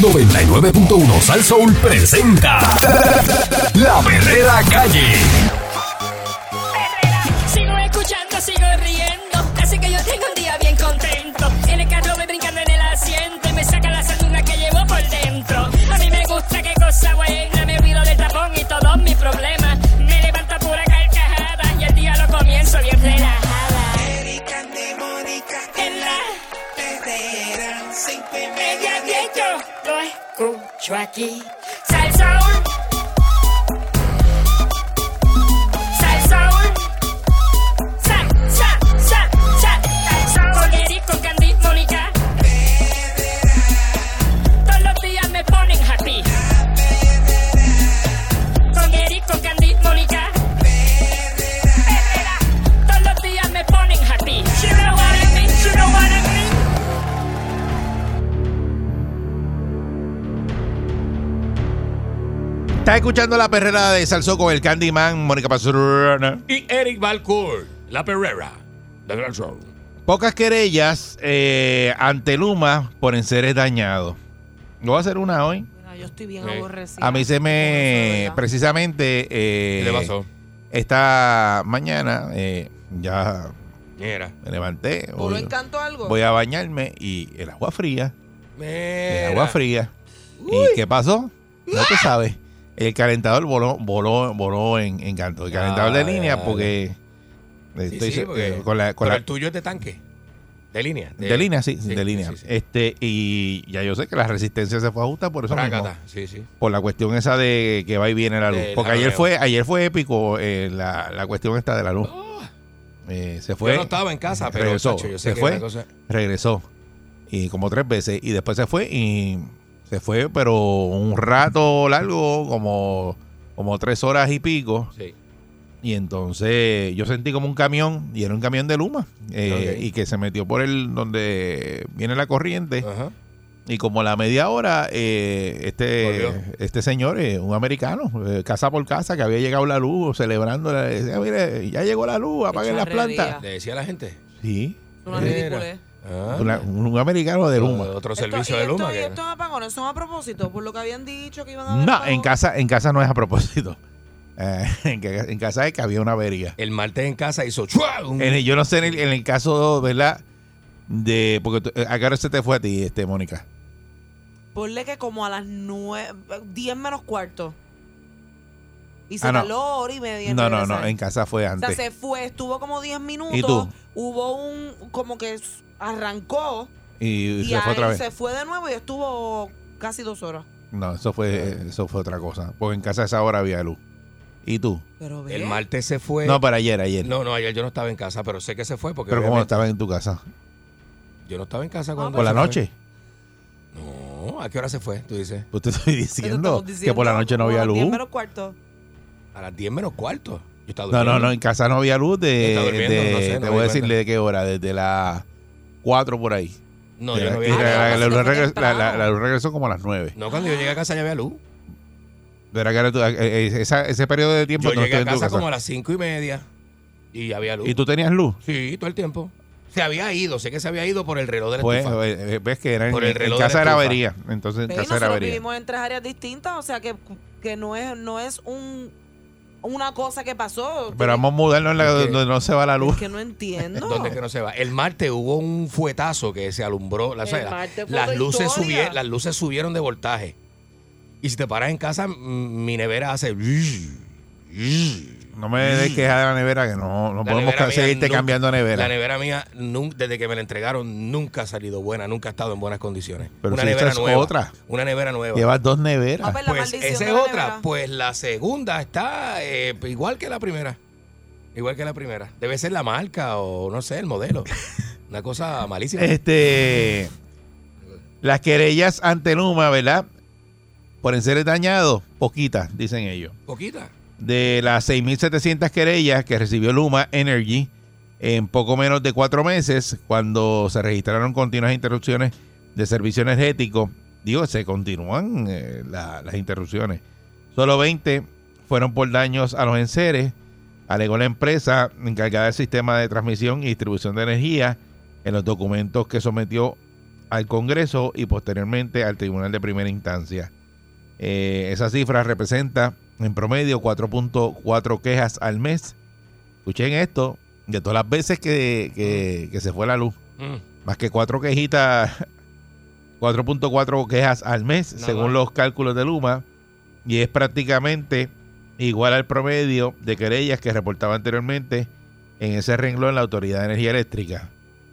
99.1 Sal Soul presenta La Verdadera Calle. Sigo escuchando, sigo riendo. Así que yo tengo un día bien contento. En el carro voy brincando en el asiento y me saca la sardina que llevo por dentro. A mí me gusta qué cosa buena. Me olvido del tapón y todos mis problemas. Me levanto a pura carcajada y el día lo comienzo bien relajada. Erika de Mónica En la Herrera, siempre media diez yo lo escucho aquí. Sal Soul. Sal Soul. Sal, sal, sal, sal. Sal Soul. Con Eric, con Candy, Mónica. Todos los días me ponen happy. Con Eric, con Candy, Mónica. Perrera. Todos los días me ponen happy. You know what I mean, you know what I mean. Estás escuchando la perrera de Salsó con el Candyman, Mónica Pasurana. y Eric Valcourt, la Perrera, de Grand Show. Pocas querellas eh, ante Luma por enseres dañados. Voy a hacer una hoy. Bueno, yo estoy bien Sí. aborrecida. A mí se me... Con eso, ¿verdad? Precisamente... eh, ¿Qué le pasó? Esta mañana eh, ya Mira. me levanté. ¿Tú lo Voy, encantó algo? voy a bañarme y el agua fría. Mira. El agua fría. ¿Y qué pasó? No ¡Ah! te sabes. El calentador voló, voló, voló en, en canto. El calentador de Ay, línea ay, porque... Sí, Estoy sí, se- porque- eh, con la, con pero la- el tuyo es de tanque. De línea. De, línea, sí, de línea. sí, sí. Este, y ya yo sé que la resistencia se fue justa por eso mismo. Prácata, sí, sí. Por la cuestión esa de que va y viene la luz. Del Porque ayer jaloneo. fue, ayer fue épico eh, la, la cuestión esta de la luz. Eh, se fue. Oh. yo no estaba en casa, pero regresó, tacho, yo sé se que fue, la cosa- regresó. Y como tres veces. Y después se fue y se fue, pero un rato largo, como, como tres horas y pico. Sí. Y entonces yo sentí como un camión, y era un camión de Luma, eh, Ok. y que se metió por el donde viene la corriente. Ajá. Y como a la media hora, eh, Volvió. este, este señor, eh, un americano, eh, casa por casa, que había llegado la luz, celebrando, la- decía, mire, ya llegó la luz, apaguen las charrería. plantas. Le decía a la gente. Sí, Una Mira. ridiculez. Ah. una- un americano de Luma. Otro Esto- servicio y de esto- Luma. y que- estos apagones son a propósito, por lo que habían dicho que iban a haber No, apagones. en casa, en casa no es a propósito. Eh, en, ca- en casa es que había una avería. El martes en casa hizo ¡chua! un- En el- yo no sé en el, en el caso, ¿verdad? De, porque tú- eh, a qué hora se te fue a ti, este, Mónica. Ponle que como a las nueve, diez menos cuarto. Y se Ah, no. caló hora y media. en No, no, no, regresar. en casa fue O sea, antes. se fue, estuvo como 10 minutos. ¿Y tú? Hubo un, como que s- arrancó Y, y, se fue ahí otra vez. se fue de nuevo y estuvo casi dos horas. No, eso fue, eh, eso fue otra cosa. Porque en casa a esa hora había luz. ¿Y tú? Pero ve, El martes se fue. No, para ayer, ayer. no, no, ayer yo no estaba en casa, pero sé que se fue porque Pero como obviamente estaba en tu casa. yo no estaba en casa Ah, cuando ¿Por la se fue. noche? No, ¿a qué hora se fue? Tú dices. Pues te estoy eso diciendo, estamos que por la diciendo, noche no como había a las luz. 10 menos cuarto. A las 10 menos cuarto. Yo estaba No, no, durmiendo. no, en casa no había luz de... Está durmiendo, de- no sé, no te me voy a di decirle cuenta. de qué hora, desde las 4 por ahí. No, De yo la- no y la- la- había. la Eso luz fue regres- la- la- temprano. la luz regresó como a las 9. No, cuando yo llegué a casa ya había luz. Pero acá tú- eh, eh, esa- ese periodo de tiempo Yo tú no llegué a estuviste en tu casa como a las cinco y media y había luz. ¿Y tú tenías luz? Sí, todo el tiempo. Se había ido, sé que se había ido por el reloj de la Pues, estufa. eh, eh, ves que era en, Por el en reloj de la casa era estufa. avería. Entonces, en Ve, casa era nosotros avería. vivimos en tres áreas distintas, o sea que, que no es, no es un, una cosa que pasó. Pero vamos a mudarnos en la, Es que- donde no se va la Es luz. que no entiendo. ¿Dónde es que no se va? El martes hubo un fuetazo que se alumbró. La, o sea, El la- martes fue las, otra luces historia. subie- las luces subieron de voltaje. Y si te paras en casa, mm, mi nevera hace... No me des queja de la nevera, que no, no Mm. La podemos nevera mía seguirte nunca- cambiando nevera. La nevera mía, nun- desde que me la entregaron, nunca ha salido buena, nunca ha estado en buenas condiciones. Pero una si esa nevera es nueva. otra. Una nevera nueva. Llevas dos neveras. Ah, pues, la Pues maldición esa de es la otra. nevera. Pues la segunda está eh, igual que la primera. Igual que la primera. Debe ser la marca o no sé, el modelo. Una cosa malísima. Este. Las querellas ante Luma, ¿verdad? Por enseres dañados, poquitas, dicen ellos. Poquita. de las 6.700 querellas que recibió Luma Energy en poco menos de cuatro meses, cuando se registraron continuas interrupciones de servicio energético, digo, se continúan eh, la- las interrupciones. Solo 20 fueron por daños a los enseres, alegó la empresa encargada del sistema de transmisión y distribución de energía en los documentos que sometió al Congreso y posteriormente al Tribunal de Primera Instancia. Eh, esa cifra representa en promedio 4.4 quejas al mes. Escuchen esto, de todas las veces que, que- que se fue la luz, Mm. más que cuatro quejitas, 4.4 quejas al mes, Nada. según los cálculos de Luma, y es prácticamente igual al promedio de querellas que reportaba anteriormente en ese renglón la Autoridad de Energía Eléctrica,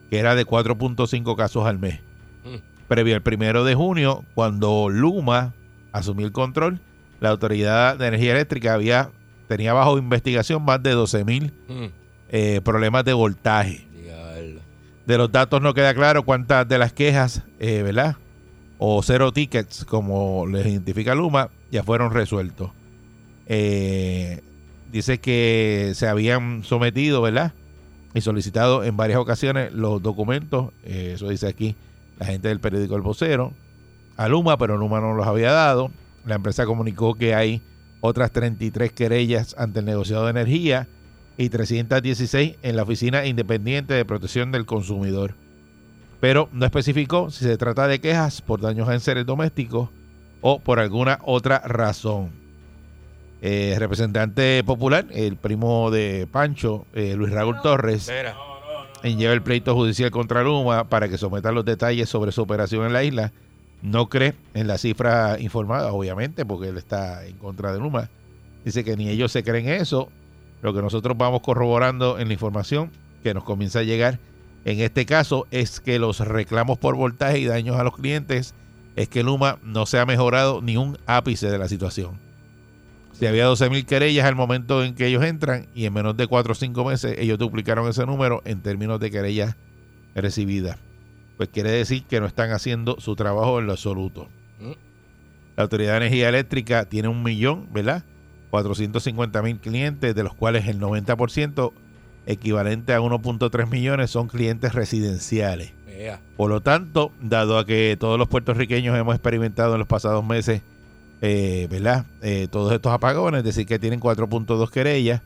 que era de 4.5 casos al mes. Mm. Previo al primero de junio, cuando Luma asumió el control, la Autoridad de Energía Eléctrica había, tenía bajo investigación más de 12.000 Mm. eh, problemas de voltaje. Diablo. De los datos no queda claro cuántas de las quejas, eh, ¿verdad? O cero tickets, como les identifica Luma, ya fueron resueltos. Eh, dice que se habían sometido, ¿verdad? Y solicitado en varias ocasiones los documentos, eh, eso dice aquí la gente del periódico El Vocero, a Luma, pero Luma no los había dado. La empresa comunicó que hay otras 33 querellas ante el negociado de energía y 316 en la Oficina Independiente de Protección del Consumidor. Pero no especificó si se trata de quejas por daños en seres domésticos o por alguna otra razón. Eh, representante popular, el primo de Pancho, eh, Luis Raúl Torres, Mira. en lleva el pleito judicial contra Luma para que someta los detalles sobre su operación en la isla. No cree en la cifra informada, obviamente, porque él está en contra de Luma. Dice que ni ellos se creen eso. Lo que nosotros vamos corroborando en la información que nos comienza a llegar en este caso es que los reclamos por voltaje y daños a los clientes es que Luma no se ha mejorado ni un ápice de la situación. Si había 12.000 querellas al momento en que ellos entran y en menos de 4 o 5 meses ellos duplicaron ese número en términos de querellas recibidas. Pues quiere decir que no están haciendo su trabajo en lo absoluto. Mm. La Autoridad de Energía Eléctrica tiene un millón, ¿verdad? 450 mil clientes, de los cuales el 90%, equivalente a 1.3 millones, son clientes residenciales. Mira. Por lo tanto, dado a que todos los puertorriqueños hemos experimentado en los pasados meses, eh, ¿verdad? Eh, todos estos apagones, es decir, que tienen 4.2 querellas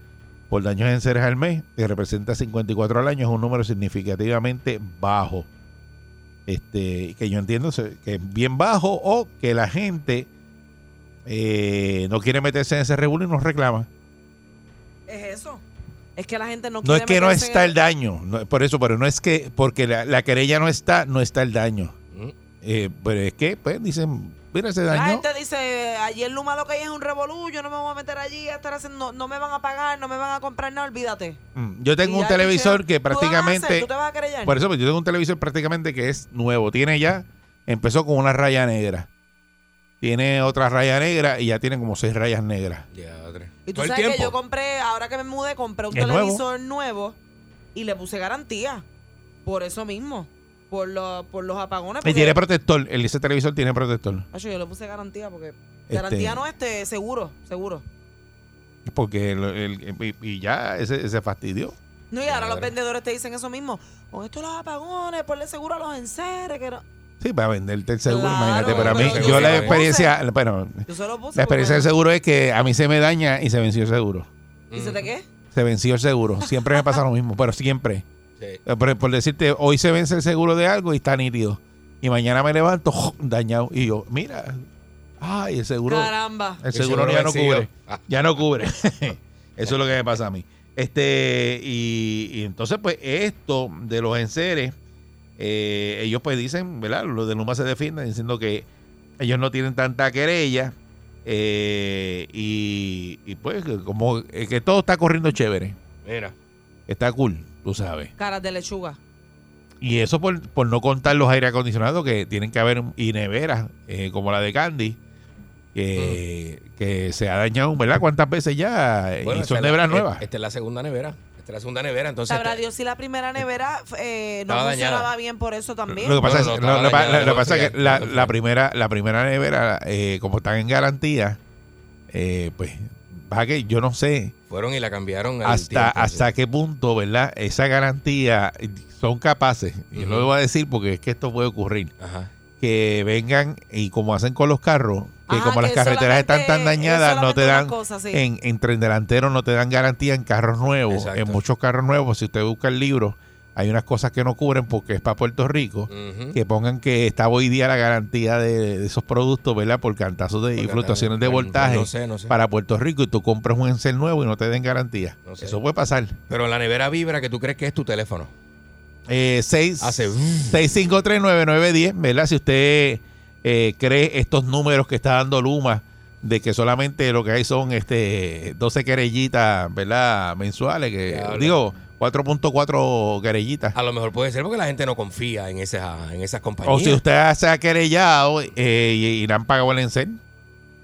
por daños en seres al mes, que representa 54 al año, es un número significativamente bajo. Este, que yo entiendo se- que es bien bajo o que la gente eh, no quiere meterse en ese revuelo y nos reclama. Es eso. Es que la gente no No quiere es que no meterse está en- el daño, no- por eso, pero no es que porque la, la querella no está, no está el daño. Mm. Eh, pero es que, pues, dicen, mira, se La dañó. gente dice, ayer Luma lo que hay es un revolú, yo no me voy a meter allí, a estar haciendo, no, no me van a pagar, no me van a comprar nada, olvídate. Mm, Yo tengo Y un ya televisor dijeron, que "¿Tú qué vas a hacer? prácticamente, ¿Tú te vas a querellar? por eso, pues, yo tengo un televisor prácticamente que es nuevo. Tiene ya, empezó con una raya negra. Tiene otra raya negra y ya tiene como seis rayas negras. Diadre. Y tú Todo el sabes que yo tiempo. compré, ahora que me mudé, compré un ¿Es nuevo? televisor nuevo? y le puse garantía. Por eso mismo. Por, lo- por los apagones. Y porque- tiene protector, el- ese televisor tiene protector. Acho, yo le puse garantía porque. Este- Garantía no este, seguro, seguro. Porque el- el- y, y ya ese, se fastidió. No, y ahora los Madre. vendedores te dicen eso mismo. Con estos los apagones, ponle seguro a los enseres. Que no. Sí, para venderte el seguro, Claro, imagínate. Pero a mí, pero yo yo la se lo experiencia, bueno, Yo se lo puse. la experiencia del porque- seguro es que a mí se me daña y se venció el seguro. ¿Y se te qué? Se venció el seguro. Siempre me pasa lo mismo, pero siempre. Sí. Eh, Por, por decirte, hoy se vence el seguro de algo y está nítido. Y mañana me levanto dañado. Y yo, mira, ay, el seguro, Caramba. el El seguro, seguro ya no vencido. cubre. Ah. Ya no cubre. Eso es lo que me pasa a mí. Este, y, y entonces, pues, esto de los enseres, eh, ellos pues dicen, ¿verdad? Los de Luma se defienden diciendo que ellos no tienen tanta querella. eh, y, y, pues, que como eh, que todo está corriendo chévere. Mira. Está cool, tú sabes. Caras de lechuga. Y eso por, por no contar los aire acondicionados que tienen que haber y neveras eh, como la de Candy. Que, que se ha dañado, ¿verdad? ¿Cuántas veces ya? Eh, y esta son es la- neveras eh, nuevas. Esta es la segunda nevera. Esta es la segunda nevera. Entonces. Sabrá Dios si la primera nevera eh, no Estaba dañada. funcionaba bien por eso también. Lo que pasa No, es no, lo- lo- estaba lo- dañada, lo- lo que no pasa es que fría, la, no fría. la primera, la primera nevera, eh, como están en garantía, eh, pues, pasa que yo no sé Fueron y la cambiaron. al hasta, tiempo, sí. hasta qué punto, ¿verdad? Esa garantía eh, son capaces, y no Ujú. lo voy a decir porque es que esto puede ocurrir. Ajá. que vengan y como hacen con los carros, que Ah, como las que carreteras están tan solamente- dañadas, no te solamente una dan cosa, sí. en, en tren delantero, no te dan garantía en carros nuevos, Exacto. en muchos carros nuevos, si usted busca el libro, hay unas cosas que no cubren porque es para Puerto Rico, Ujú. que pongan que está hoy día la garantía de, de esos productos, ¿verdad? Por cantazos de, y Porque fluctuaciones de no- voltaje No sé, no sé. para Puerto Rico y tú compras un encel nuevo y no te den garantía. No sé. Eso puede pasar. Pero la nevera vibra que tú crees que es tu teléfono. Eh, seis- Hace. uh. 6539910, ¿verdad? Si usted eh, cree estos números que está dando Luma, de que solamente lo que hay son este 12 querellitas, ¿verdad? Mensuales, que Diablo. digo, 4.4 querellitas. A lo mejor puede ser porque la gente no confía en esas, en esas compañías. O si usted se ha querellado eh, y, y le han pagado el encel,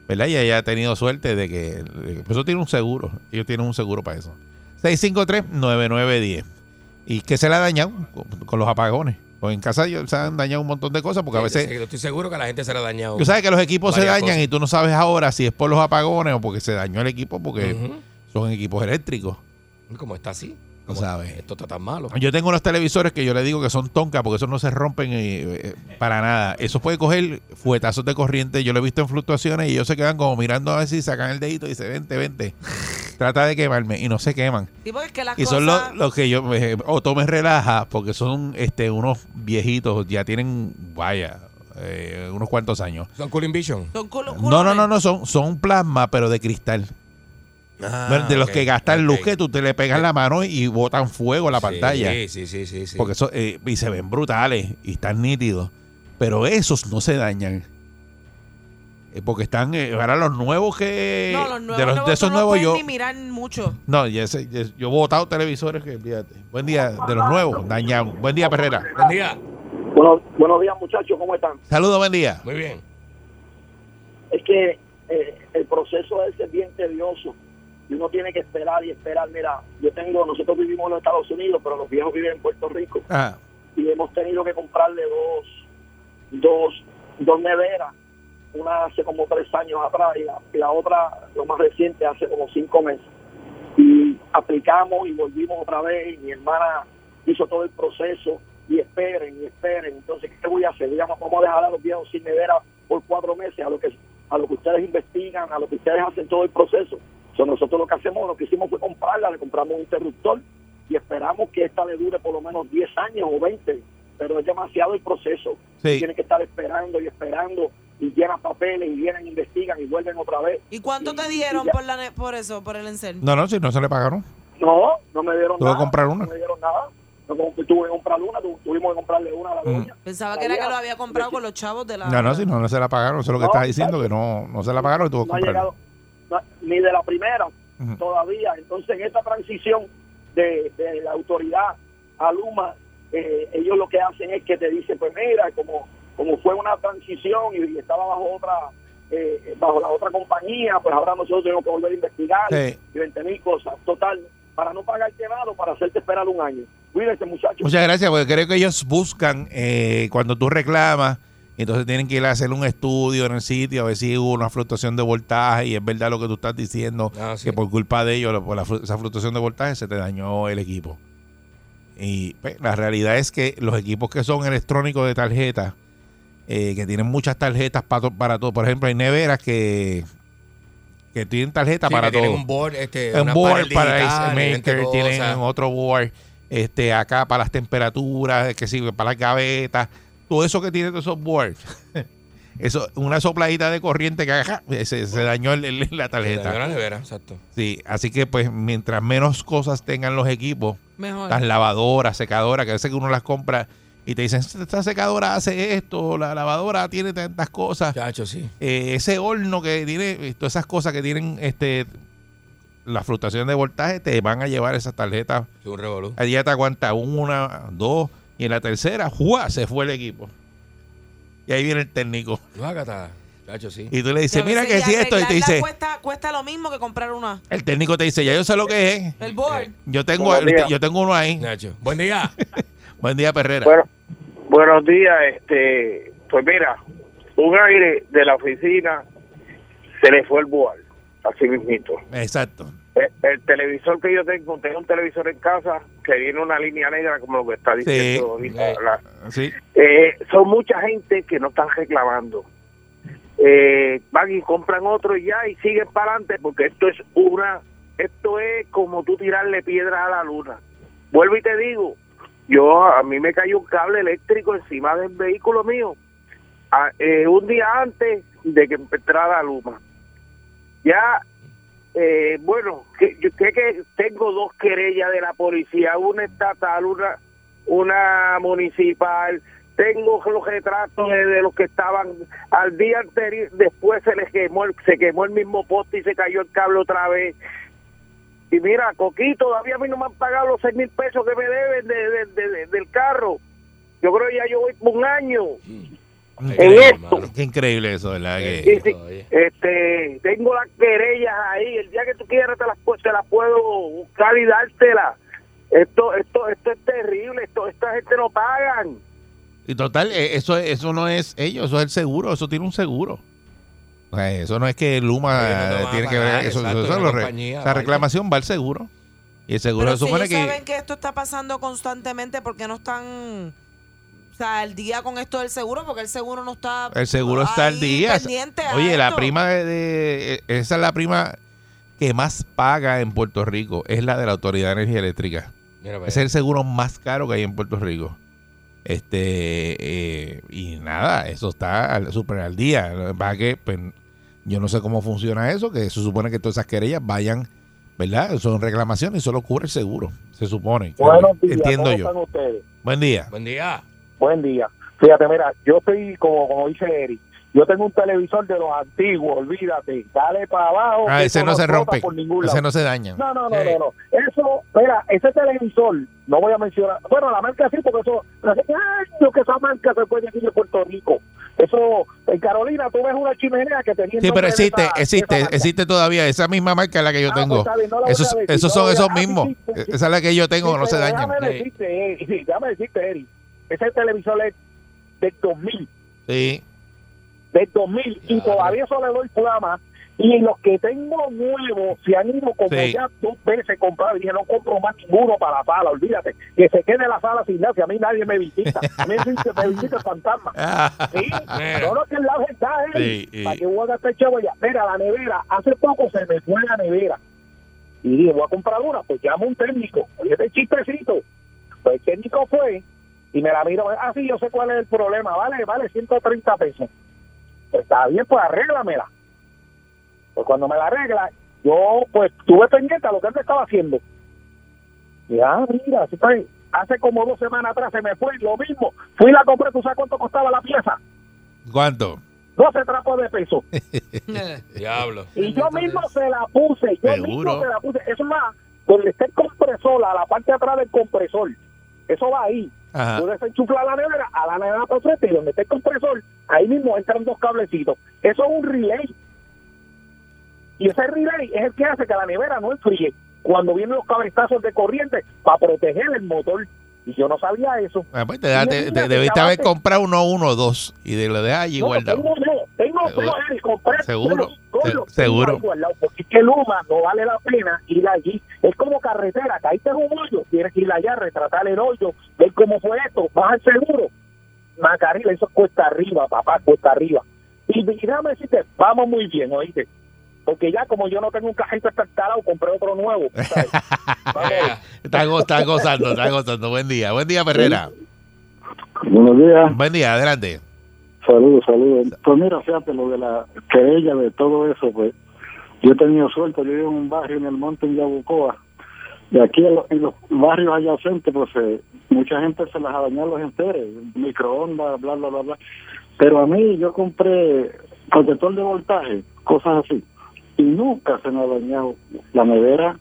¿verdad? Y haya tenido suerte de que... de que- pues Eso tiene un seguro. Ellos tienen un seguro para eso. 653-9910. ¿Y qué se le ha dañado? Con, con los apagones. O en casa yo- se han dañado un montón de cosas porque a Yo sé veces... que- yo Eh, estoy seguro que la gente será dañado. Tú sabes que los equipos se Varias dañan cosas. y tú no sabes ahora si es por los apagones o porque se dañó el equipo porque Ujú. son equipos eléctricos. Como está así. Tú Como sabes. Esto está tan malo. Yo tengo unos televisores que yo le digo que son tonca porque esos no se rompen eh, eh, para nada. Eso puede coger fuetazos de corriente. Yo lo he visto en fluctuaciones y ellos se quedan como mirando a ver si sacan el dedito y dicen, vente, vente. Trata de quemarme y no se queman. Sí, porque es que las Y cosas... son los, los que yo, me- Otto me relaja porque son este unos viejitos, ya tienen, vaya, eh, unos cuantos años. Son Cooling Vision. son culo- No, no, culones. no, no, son, son plasma pero de cristal. Ah, Bueno, de los que gastan luz que tú te le pegas la mano y botan fuego a la pantalla. Sí, sí, sí, sí. sí. Porque eso, eh, y se ven brutales y están nítidos. Pero esos no se dañan. Eh, porque están, eh, ahora los nuevos que... No, los nuevos, eh, de, los- de nuevos esos tú no nuevos puedes yo... ni mirar mucho. No, ya sé, ya- yo he votado televisores que, fíjate. Buen día, de los nuevos, dañados. Buen día, Perrera. Buen día. Bueno, buenos días, muchachos, ¿cómo están? Saludos, buen día. Muy bien. Es que eh, el proceso ese es bien tedioso y uno tiene que esperar y esperar. Mira, yo tengo, nosotros vivimos en los Estados Unidos, pero los viejos viven en Puerto Rico Ah, y hemos tenido que comprarle dos, dos, dos neveras, una hace como tres años atrás y la, y la otra, lo más reciente, hace como cinco meses. Mm. Y aplicamos y volvimos otra vez y mi hermana hizo todo el proceso y esperen y esperen. Entonces, ¿qué voy a hacer? Digamos, vamos a dejar a los viejos sin nevera por cuatro meses a lo que a lo que ustedes investigan, a lo que ustedes hacen todo el proceso. So, nosotros lo que hacemos, lo que hicimos fue comprarla, le compramos un interruptor y esperamos que esta le dure por lo menos 10 años o 20, pero es demasiado el proceso. Sí. Tienen que estar esperando y esperando y llenan papeles y vienen, investigan y vuelven otra vez. ¿Y cuánto te dieron por, la ne- por eso, por el encel? no, no, si no se le pagaron. No, no me dieron Tuvo nada. que comprar una. No me dieron nada. No, como que tuve que comprar una, tu- tuvimos que comprarle una a la doña. Pensaba La que era que vieja- lo había comprado con los chavos de la... Mm. No, no, si no, no se la pagaron. Eso es lo que No, está diciendo, que no, no se la pagaron y tuvo que no ha comprarla. llegado no, ni de la primera Ujú. todavía. Entonces, en esta transición de, de la autoridad a Luma, eh, ellos lo que hacen es que te dicen, pues mira, como, como fue una transición y, y estaba bajo otra eh, bajo la otra compañía, pues ahora nosotros tenemos que volver a investigar Sí. y 20 mil cosas. Total, para no pagarte nada, o para hacerte esperar un año. Cuídense, muchachos. Muchas gracias, porque creo que ellos buscan eh, cuando tú reclamas, entonces tienen que ir a hacer un estudio en el sitio, a ver si hubo una fluctuación de voltaje y es verdad lo que tú estás diciendo, Ah, sí. que por culpa de ellos, lo- por la flu- esa fluctuación de voltaje, se te dañó el equipo. Y pues, la realidad es que los equipos que son electrónicos de tarjeta, eh, que tienen muchas tarjetas pa to- para todo, por ejemplo, hay neveras que, que tienen tarjeta Sí, para que tienen todo un board, este, un una board panel para digital, ice veinte maker, cosas. tienen otro board este acá para las temperaturas, que sirve para las gavetas, todo eso que tiene todos esos boards. Eso, una sopladita de corriente que ajá, se, se dañó el- el- la Se dañó tarjeta. la nevera, exacto. Sí, así que pues mientras menos cosas tengan los equipos, Mejor. las lavadoras, secadoras, que a veces que uno las compra y te dicen, esta secadora hace esto, la lavadora tiene tantas cosas Chacho, sí. eh, ese horno que tiene, eh, todas esas cosas que tienen este la fluctuación de voltaje, te van a llevar esas tarjetas. Es un revolú. Allí ya te aguanta una, dos, y en la tercera, ¡juá! se fue el equipo. Y ahí viene el técnico. Vágata. Chacho, sí. Y tú le Y a dices, mira que veces si ya esto, y te arreglarla dice, Cuesta, cuesta lo mismo que comprar una. el técnico te dice, ya yo sé lo que es. ¿eh? El board. Yo tengo, Buenos días. yo tengo uno ahí. Nacho. Buen día. Buen día, Perrera. Bueno, buenos días, este, pues mira, un aire de la oficina se le fue el boal, así mismito. Exacto. El, el televisor que yo tengo, tengo un televisor en casa que viene una línea negra como lo que está diciendo ahorita. eh. la- Sí. eh, son mucha gente que no están reclamando. Eh, van y compran otro y ya y siguen para adelante porque esto es una, esto es como tú tirarle piedra a la luna. Vuelvo y te digo, yo a mí me cayó un cable eléctrico encima del vehículo mío a- eh, un día antes de que entrara Luma. Ya, eh, bueno, que, yo sé que tengo dos querellas de la policía, una estatal, una, una municipal. Tengo los retratos de, de los que estaban al día anterior, después se les quemó, el- se quemó el mismo poste y se cayó el cable otra vez. Y mira, Coquí, todavía a mí no me han pagado los seis mil pesos que me deben de- de- de- de- del carro. Yo creo que ya yo voy por un año. En Increíble, esto. hermano. Qué increíble eso, ¿verdad? Que- Y si- Oye. este, tengo las querellas ahí. El día que tú quieras te las, pu- te las puedo buscar y dártelas. Esto, esto, esto es terrible. Esto, esta gente no pagan. Y total, eh, eso, eso no es ellos, eso es el seguro, eso tiene un seguro. O sea, eso no es que Oye, no Luma te van a tiene que pagar, ver, eso, exacto, eso una lo re- compañía, esa aparte. reclamación va al seguro. Y el seguro Pero se si supone ellos que... saben que esto está pasando constantemente, porque no están o sea, al día con esto del seguro? Porque el seguro no está El seguro está al ahí día. pendiente a Oye, la esto. prima de, de- esa es la prima que más paga en Puerto Rico, es la de la Autoridad de Energía Eléctrica. Mira, Ese es el seguro más caro que hay en Puerto Rico. Este eh, y nada, eso está al, super al día. Lo que pasa es que, pues, yo no sé cómo funciona eso, que se supone que todas esas querellas vayan, ¿verdad? Son reclamaciones y solo cubre el seguro, se supone. Entiendo yo. ustedes? Buen día. Buen día. Buen día. Fíjate, mira, yo estoy como, como dice Eric. Yo tengo un televisor de los antiguos, olvídate. Dale para abajo. Ah, que ese eso no se explota rompe, por ningún lado. ese no se daña. No, no, no, Sí. no, no. Eso, mira, ese televisor, no voy a mencionar. Bueno, la marca sí, porque eso, pero hace años que esa marca se fue de aquí de Puerto Rico. Eso, en Carolina, tú ves una chimenea que tenía. el Sí, pero nombre de existe, esa- de esa existe, marca. existe todavía esa misma marca es la que yo Ah, tengo. pues está bien, no la voy a esos, decir, esos no la son voy a- esos ah, sí, mismos. sí, sí. Esa es la que yo tengo, Sí, no se pero dañan. Déjame Sí. decirte, Eri, sí, déjame decirte, Eri. Ese televisor es del 2000, Sí. del 2000, y Ya. todavía eso le doy flama. Y los que tengo nuevos se han ido como Sí. ya dos veces comprados. Dije, no compro más ninguno para la sala, olvídate. Que se quede la sala sin nada, si a mí nadie me visita. A mí sí que me visita el fantasma. Sí, Mira. no, no, que es la verdad, Eri. Sí, y- ¿Para qué voy a gastar chavo ya? este Mira, la nevera, hace poco se me fue la nevera. Y dije, voy a comprar una, pues llamo a un técnico. Oye, este chistecito. Pues el técnico fue y me la miró. Ah, sí, yo sé cuál es el problema. Vale, vale, 130 pesos. Pues está bien, pues arréglamela. Pues cuando me la arregla, yo pues tuve pendiente a lo que él me estaba haciendo. Y ah, mira, así está bien. hace como dos semanas atrás se me fue lo mismo. Fui y la compré, ¿tú sabes cuánto costaba la pieza? ¿Cuánto? 12 trapos de peso. Diablo. Y yo mismo se la puse, yo Seguro. mismo se la puse. Eso va donde está el compresor, a la parte de atrás del compresor. Eso va ahí. Ajá. Tú desenchuflas la nevera, a la nevera para frente y donde está el compresor, ahí mismo entran dos cablecitos. Eso es un relay. Y ese relay es el que hace que la nevera no enfríe cuando vienen los cabezazos de corriente para proteger el motor. Y yo no sabía eso. Ah, pues te, da- Mira, te- te- mira, debiste te haber acabaste. comprado uno, uno, dos y de lo de allí No, guardado. Tengo, dos, tengo dos, Seguro. Eric, compré Seguro, dos, dos, se- los seguro. tengo ahí guardados, Porque es que Luma no vale la pena ir allí. Es como carretera, caíste en un hoyo, tienes que ir allá, retratar el hoyo, ver cómo fue esto, vas al seguro. Macarrila, eso cuesta arriba, papá, cuesta arriba. Y y déjame decirte, vamos muy bien, oíste. Porque ya como yo no tengo un cajito estartalado, compré otro nuevo. ¿sabes? Vamos. Vea. Está, go- está gozando, está gozando. Buen día, buen día, Ferrera. Buenos días, Buen día, adelante. saludos, saludos. Pues mira, fíjate, lo de la querella, de todo eso, pues yo he tenido suerte, yo vivo en un barrio en el monte en Yabucoa, y aquí en los, en los barrios adyacentes, pues eh, mucha gente se las dañado los enteres, microondas, bla, bla, bla, bla. Pero a mí yo compré protector de voltaje, cosas así, y nunca se me ha dañado la nevera,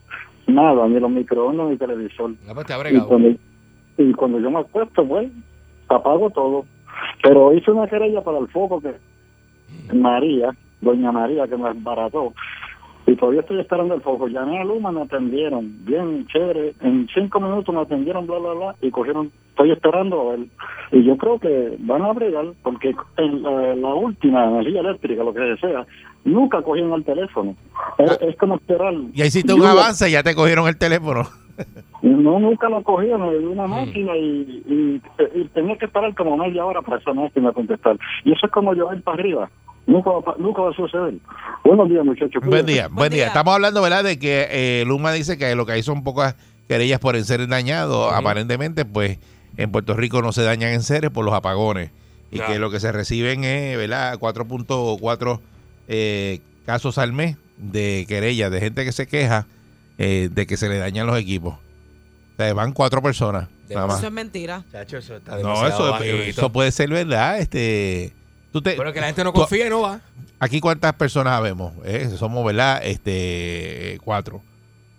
nada, ni los microondas, ni televisor. No, pues te ha Y bregado. cuando, y cuando yo me acuesto, pues, apago todo. Pero hice una querella para el foco que María, doña María, que me embarazó. Y todavía estoy esperando el foco. Llamé a Luma, me atendieron. Bien, chévere. En cinco minutos me atendieron, bla, bla, bla. Y cogieron, estoy esperando a él. Y yo creo que van a bregar, porque en la, la última energía eléctrica, lo que sea, nunca cogieron el teléfono. Es, es como esperar. Ya Ah. hiciste un Yo- avance, ya te cogieron el teléfono. no, nunca lo cogieron, era Mm. una máquina y, y- y tenía que esperar como media hora para esa máquina contestar. Y eso es como llover para arriba. Nunca va, pa- nunca va a suceder. Buenos días, muchachos. Buen día, buen Buen día. día. Estamos hablando, ¿verdad?, de que eh, Luma dice que lo que hay son pocas querellas por el ser dañado, aparentemente, pues en Puerto Rico no se dañan en seres por los apagones. Y Ya. que lo que se reciben es, ¿verdad? 4.4 eh, casos al mes de querellas, de gente que se queja eh, de que se le dañan los equipos. O sea, van cuatro personas, nada más. Eso es mentira. Chacho, eso está No, demasiado eso, bajito. eso puede ser verdad. Este, tú te, Pero que la gente no tú- confía y no va. aquí cuántas personas vemos, somos, ¿verdad? Este, cuatro.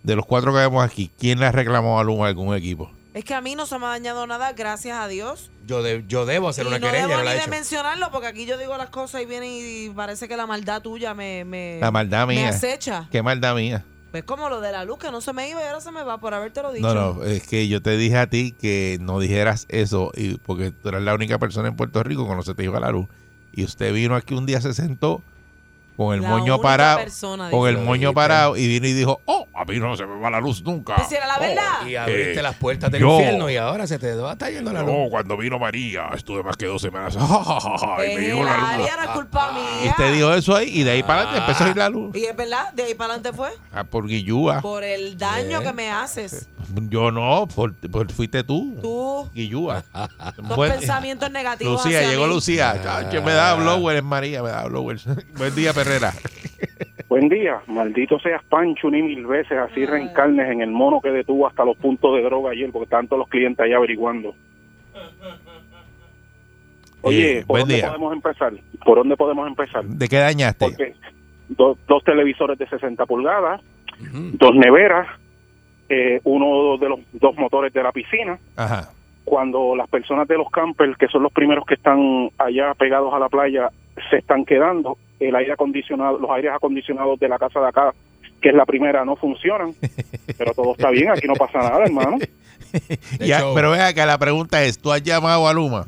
De los cuatro que vemos aquí, ¿quién las reclamó a Luma a algún equipo? Es que a mí no se me ha dañado nada, gracias a Dios. Yo, de- yo debo hacer y una no querella, debo no la ni he de hecho. mencionarlo porque aquí yo digo las cosas y viene y parece que la maldad tuya me, me, La maldad me mía. acecha. Qué maldad mía. Pues como lo de la luz que no se me iba y ahora se me va por habértelo dicho. No, no, es que yo te dije a ti que no dijeras eso y porque tú eras la única persona en Puerto Rico cuando se te iba la luz. Y usted vino aquí un día, se sentó con el La moño única parado, persona, con dice. el Lo moño dijiste. parado y vino y dijo, oh, a mí no se me va la luz nunca. Pues si era la verdad. Y abriste Eh, las puertas del yo- infierno y ahora se te va está yendo la luz. No, cuando vino María, estuve más que dos semanas. Pues y me llegó la luz. área no es culpa mía. Y usted dijo eso ahí y de ahí para adelante empezó a ir la luz. Y es verdad, de ahí para adelante fue. Ah, por Guillúa. Por el daño que me haces. Yo no, por, por- fuiste tú. Tú, Guillúa. dos Buen- Ah. pensamientos negativos. Lucía, hacia llegó mí. Lucía. Chacho, me da blower, es María, me da blower. Buen día, Perrera. Buen día, maldito seas Pancho, ni mil veces así reencarnes en el mono que detuvo hasta los puntos de droga ayer, porque tanto los clientes ahí averiguando. Oye, Eh, ¿por buen dónde día. podemos empezar? ¿Por dónde podemos empezar? ¿De qué dañaste? Porque do- dos televisores de 60 pulgadas, dos neveras, eh, uno de los dos motores de la piscina. Ajá. Cuando las personas de los campers, que son los primeros que están allá pegados a la playa, se están quedando, el aire acondicionado, los aires acondicionados de la casa de acá, que es la primera, no funcionan. Pero todo está bien, aquí no pasa nada, hermano. Ya, hecho- pero vea que la pregunta es, ¿tú has llamado a Luma?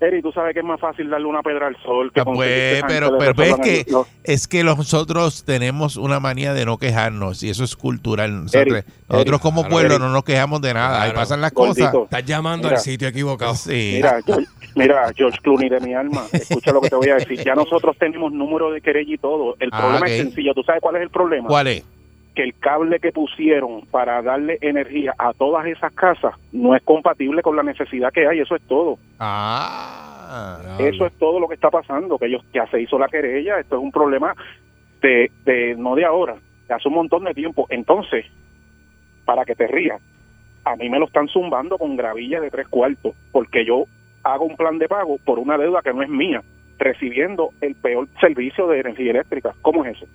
Eri, tú sabes que es más fácil darle una pedra al sol que Ah, pues, conseguirte esa pero- gente de pero ves personas que- en- los- Es que nosotros tenemos una manía de no quejarnos y eso es cultural. Nosotros, Eric, nosotros Eric, como claro, pueblo Eric. no nos quejamos de nada. Ahí Claro. pasan las Gordito. Estás llamando Mira. al sitio equivocado. cosas. Sí. Mira, George, mira, George Clooney de mi alma, escucha lo que te voy a decir. Ya nosotros tenemos número de querella y todo. El Ah, problema ok. es sencillo. ¿Tú sabes cuál es el problema? ¿Cuál es? Que el cable que pusieron para darle energía a todas esas casas no es compatible con la necesidad que hay. Eso es todo. Ah. Eso es todo lo que está pasando. Que ellos ya se hizo la querella. Esto es un problema de, de no de ahora, de hace un montón de tiempo. Entonces, para que te rías, a mí me lo están zumbando con gravillas de tres cuartos, porque yo hago un plan de pago por una deuda que no es mía, recibiendo el peor servicio de energía eléctrica. ¿Cómo es eso?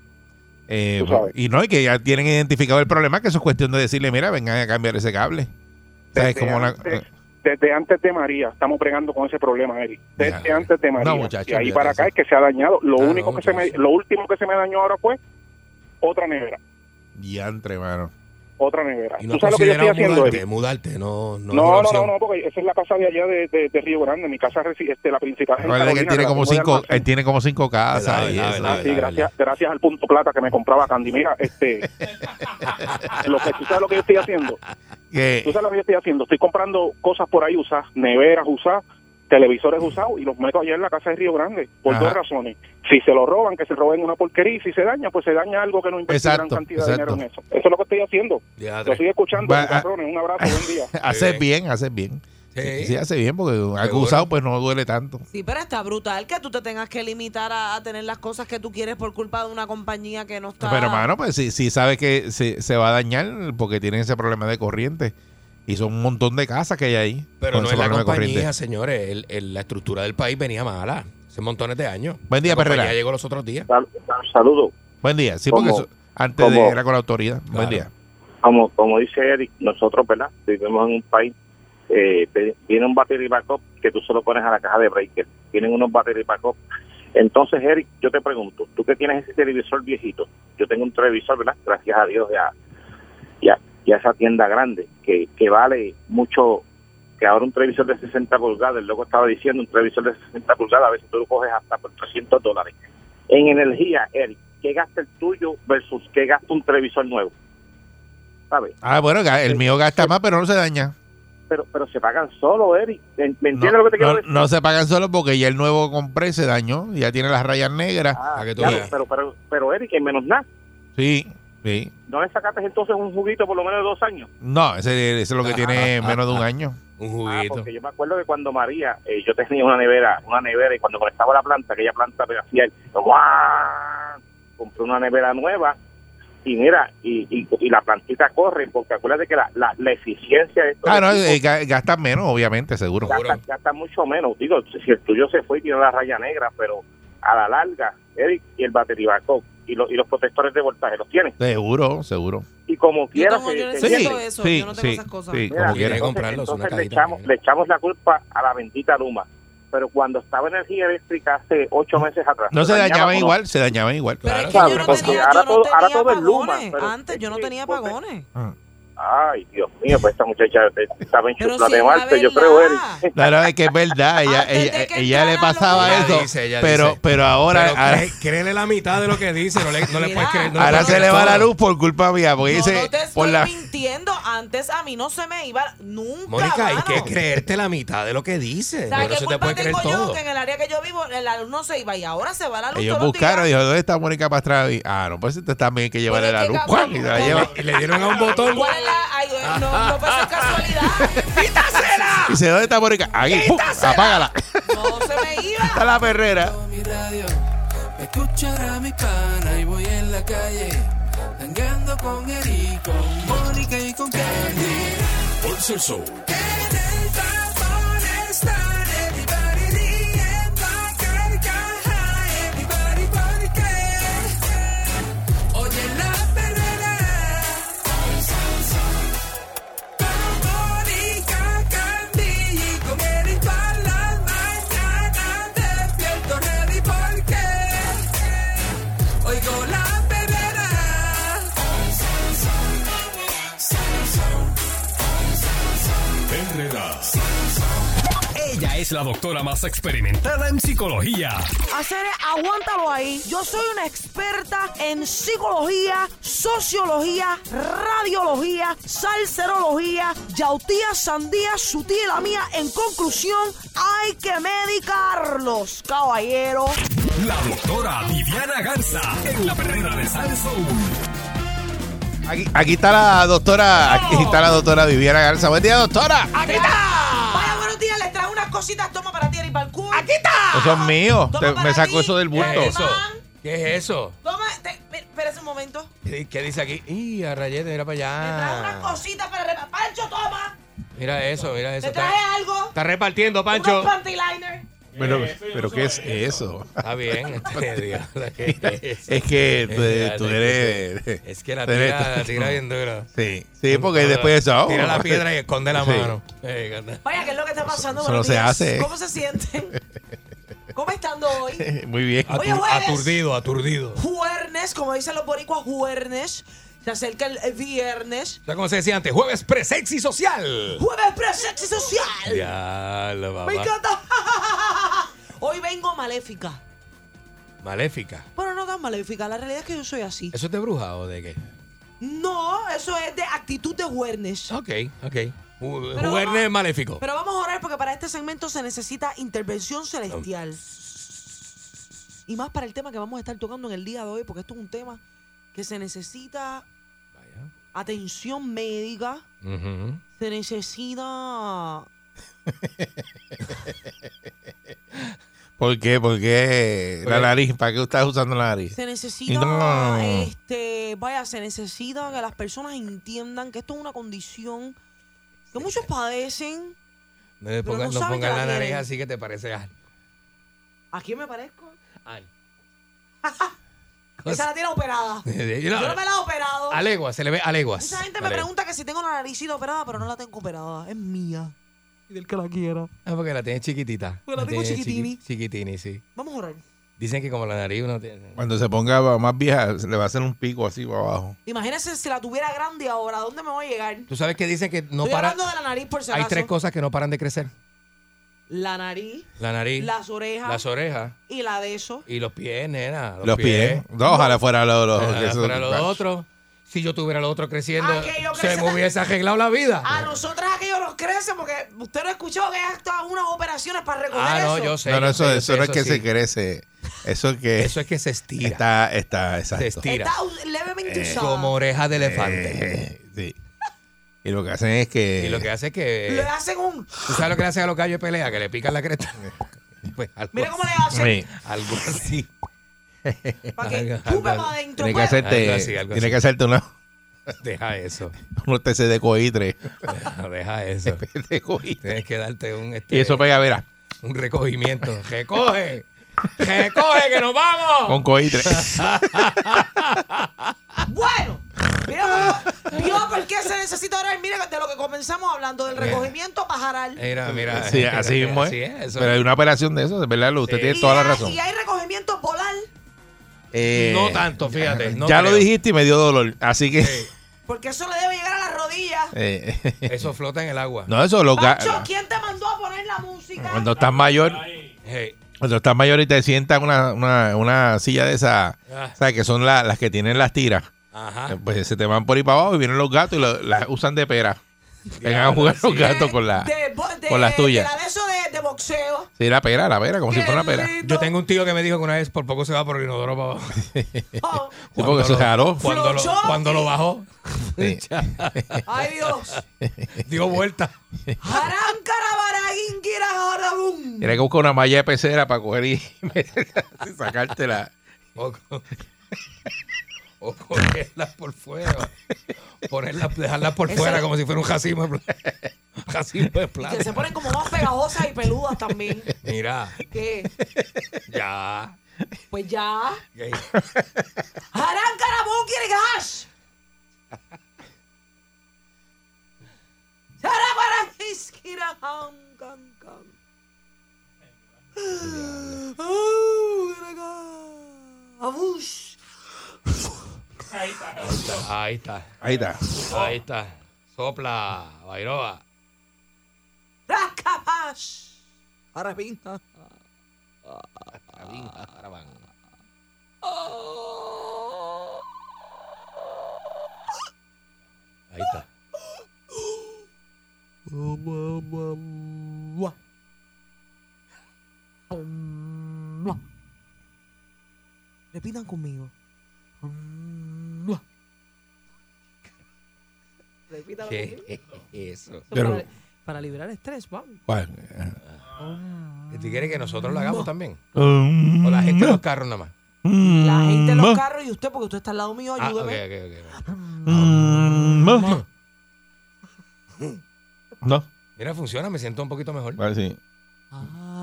Eh, tú sabes. y no, y que ya tienen identificado el problema, que eso es cuestión de decirle, mira, vengan a cambiar ese cable. O sea, es Desde como una- eh, antes- Desde antes de María, estamos pregando con ese problema, Eric. Desde Ya. antes de María. No, muchacho, y ahí olvídate para eso. acá es que se ha dañado. Lo Ah, único no, que se me, muchacho. lo último que se me dañó ahora fue otra nevera. diantre, mano. otra nevera. Y no ¿Tú sabes lo que yo estoy considerado haciendo, mudarte, Eric? mudarte, no, No, no, es una no, opción. no, no, porque esa es la casa de allá de, de- de Río Grande, mi casa resi- este, la principal. es en Recuerda que él Carolina, tiene la como tengo de cinco, almacén. él tiene como cinco casas. Verdad, y verdad, eso. Ah, sí, verdad. gracias, gracias al punto plata que me compraba Candy. Mira, este, lo que, tú sabes lo que yo estoy haciendo. Que- Tú sabes lo que yo estoy haciendo. Estoy comprando cosas por ahí usadas, neveras usadas, televisores usados y los meto allá en la casa de Río Grande por Ajá. dos razones. Si se lo roban, que se roben una porquería y si se daña, pues se daña algo que no invertí gran Exacto, cantidad de exacto. dinero en eso. Eso es lo que estoy haciendo. Ya, Lo tres. estoy escuchando, Va- ah. cabrones. Un abrazo, buen día. haces bien, haces bien. Sí. Sí, hace bien, porque acusado pues no duele tanto. Sí, pero está brutal que tú te tengas que limitar a, a tener las cosas que tú quieres por culpa de una compañía que no está. Pero hermano, pues si, si sabes que se, se va a dañar porque tienen ese problema de corriente. Y son un montón de casas que hay ahí. Pero con no ese es la problema de compañía, señores. El- el- la estructura del país venía mala. Hace montones de años. Buen día, La compañía Perrera. llegó los otros días. Saludos. Buen día. Sí, porque ¿Cómo? eso- antes de ¿Cómo? era con la autoridad. Buen Claro. día. Como, como dice Eric, nosotros, ¿verdad? Vivimos en un país, eh, ve- viene un battery backup que tú solo pones a la caja de breaker. Vienen unos battery backup. Entonces, Eric, yo te pregunto, tú que tienes ese televisor viejito, yo tengo un televisor, ¿verdad? Gracias a Dios ya, ya, ya esa tienda grande que, que vale mucho, que ahora un televisor de 60 pulgadas, el loco estaba diciendo, un televisor de 60 pulgadas, a veces tú lo coges hasta por 300 dólares. En energía, Eric, ¿qué gasta el tuyo versus qué gasta un televisor nuevo? ¿Sabes? Ah, bueno, ga- el mío gasta más, pero no se daña. pero pero se pagan solo, Eric. ¿En- ¿Me No, entiendes lo que te quiero no- decir? no se pagan solo porque ya el nuevo que compré se dañó. Ya tiene las rayas negras. Ah, para que tú ya, veas. pero, pero, pero, Eric, en menos nada. Sí, sí. ¿No le sacaste entonces un juguito por lo menos de dos años? Ah, No, ese, ese es lo que tiene menos de un año. Un Ah, pues, juguito. porque yo me acuerdo que cuando María, eh, yo tenía una nevera, una nevera, y cuando conectaba la planta, aquella planta me hacía el ¡guau! compré una nevera nueva, y mira, y, y, y la plantita corre, porque acuérdate que la, la, la eficiencia de estos Ah, no, equipos eh, ga- gastan menos, obviamente, seguro. gasta, gasta mucho menos. Digo, si el tuyo se fue y tiene la raya negra, pero a la larga, Eric, y el battery backup, y, los y los protectores de voltaje los tienen. Seguro, seguro. Y como Yo, quiera, tengo, se- yo se necesito llena. eso, sí, yo no tengo sí, esas cosas. sí, Mira, como quiera. entonces- comprarlos, una entonces le cajita echamos, pequeña. le echamos la culpa a la bendita Luma. Pero cuando estaba energía eléctrica hace ocho meses atrás. No se dañaba dañaban igual, se dañaban igual. Pero Claro, es que yo claro, no porque tenía, ahora yo no todo- ahora tenía todo es Luma, apagones. pero eh, Antes yo no es que tenía vos te- apagones. Ay, Dios mío, pues esta muchacha eh, estaba en Pero chupla si de es Marte, la yo creo, Eric. No, verdad. no, es que es verdad, ella, Antes de ella, que ella le entrara pasaba la luna. eso, Ella dice, ella pero, dice. pero ahora, Pero ahora, cree- créele la mitad de lo que dice, no le, no le Mira. puedes creer. no ahora puedes se creer le va todo. la luz por culpa mía, porque No, dice, no te por estoy la... mintiendo. Antes a mí no se me iba nunca. Mónica, hay mano. que creerte la mitad de lo que dice. O sea, Porque no ¿qué se te culpa puede creer tengo yo todo. que en el área que yo vivo la luz no se iba y ahora se va la luz? Ellos todos los buscaron, días? dijo, ¿dónde está Mónica Pastrami? Ah, no, pues entonces también hay que llevarle Pero la es que luz. cabrón, ¡Juan! Y se la lleva. Y le dieron a un botón. ¿Cuál es la.? ay, no, no puede ser casualidad. Y dice, ¿dónde está Mónica? Ahí, ¡pum! apágala. No se me iba. Está la perrera. mi radio, me escuchará mi pana y voy en la calle, tangando con Eric, con Mónica y con Candy. Pulse el show. En el tapón están everybody riendo a carcajada, everybody porque oye la perrera. Con Mónica, Candy y con Eric todas las mañanas despierto ready porque oigo la perrera. Ella es la doctora más experimentada en psicología. Hacer, aguántalo ahí. Yo soy una experta en psicología, sociología, radiología, salserología, yautía, sandía, su tía y la mía. En conclusión, hay que medicarlos, caballero. La doctora Viviana Garza en la perrera de Salsoul. Aquí, aquí está la doctora, aquí está la doctora Viviana Garza. Buen día, doctora. Vaya, buenos días, les traigo unas cositas. Toma para ti, y para el culo. ¡Aquí está! Eso Ah, es mío. Toma Te- para me sacó ti, eso del bulto. ¿Qué es eso? Germán. ¿Qué es eso? Toma, te- mira, espérese un momento. ¿Qué qué dice aquí? ¡Y a Rayete, mira Te traje unas para allá! cositas para repartir. Pancho, toma. Mira eso, mira eso. Te Está, traje algo. está repartiendo, Pancho. Unos panty liner. Pero, pero ¿qué es Eh, eso? Está bien. este diablo, ¿qué es? Es que tú, Mira, tú es eres. Es que la tú eres- tira, la tira bien dura. Sí, sí, porque después de eso. oh. Tira la piedra y esconde la Sí. mano. Eh, gata. Vaya, ¿qué es lo que está pasando? eso Buenos no se días. hace. ¿Cómo se sienten? ¿Cómo están hoy? Muy bien. Oye, Atur- jueves. aturdido, aturdido. Juernes, como dicen los boricuas, juernes. Se acerca el eh, viernes. ¿Sabes cómo se decía antes? Jueves pre-sexy social. Jueves pre-sexy social. Diablo, papá. Me encanta. Hoy vengo maléfica. Maléfica. Pero no tan maléfica. La realidad es que yo soy así. ¿Eso es de bruja o de qué? No, eso es de actitud de juernes. Ok, ok. Ju- Pero Juernes vamos- maléfico. Pero vamos a orar porque para este segmento se necesita intervención celestial. Y más para el tema que vamos a estar tocando en el día de hoy, porque esto es un tema que se necesita Vaya. atención médica, Mm-hmm. Ujú. se necesita... ¿Por qué? ¿Por qué la Oye. nariz? ¿Para qué estás usando la nariz? Se necesita... No. Este, vaya, se necesita que las personas entiendan que esto es una condición que muchos padecen. No le Pero pongas, no no saben pongas que la la nariz tienen. así que te parece al. ¿A quién me parezco? al. Esa la tiene operada. Yo no me la he operado. Aleguas, se le ve aleguas. Mucha gente me Aleguas. pregunta que si tengo la naricita operada, pero no la tengo operada. Es mía. Y del que la quiera. Ah, porque la tienes chiquitita. Porque la tengo tienes chiquitini. chiqui- Chiquitini, sí. Vamos a orar. Dicen que como la nariz uno tiene. Cuando se ponga más vieja, se le va a hacer un pico así para abajo. Imagínense si la tuviera grande ahora, ¿a dónde me voy a llegar? Tú sabes que dicen que no Estoy para. hablando de la nariz por si Hay acaso. tres cosas que no paran de crecer: La nariz, la nariz, las orejas las orejas y la de eso. y los pies, nena. Los, pies. No, ojalá fuera los los- que Ojalá eso- fuera lo otro. Si yo tuviera lo otro creciendo, Ah, que yo Ah, se crece- me hubiese arreglado la vida. A nosotras aquello nos crece porque usted no escuchó que hay hasta unas operaciones para recoger Ah, no, eso. yo sé. No, no, yo eso, sé, yo eso sé, no es que sí. se crece. Eso es que Eso es que se estira. está, está, se exacto. estira. Está un- levemente usada. Como oreja de elefante. Eh, sí. Y lo que hacen es que. Y lo que hace es que. Le hacen un. ¿Tú sabes lo que le hacen a los gallos de pelea? Que le pican la cresta. Pues algo Mira cómo le así. hacen. Sí. Algo así. Para que Algo- chupe algo- para adentro. Tienes que pues. hacerte, Algo así, algo tienes así. que hacerte una, Deja eso. unos TC de coitre. Deja eso. De coitre. Tienes que darte un, este, Y eso pega, verás, un recogimiento. ¡Recoge! ¡Recoge que nos vamos! con coitre. Bueno, mira, vio por qué se necesita orar. Mira, de lo que comenzamos hablando, del recogimiento pajaral. Mira, mira. este, eh, Sí, así mismo es. Así es. eso Pero hay una operación de eso, de verdad, Lu, usted Sí. tiene Y toda la hay- razón. Y hay recogimiento polar, Eh, No tanto, fíjate. no ya creo. lo dijiste y me dio dolor. Así que. Sí. porque eso le debe llegar a las rodillas. eh, Eso flota en el agua. no, eso lo ga- Pancho, ¿quién te mandó a poner la música? Cuando estás mayor, eh, Hey, cuando estás mayor y te sientas en una, una, una silla de esas, Ah. ¿sabes? Que son la- las que tienen las tiras. Ajá. Eh, Pues se te van por ahí para abajo y vienen los gatos y lo- las usan de pera. Vengan a jugar los De- gatos con la, de bo- de- con las tuyas. De la de eso de, de boxeo. Sí, la pera, la pera, como si Qué fuera una pera. lindo. Yo tengo un tío que me dijo que una vez por poco se va por el inodoro para abajo. Oh, Sí, porque se jaló. Cuando lo, Flochó. cuando lo bajó, Sí. ay, Dios. dio vuelta. Haram Karabaraguin Kirajorabum. Tienes que buscar una malla de pecera para coger y y sacártela. O, co- o cogerlas por fuera. Ponerlas, dejarlas por Eso- fuera como si fuera un jacimo de, pla- jacimo de Que se plata. ponen como más pegajosas y peludas también. Mira, ¿Qué? ya. Pues ya. Ey, Haram Karabum Kirajash. Sarabarajis Kirajam Kan Kan. Oh, Kirajan. Abush. Ahí está, Ahí está. ahí está. Sopla, Bairoa. Raskapash. Arabinta. Ahora van. Ahí está. Repitan conmigo. Repitan conmigo. ¿Qué es eso? Pero- Para, para liberar estrés, Ah. vamos. ¿Cuál? ¿Tú quieres que nosotros lo hagamos también? O la gente en los carros nada más. Mm. La gente en Ah. los carros y usted, porque usted está al lado mío, Ah, ok, ayúdame. ok, ok. No. Mira, funciona, me siento un poquito mejor. Vale, sí. Amén.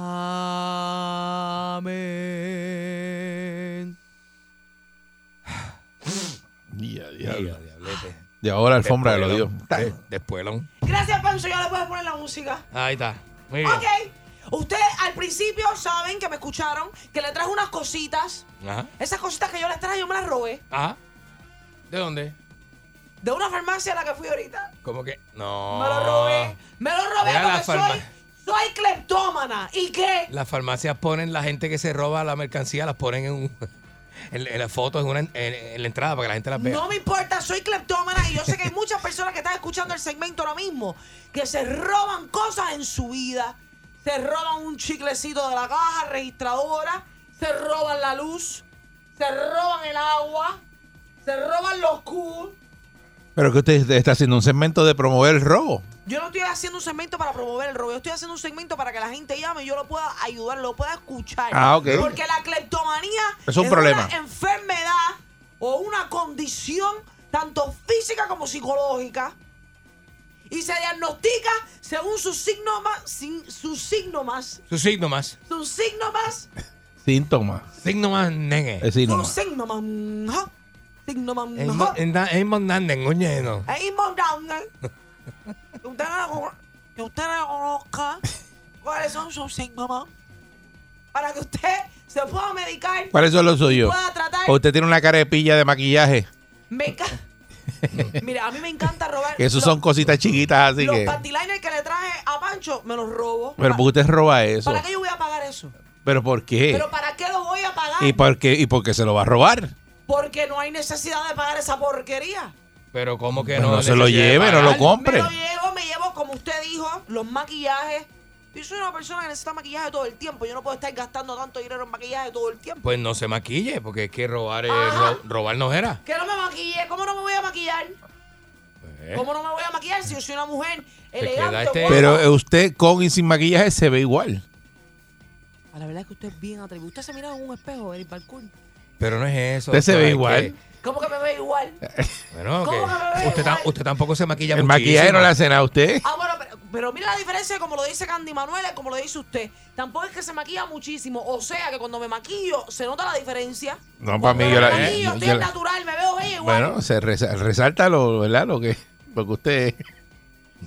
Ya, Diablo, diablo. diablete. Y ahora alfombra de los dios. Despuelón. De- Despuelón. Gracias, Pancho. Ya le puedes poner la música. Ahí está. Muy bien. Ok. Ustedes al principio saben que me escucharon, que le traje unas cositas. Ajá. Esas cositas que yo les traje, yo me las robé. Ajá. ¿De dónde? De una farmacia a la que fui ahorita. ¿Cómo que? No. Me lo robé. Me lo robé Mira la porque soy, farma- soy cleptómana. ¿Y qué? Las farmacias ponen, la gente que se roba la mercancía, las ponen en, un- en, en las fotos, en, una, en, en la entrada, para que la gente las vea. No me importa, soy cleptómana y yo sé que hay muchas personas que están escuchando el segmento ahora mismo que se roban cosas en su vida. Se roban un chiclecito de la caja registradora, se roban la luz, se roban el agua, se roban los cubos. Pero que usted está haciendo un segmento de promover el robo. Yo no estoy haciendo un segmento para promover el robo, yo estoy haciendo un segmento para que la gente llame y yo lo pueda ayudar, lo pueda escuchar. Ah, ok. Porque la cleptomanía Es un problema. una enfermedad o una condición tanto física como psicológica y se diagnostica según sus síntomas, sin- sus síntomas, Su signo más. sus síntomas, Síntomas. Signo más, nene. Es sus síntomas. síntomas, ajá, síntomas, Es ajá. Hernández, coño. Es importante que usted, recon- que usted reconozca cuáles son sus síntomas para que usted se pueda medicar, ¿Cuáles son los suyos? pueda tratar. ¿O usted tiene una carepilla de maquillaje? Me enca- Mira, a mí me encanta robar. Que esos los- son cositas chiquitas, así los que. pantyliners que le traje a Pancho me los robo. Pero Pa- ¿por qué usted roba eso? ¿Para qué yo voy a pagar eso? ¿Pero por qué? ¿Pero para qué lo voy a pagar? ¿Y por qué? ¿Y por qué se lo va a robar? Porque no hay necesidad de pagar esa porquería. Pero ¿cómo que Pues no? no se lo Necesidad de lleve, no pagar. lo compre. Me lo llevo, me llevo, como usted dijo, los maquillajes. Yo soy una persona que necesita maquillaje todo el tiempo. Yo no puedo estar gastando tanto dinero en maquillaje todo el tiempo. Pues no se maquille, porque es que robar, es Ajá. ro- robar no era. Que no me maquille, ¿cómo no me voy a maquillar? Pues, Eh. ¿Cómo no me voy a maquillar si yo soy una mujer queda elegante? este- guapa? Pero eh, usted con y sin maquillaje se ve igual. Ah, La verdad es que usted es bien atrevido. Usted se mira en un espejo, Eric Balcour. Pero no es eso. Usted se ve doctora, es igual. ¿Cómo que me ve igual? que- bueno, ¿Cómo que que me ve usted, ta- igual? usted tampoco se maquilla El muchísimo. maquillaje no le hace nada a usted. Ah, bueno, pero, pero mira la diferencia como lo dice Candy Manuel y como lo dice usted. Tampoco es que se maquilla muchísimo. O sea que cuando me maquillo se nota la diferencia. No, para mí yo me la. eh, maquillo, estoy yo al la- natural, me veo bella igual. bueno, se resa- resalta lo, ¿verdad? Lo que, lo que usted.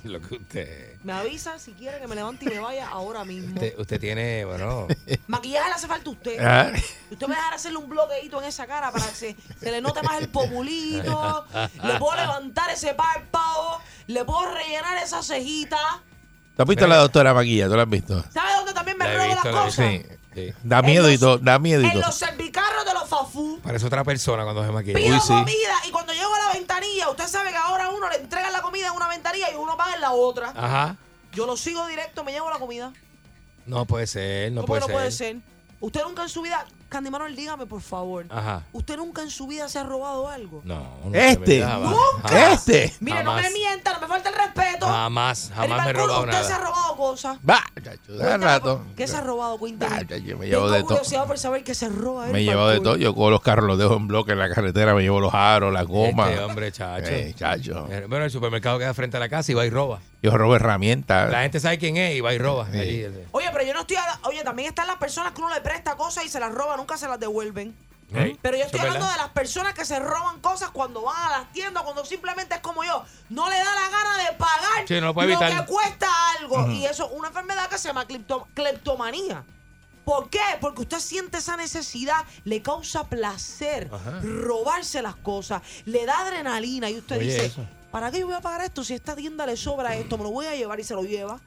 Lo que usted, Me avisa si quiere que me levante y me vaya ahora mismo. Este, usted, usted tiene, bueno, Maquillaje le hace falta a usted. Ah, Usted me dejará hacerle un bloqueíto en esa cara para que se, se le note más el populito. le puedo levantar ese párpado. Le puedo rellenar esa cejita. ¿Tú has visto a la doctora maquilla? ¿Tú la has visto? ¿Sabe dónde también me la he robo visto, las la he cosas? visto. Sí. Da En miedo y los- todo. Da miedo y En todo. los servicarros de los fafú. Parece otra persona cuando se maquilla. Pido Uy, sí. comida y cuando llego a la ventanilla, usted sabe que ahora a uno le entregan la comida en una ventanilla y uno paga en la otra. Ajá. Yo lo sigo directo, me llevo la comida. No puede ser, no ¿Cómo puede que no ser. puede ser? Usted nunca en su vida, Candy Manuel, dígame por favor. Ajá. ¿Usted nunca en su vida se ha robado algo? No, no Este. se me daba. ¡Nunca! Este. Mire, no me Jamás. mienta, no me falta el respeto. Jamás, Eric jamás me he Balcour, robado usted se ha nada. robado cosas. Va, chacho, da Cuéntame, rato. ¿Qué se ha robado, Quintel? Ah, yo me llevo de todo. curiosidad por saber qué se roba Me Eric llevo de Balcour. todo. Yo cojo los carros, los dejo en bloque en la carretera, me llevo los aros, la goma. Este hombre, chacho. Eh, chacho. Eh, Bueno, el supermercado queda frente a la casa y va y roba. Yo robo herramientas. La gente sabe quién es y va y roba. Sí. Allí, ese. Oye, pero yo no estoy. habla- Oye, también están las personas que uno le presta cosas y se las roba, nunca se las devuelven. Ey, Pero yo eso estoy es hablando verdad. de las personas que se roban cosas cuando van a las tiendas, cuando simplemente es como yo, no le da la gana de pagar Sí, no lo puede lo evitar. que cuesta algo. Y eso es una enfermedad que se llama clepto- cleptomanía. ¿Por qué? Porque usted siente esa necesidad, le causa placer robarse las cosas, le da adrenalina y usted Oye, dice, eso. ¿para qué yo voy a pagar esto si a esta tienda le sobra esto? Me lo voy a llevar y se lo lleva.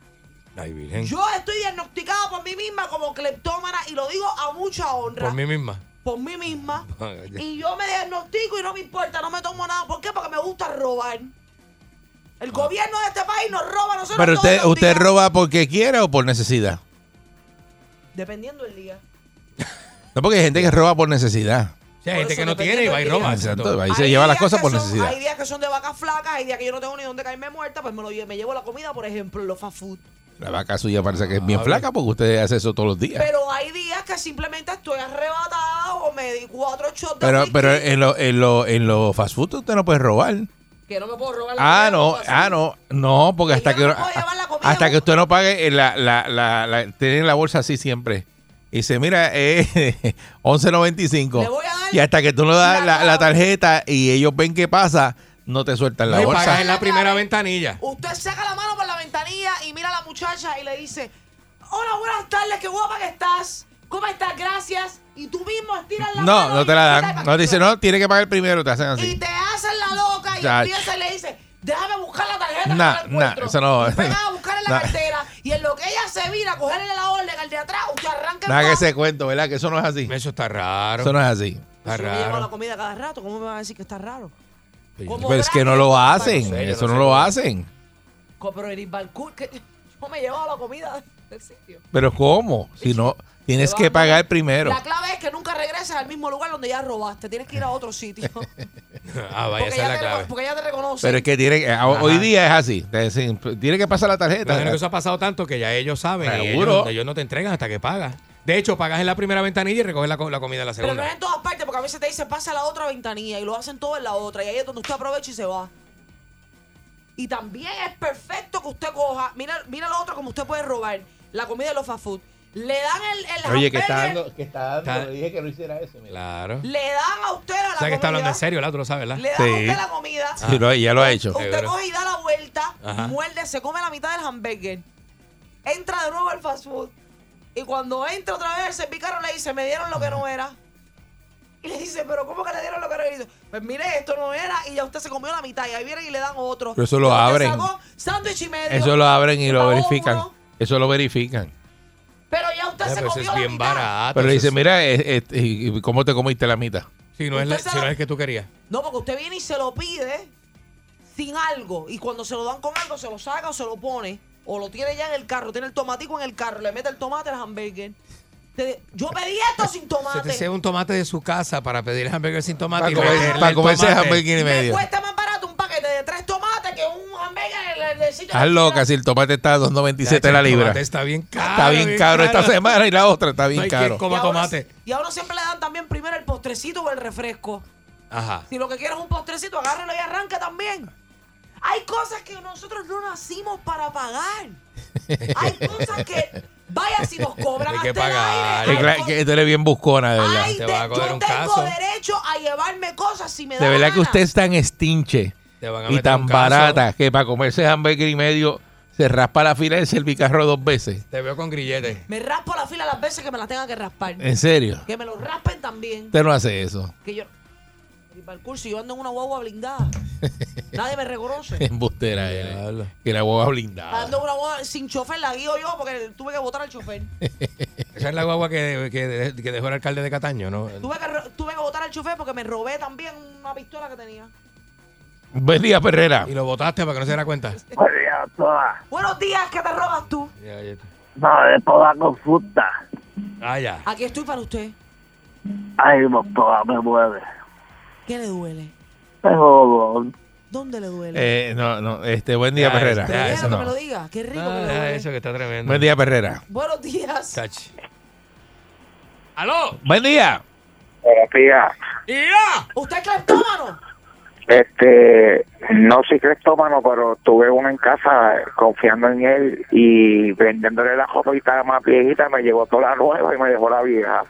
Ay, virgen. Yo estoy diagnosticado por mí misma como cleptómana y lo digo a mucha honra Por mí misma. por mí misma y yo me diagnostico y no me importa, no me tomo nada. ¿Por qué? Porque me gusta robar. Ah. El gobierno de este país nos roba, nosotros Pero todos usted, los usted días. roba porque quiere o por necesidad. Dependiendo del día. No, porque hay gente que roba por necesidad. Sí, hay gente Por eso que no dependiendo tiene y va y del roba. día. Exacto, ahí se Hay lleva las días cosas que por son- necesidad. Hay días que son de vacas flacas, hay días que yo no tengo ni dónde caerme muerta, pues me, lo, lle- me llevo la comida, por ejemplo, los fast food. La vaca suya parece que es bien Ah, flaca porque usted hace eso todos los días. Pero hay días que simplemente estoy arrebatada o me di cuatro shots de Pero, whisky, pero en los en lo, en lo fast food usted no puede robar. que no me puedo robar la Ah, comida, no, los fast ah, food. no, no, porque Y hasta yo que no puedo llevar la comida, hasta que ¿no? usted no pague eh, la, la, la, la- tener la bolsa así siempre. Y dice, mira, eh, Le voy a 11.95. dar Y hasta que tú no das la la, la tarjeta y ellos ven qué pasa, no te sueltan la No, y pagas bolsa. en la primera ventanilla. Usted saca la mano por la ventanilla y mira a la muchacha y le dice, hola, buenas tardes, qué guapa que estás. ¿Cómo estás? Gracias. Y tú mismo estiras la No, mano. no y te la quitas el dan. No te dicen, paquete. no, tiene que pagar primero, te hacen Y así. te hacen la loca y Chacho. empieza y le dice, déjame buscar la tarjeta. que Nah, no la encuentro". nah, eso no. Y Pega a buscar en la Nah. cartera y en lo que ella se vira a cogerle la orden al de atrás, usted arranca el Nada que pan. ese cuento, ¿verdad? Que eso no es así. Eso está Eso raro. no es así. Está Yo me llevo la raro. comida cada rato, ¿cómo me van a decir que está raro? Sí. ¿Cómo Pero Pues es que grande? no lo Yo hacen. no sé, yo Eso no no sé. lo hacen. Co- Pero Eric Balcour, que yo me llevo la comida del sitio. Pero ¿cómo? Si no, tienes Te que van a- pagar primero. La clave es que nunca regreses al mismo lugar donde ya robaste. Tienes que ir a otro sitio. Ah, vaya, esa porque, es ya la te, clave. porque ya te reconocen. Pero es que tiene, eh, hoy día es así. Te dicen, tiene que pasar la Me imagino tarjeta. que eso ha pasado tanto que ya ellos saben. y Seguro. Ellos, ellos no te entregan hasta que pagas. De hecho, pagas en la primera ventanilla y recoges la, co- la comida en la Pero no es segunda. en todas partes, porque a veces te dicen pasa a la otra ventanilla y lo hacen todo en la otra. Y ahí es donde usted aprovecha y se va. Y también es perfecto que usted coja. Mira, mira lo otro como usted puede robar. La comida de los fast food. Le dan el, el Oye, que hamburger, está dando, que está dando. Está- le dije que no hiciera eso. mira. Claro. Le dan a usted la O sea que está hablando comida, en serio, ¿verdad? Tú lo sabes, Le ¿verdad? dan a Sí. usted la comida. Sí, lo- ya lo ha hecho. Usted Seguro. coge y da la vuelta, Ajá. muerde, se come la mitad del hamburger, entra de nuevo al fast food y cuando entra otra vez el servicarro le dice, me dieron lo que no era. Y le dice, pero ¿cómo que le dieron lo que no era? Y dice, pues mire, esto no era y ya usted se comió la mitad y ahí vienen y le dan otro. Pero eso lo Y usted abren. sacó sándwich y medio. Eso lo abren y lo Pagó verifican. uno, Eso lo verifican. Pero ya usted Ah, se pero eso comió es la bien mitad. barato. Pero le eso dicen, es- mira, eh, eh, y- y ¿cómo te comiste la mitad? Si no es la- Usted si no es sabe- el que tú querías. No, porque usted viene y se lo pide sin algo. Y cuando se lo dan con algo, se lo saca o se lo pone. O lo tiene ya en el carro. Tiene el tomatico en el carro. Le mete el tomate al hamburger. Te- Yo pedí esto sin Se te tomate. sea un tomate de su casa para pedir hamburger sin tomate Para y comer- meterle para el comerse tomate. hamburguesa y Me medio. cuesta más barato un paquete de tres tomates que Estás loca si el tomate Ah, está a 2.97 la libra. tomate está bien caro, Está bien, bien caro, esta caro. semana y la otra está bien hay quien caro. coma Y ahora- tomate. Y ahora siempre le dan también primero el postrecito o el refresco. Ajá. Si lo que quieres es un postrecito, agárralo y arranca también. Hay cosas que nosotros no nacimos para pagar. Hay cosas que, vaya, si nos cobran Hay que hasta el pagar. aire, Que, hay cla- cosas- que tú eres bien buscona, de verdad. Ay, Te de- van a coger yo un tengo caso. derecho a llevarme cosas si me da De la verdad que gana. usted es tan estinche Te van a y meter un tan caso. barata que para comerse hamburger y medio se raspa la fila del cervicarro dos veces. Te veo con grillete. Me raspo la fila las veces que me la tenga que raspar. En serio. Que me lo raspen también. Usted no hace eso. Que yo. Y para el curso, yo ando en una guagua blindada. Nadie me reconoce. Embustera eres. Que la boba Ah. blindada. Ando en una guagua sin chofer, la guío yo porque tuve que votar al chofer. Esa es la guagua que, que- que dejó el alcalde de Cataño, ¿no? Tuve que, ro- tuve que votar al chofer porque me robé también una pistola que tenía. Buen día, Perrera. Y lo votaste para que no se diera cuenta. Buenos días, ¿qué te robas tú? Ya, ya está. No, de toda consulta. Ah, ya. Aquí estoy para usted. Ay, doctora, me mueve. ¿Qué le duele? Tengo dolor. ¿Dónde le duele? Eh, no, no, este, buen día, Ya, Perrera. este, Quiero eso que no. me lo diga. Qué rico Ah, que le deja duele. eso que está tremendo. Buen día, Perrera. Buenos días. Chachi. ¡Aló! Buen día. Buenos días. ¡Mira! ¿Usted es cleptómano? Este, no soy mano, pero tuve uno en casa confiando en él y vendiéndole la ropita más viejita, me llevó toda la nueva y me dejó la vieja.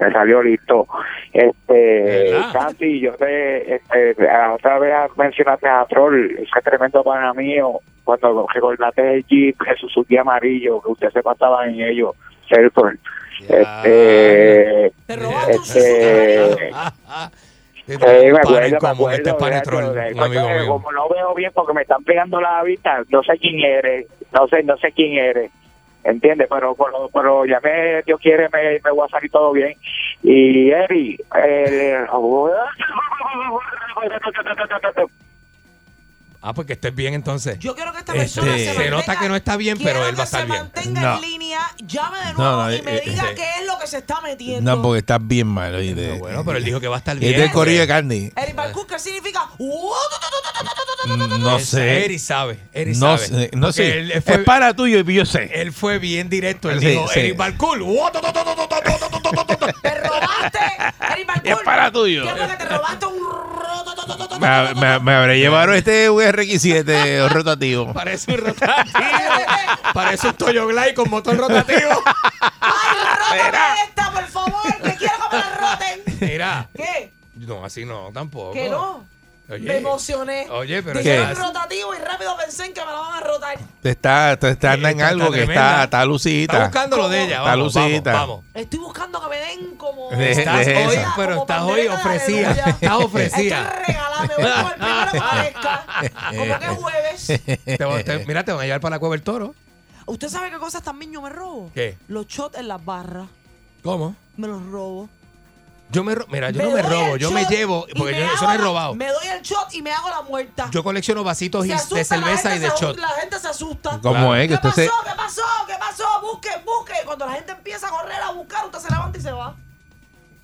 Me salió listo. Este, ¿Verdad? Santi, yo te, este, a- otra vez mencionaste a Troll, ese tremendo pana mío, cuando recordaste el Jeep, el Suzuki amarillo, que usted se pasaba en ellos, Selford. Este, ¿Te robaste un Este- Suzuki amarillo? Ah, ah. Sí, Sí, Eh, me acuerdo, pana en me común, acuerdo, este es pana en gracias, troll, gracias. un amigo Oye, mío. Como no veo bien porque me están pegando la vista, no sé quién eres, no sé, no sé quién eres. ¿Entiendes? Pero, pero, pero ya me, Dios quiere, me, me voy a salir todo bien. Y Eri, eh, Ah, pues que estés bien entonces. Yo quiero que esta Este, persona se se mantenga- nota que no está bien, pero quiero él va a que estar bien. se mantenga No. en línea, llame de nuevo No, no, y me eh, diga eh, qué es lo que se está metiendo. No, porque estás bien mal. oíste. Pero bueno, pero él dijo que va a estar bien. Este es el corillo de Candy. El Ibarcú, ¿qué significa? No sé. Eri sabe, Eri No sabe. sé. No Porque sé. Él fue, Es para tuyo y yo sé. él fue bien directo. Él Sí, dijo, sí. Eric Barcool. Te robaste, el Ibarcú. Es para tuyo. ¿Qué es lo que te robaste? Un roto. Me, me- me habré llevado este URX7 rotativo. Parece un rotativo. Parece un Toyo Glide con motor rotativo. ¡Ay, rótame esta, por favor! ¡Que quiero que me la roten! Mira. ¿Qué? No, así no, tampoco. ¿Que no? Oye. Me emocioné. Oye, pero ¿Qué? Dijeron ya- rotativo y rápido pensé en que me la van a rotar. Te está, te está andando en Está- está algo que tremenda. está, está está lucita. buscando lo de ella. Está Vamos, vamos, Lucita. vamos. Estoy buscando que me den como. De- Estás de hoy, esa. pero como estás hoy pandereta de ofrecida. aleluya. Estás ofrecida. Estoy regalada, me voy con el primero que aparezca. Como que es jueves. Te va- te- mira, te van a llevar para la cueva el toro. ¿Usted sabe qué cosas también yo me robo? ¿Qué? Los shots en las barras. ¿Cómo? Me los robo. Yo me ro- mira, yo no me doy robo, el yo me shot llevo, y porque me yo hago Eh, eso no he la- robado. Me doy el shot y me hago la muerta. Yo colecciono vasitos Se y- asusta, de la cerveza gente y de se asu- shot. La gente se asusta. ¿Cómo Claro. es que ¿Qué usted pasó? se.? ¿Qué pasó? ¿Qué pasó? Busquen, busquen. Y Cuando la gente empieza a correr a buscar, usted se levanta y se va.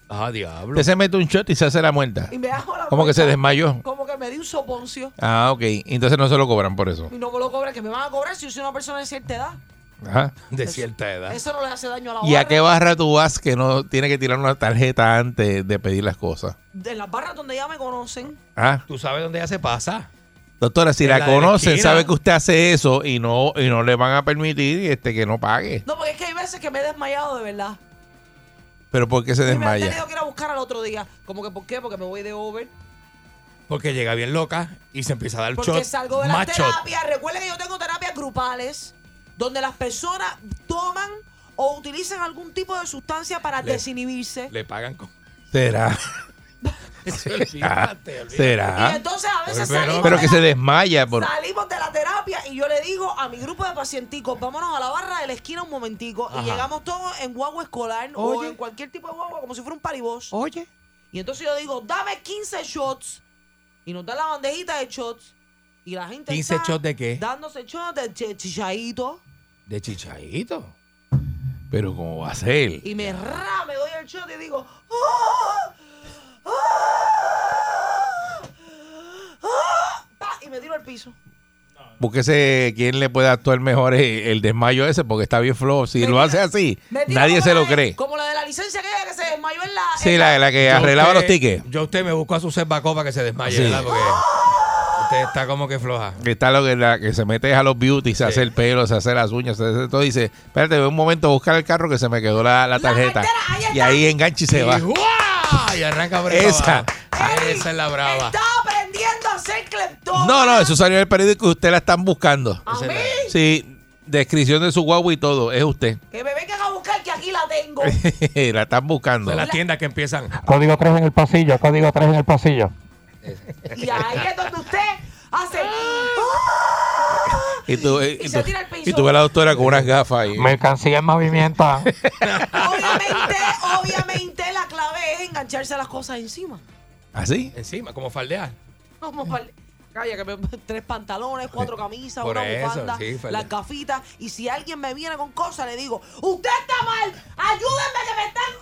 Ah, diablo. Usted se mete un shot y se hace la muerta. Y me hago la Como que muerta. se desmayó. Como que me di un soponcio. Ah, ok. Entonces no se lo cobran por eso. Y no me lo cobran, que me van a cobrar si yo soy una persona de cierta edad. Ajá. De cierta edad. Eso no le hace daño a la ¿Y a barra. qué barra tú vas que no tiene que tirar una tarjeta antes de pedir las cosas? De las barras donde ya me conocen. Ah, Tú sabes dónde ella se pasa. doctora, si En la, la de la conocen, esquina. sabe que usted hace eso y no y no le van a permitir este que no pague. No, porque es que hay veces que me he desmayado de verdad. Pero ¿por qué se Y me Ah, han tenido desmaya? que ir a buscar al otro día. Como que, ¿por qué? Porque me voy de over. Porque llega bien loca y se empieza a dar Porque shot. salgo de las más shot. terapias. Recuerden que yo tengo terapias grupales donde las personas toman o utilizan algún tipo de sustancia para Le- desinhibirse. Le pagan con. Será, Olvídate, olvídate. y será. entonces a veces Pero- salimos, Pero de que la, se desmaya por. salimos de la terapia y yo le digo a mi grupo de pacienticos, vámonos a la barra de la esquina un momentico. Ajá. Y llegamos todos en guagua escolar o Oye. en cualquier tipo de guagua, como si fuera un paribos. Oye. Y entonces yo digo, dame 15 shots. Y nos dan la bandejita de shots. Y la gente 15 está shots de qué? Dándose shots de ch- chichaíto. De chichadito. Pero ¿cómo va a ser? Y me ra, me doy el shot y digo, ¡Ah! ¡Ah! ¡Ah! Pa, Y me tiro al piso. búsquese quién le puede actuar mejor eh, el desmayo ese, porque está bien flojo. Si lo hace así, nadie se lo cree. Como la de la licencia que que se desmayó en la. Sí, la, la que Yo Eh, arreglaba los usted- tickets. Yo a usted me busco a su Bacó para que se desmaye, Sí. ¿verdad? Porque usted está como que floja. Que está lo que, la, que se mete a los beauty, se hace el pelo, se hace las uñas, se hace todo. Dice, espérate, ve un momento a buscar el carro que se me quedó la, la tarjeta. y ahí engancha y se va. Y ¡guau! Y arranca por ahí Esa. para abajo. Esa es la brava. Está aprendiendo a ser cleptómano. No, no, eso salió en el periódico y usted la están buscando. ¿A mí? Sí, descripción de su guagua y todo, es usted. Que me vengan a buscar que aquí la tengo. la están buscando. De las tiendas que empiezan. Código 3 en el pasillo, código 3 en el pasillo. Y ahí es donde usted hace. Y tú, eh, Y y se tú- tira al piso. y tú ves a la doctora con unas gafas y Mercancía en movimiento. Obviamente, obviamente la clave es engancharse las cosas encima. así. Encima, como faldear. Vamos a Calla, que me- tres pantalones, cuatro camisas, Por una eso, bufanda, sí, Fernanda. las gafitas. Y si alguien me viene con cosas, le digo, usted está mal, ayúdenme que me están,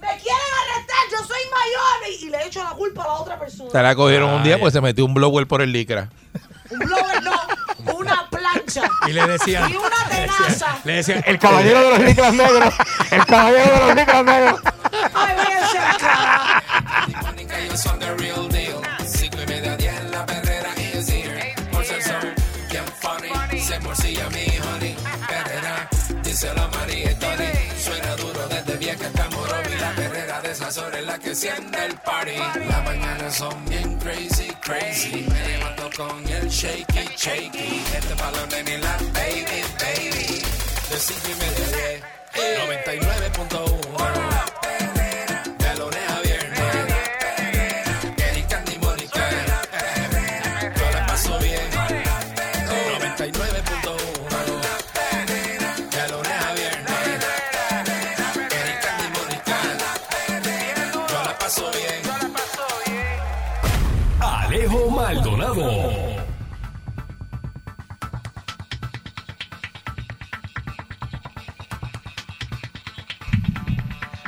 me quieren arrestar, yo soy mayor. Y, y le echo la culpa a la otra persona. Te la cogieron un día Ay. pues se metió un blower por el licra. Un blower no, una plancha. Y le decían. Y una tenaza. Le decían. El caballero de los licras negros. El caballero de los licras negros. Ay, váyanse a la cara. Mónica y el son the real deal. Cinco y media diez, la perrera is here. Por ser son, bien funny. Se morcilla mi honey. Perrera, dice la María y Tony. Suena duro desde vieja hasta Morovi. La perrera de esas horas es la que enciende el party. Las mañanas son bien crazy, crazy. Me levanto con el shaky, shaky. Este balón en la baby, baby. De cinco y media a diez. 99.1 La perrera De lunes a viernes Eric Candy Mónica. Yo la paso bien. 99.1. De lunes a viernes. Eric Candy Mónica. Yo la paso bien. Alejo Maldonado.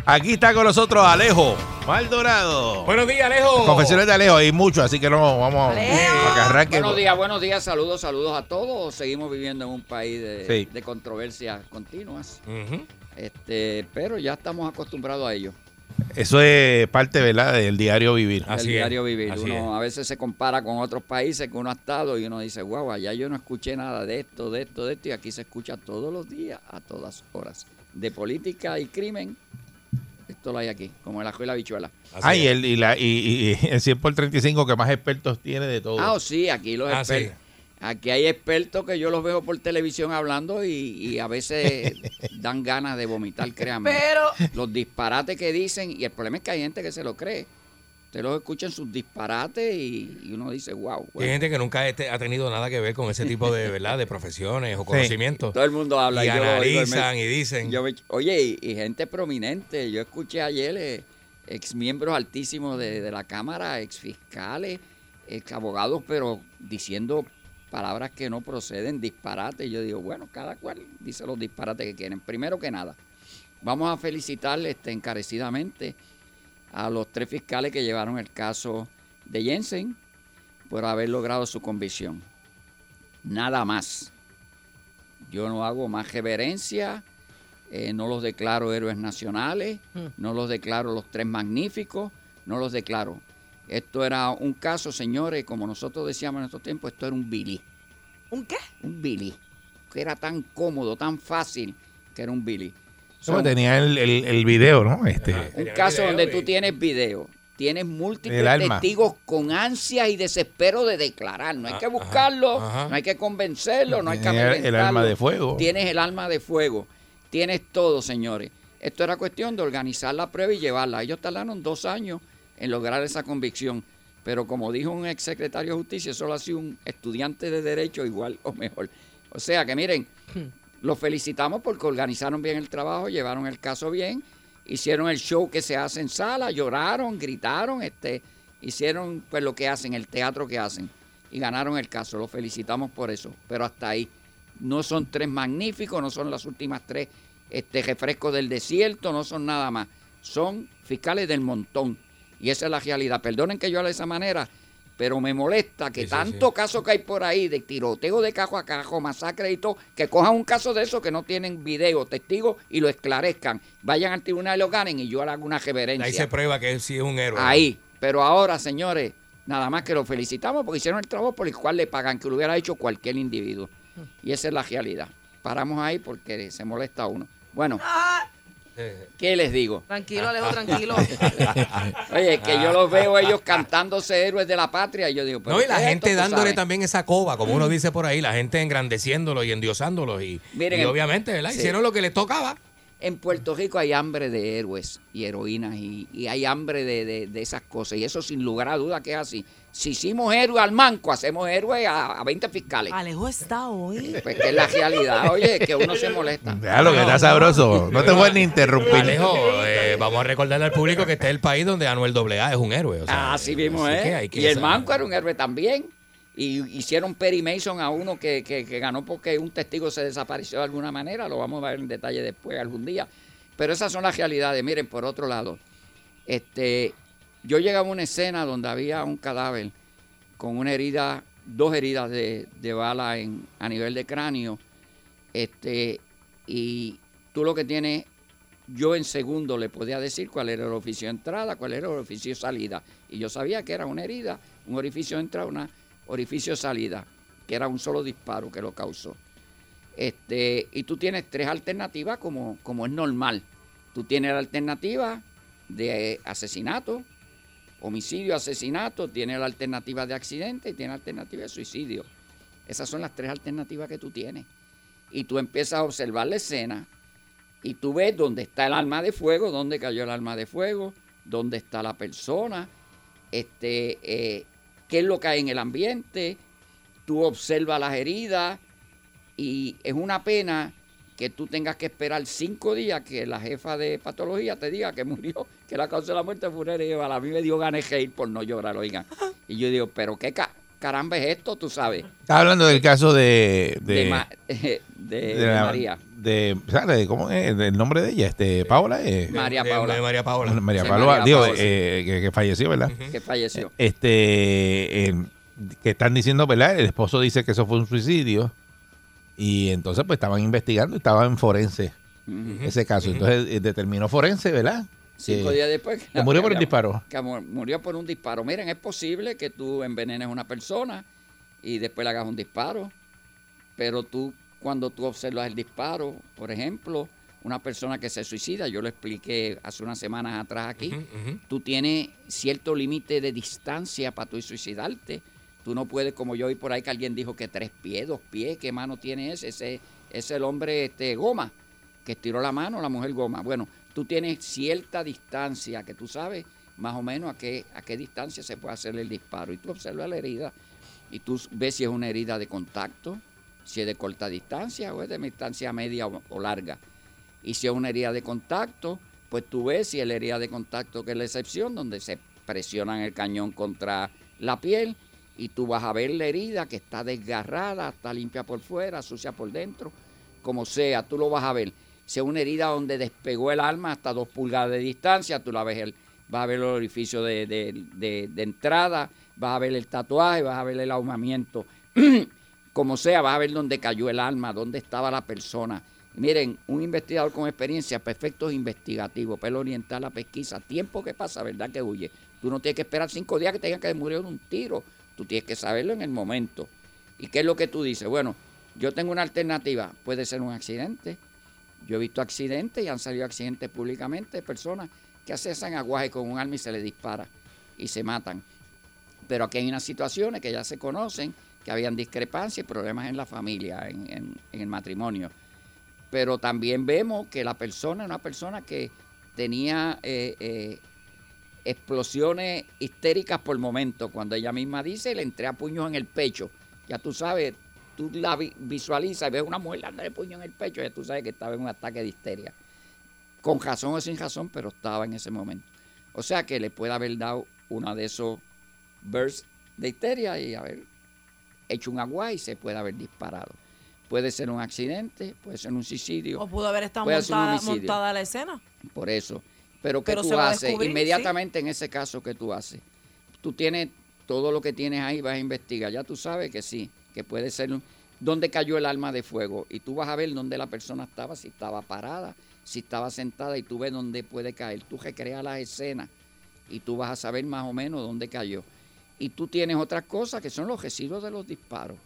Aquí está con nosotros Alejo Maldonado. Buenos días, Oh. Alejo. Confesiones de Alejo, hay mucho, así que no vamos a Alejo. para que arranque. Buenos días, buenos días, saludos, saludos a todos. Seguimos viviendo en un país de, Sí. de controversias continuas, Ujú. este, pero ya estamos acostumbrados a ello. Eso es parte, ¿verdad?, del diario vivir. Así del es, diario vivir. así uno a veces se compara con otros países que uno ha estado y uno dice, wow, allá yo no escuché nada de esto, de esto, de esto, y aquí se escucha todos los días, a todas horas. De política y crimen, esto lo hay aquí, como el ajo y la bichuela. Así Ah, y es. el, y, la, y, y- y el 100 por 35 que más expertos tiene de todo. Ah, oh, sí, aquí los Ah, exper- sí. Aquí hay expertos que yo los veo por televisión hablando y, y a veces dan ganas de vomitar, créanme. Pero Los disparates que dicen, y el problema es que hay gente que se lo cree. Usted los escucha en sus disparates y, y uno dice, wow. Hay gente que nunca este- ha tenido nada que ver con ese tipo de, ¿verdad? de profesiones o conocimientos. Todo el mundo habla. Y yo lo oigo y me- analizan y dicen. yo me- oye, y, y gente prominente. Yo escuché ayer eh, ex miembros altísimos de, de la Cámara, ex fiscales, ex abogados, pero diciendo palabras que no proceden, disparates. Yo digo, bueno, cada cual dice los disparates que quieren. Primero que nada, vamos a felicitarle este, encarecidamente a los tres fiscales que llevaron el caso de Jensen por haber logrado su convicción. Nada más. Yo no hago más reverencia, eh, no los declaro héroes nacionales, Hmm. no los declaro los tres magníficos, no los declaro. Esto era un caso, señores, como nosotros decíamos en nuestro tiempo, esto era un bilí, ¿un qué? un bilí, que era tan cómodo, tan fácil, que era un bilí. Eso Son- tenía el, el, el video, ¿no? Este, un Tenía caso video donde y- tú tienes video, tienes múltiples El alma. testigos con ansia y desespero de declarar. No hay que buscarlo, Ah, ajá. no hay que convencerlo, no hay que Tenía el amedrentarlo. alma de fuego. Tienes el alma de fuego. Tienes todo, señores. Esto era cuestión de organizar la prueba y llevarla. Ellos tardaron dos años en lograr esa convicción. Pero como dijo un exsecretario de justicia, eso lo hacía un estudiante de derecho igual o mejor. O sea que miren, Hmm. los felicitamos porque organizaron bien el trabajo, llevaron el caso bien, hicieron el show que se hace en sala, lloraron, gritaron, este, hicieron pues lo que hacen, el teatro que hacen y ganaron el caso. Los felicitamos por eso, pero hasta ahí. No son tres magníficos, no son las últimas tres este, refrescos del desierto, no son nada más. Son fiscales del montón. Y esa es la realidad. Perdonen que yo hable de esa manera, Pero me molesta que tanto caso que hay por ahí de tiroteo de cajo a cajo, masacre y todo, que cojan un caso de eso que no tienen video, testigos y lo esclarezcan. Vayan al tribunal y lo ganen y yo le hago una reverencia. Ahí se prueba que él sí es un héroe. Ahí. Pero ahora, señores, nada más que lo felicitamos porque hicieron el trabajo por el cual le pagan, que lo hubiera hecho cualquier individuo. Y esa es la realidad. Paramos ahí porque se molesta uno. Bueno, ¿qué les digo? Tranquilo, Alejo, tranquilo. Oye, es que yo los veo a ellos cantándose héroes de la patria. Y yo digo, pero No, y ¿qué la es gente esto, tú dándole sabes? también esa coba, como uno dice por ahí, la gente engrandeciéndolo y endiosándolo y, Miren, y en- obviamente, ¿verdad? sí. Hicieron lo que les tocaba. En Puerto Rico hay hambre de héroes y heroínas y, y hay hambre de, de- de esas cosas. Y eso sin lugar a duda que es así. Si hicimos héroe al manco, hacemos héroe a, a 20 fiscales. Alejo está hoy. Pues que es la realidad, oye, que uno se molesta. Déjalo que está sabroso. No te voy ni interrumpir. Alejo, eh, vamos a recordarle al público que este es el país donde Anuel AA es un héroe. O sea, Así Ah, mismo así es. que hay que ¿eh? y el saber. manco era un héroe también. Y hicieron Perry Mason a uno que, que- que ganó porque un testigo se desapareció de alguna manera. Lo vamos a ver en detalle después algún día. Pero esas son las realidades. Miren, por otro lado, este, yo llegaba a una escena donde había un cadáver con una herida, dos heridas de, de bala en, a nivel de cráneo. Este, y tú lo que tienes yo en segundo le podía decir cuál era el orificio de entrada, cuál era el orificio de salida. Y yo sabía que era una herida, un orificio de entrada, un orificio de salida, que era un solo disparo que lo causó. Este, y tú tienes tres alternativas como, como es normal. Tú tienes la alternativa de asesinato, homicidio, asesinato, tienes la alternativa de accidente y tienes la alternativa de suicidio. Esas son las tres alternativas que tú tienes. Y tú empiezas a observar la escena y tú ves dónde está el arma de fuego, dónde cayó el arma de fuego, dónde está la persona, este, eh, qué es lo que hay en el ambiente, tú observas las heridas y es una pena que tú tengas que esperar cinco días que la jefa de patología te diga que murió, que la causa de la muerte fue una herida. de bala. A mí me dio ganas de reír por no llorar, oigan. Y yo digo, pero qué ca- caramba es esto, tú sabes, Estaba hablando del caso de. De, Eh, de, Ma- de- de la- María. de- ¿sabe ¿Cómo es el nombre de ella? Este, Paola. eh, María De- Paola. de María Paola. María Sí, Paola, María digo, Paola, sí. eh, que, que falleció, ¿verdad? Eh, que falleció. Este, eh, que están diciendo, ¿verdad? El esposo dice que eso fue un suicidio. Y entonces, pues estaban investigando y estaba en forense Ujú. ese caso. Entonces, eh, determinó forense, ¿verdad? Cinco Que- días después. que murió por el había- disparo. Que mu- murió por un disparo. Miren, es posible que tú envenenes a una persona y después le hagas un disparo. Pero tú, cuando tú observas el disparo, por ejemplo, una persona que se suicida, yo lo expliqué hace unas semanas atrás Oh, aquí, tú tienes cierto límite de distancia para tú suicidarte. Tú no puedes, como yo oí por ahí que alguien dijo que tres pies, dos pies, ¿qué mano tiene ese? Ese es el hombre este, goma que estiró la mano, la mujer goma. Bueno, tú tienes cierta distancia que tú sabes más o menos a qué, a qué distancia se puede hacer el disparo. Y tú observas la herida y tú ves si es una herida de contacto, si es de corta distancia o es de distancia media o, o larga. Y si es una herida de contacto, pues tú ves si es la herida de contacto que es la excepción, donde se presionan el cañón contra la piel y tú vas a ver la herida que está desgarrada, está limpia por fuera, sucia por dentro, como sea, tú lo vas a ver. Si es una herida donde despegó el alma hasta dos pulgadas de distancia, tú la ves, el, vas a ver el orificio de, de- de- de entrada, vas a ver el tatuaje, vas a ver el ahumamiento. como sea, vas a ver dónde cayó el alma, dónde estaba la persona. Miren, un investigador con experiencia, perfectos investigativos, para él orientar la pesquisa, tiempo que pasa, ¿verdad? Que huye. Tú no tienes que esperar cinco días que tengan que morir de un tiro. Tú tienes que saberlo en el momento. ¿Y qué es lo que tú dices? Bueno, yo tengo una alternativa. Puede ser un accidente. Yo he visto accidentes y han salido accidentes públicamente de personas que hacen aguaje con un arma y se les dispara y se matan. Pero aquí hay unas situaciones que ya se conocen, que habían discrepancias y problemas en la familia, en, en- en el matrimonio. Pero también vemos que la persona es una persona que tenía eh, eh, explosiones histéricas por momento, cuando ella misma dice, le entré a puños en el pecho. Ya tú sabes, tú la vi- visualizas y ves una mujer dándole puño en el pecho, ya tú sabes que estaba en un ataque de histeria. Con razón o sin razón, pero estaba en ese momento. O sea que le puede haber dado una de esos bursts de histeria y haber hecho un agua y se puede haber disparado. Puede ser un accidente, puede ser un suicidio. O pudo haber estado puede ser un montada, homicidio. montada la escena. Por eso. Pero ¿qué Pero tú se va a haces? descubrir, Inmediatamente en ese caso que tú haces. Tú tienes todo lo que tienes ahí vas a investigar. Ya tú sabes que sí, que puede ser un- dónde cayó el arma de fuego y tú vas a ver dónde la persona estaba, si estaba parada, si estaba sentada y tú ves dónde puede caer. Tú recreas las escenas y tú vas a saber más o menos dónde cayó. Y tú tienes otras cosas que son los residuos de los disparos.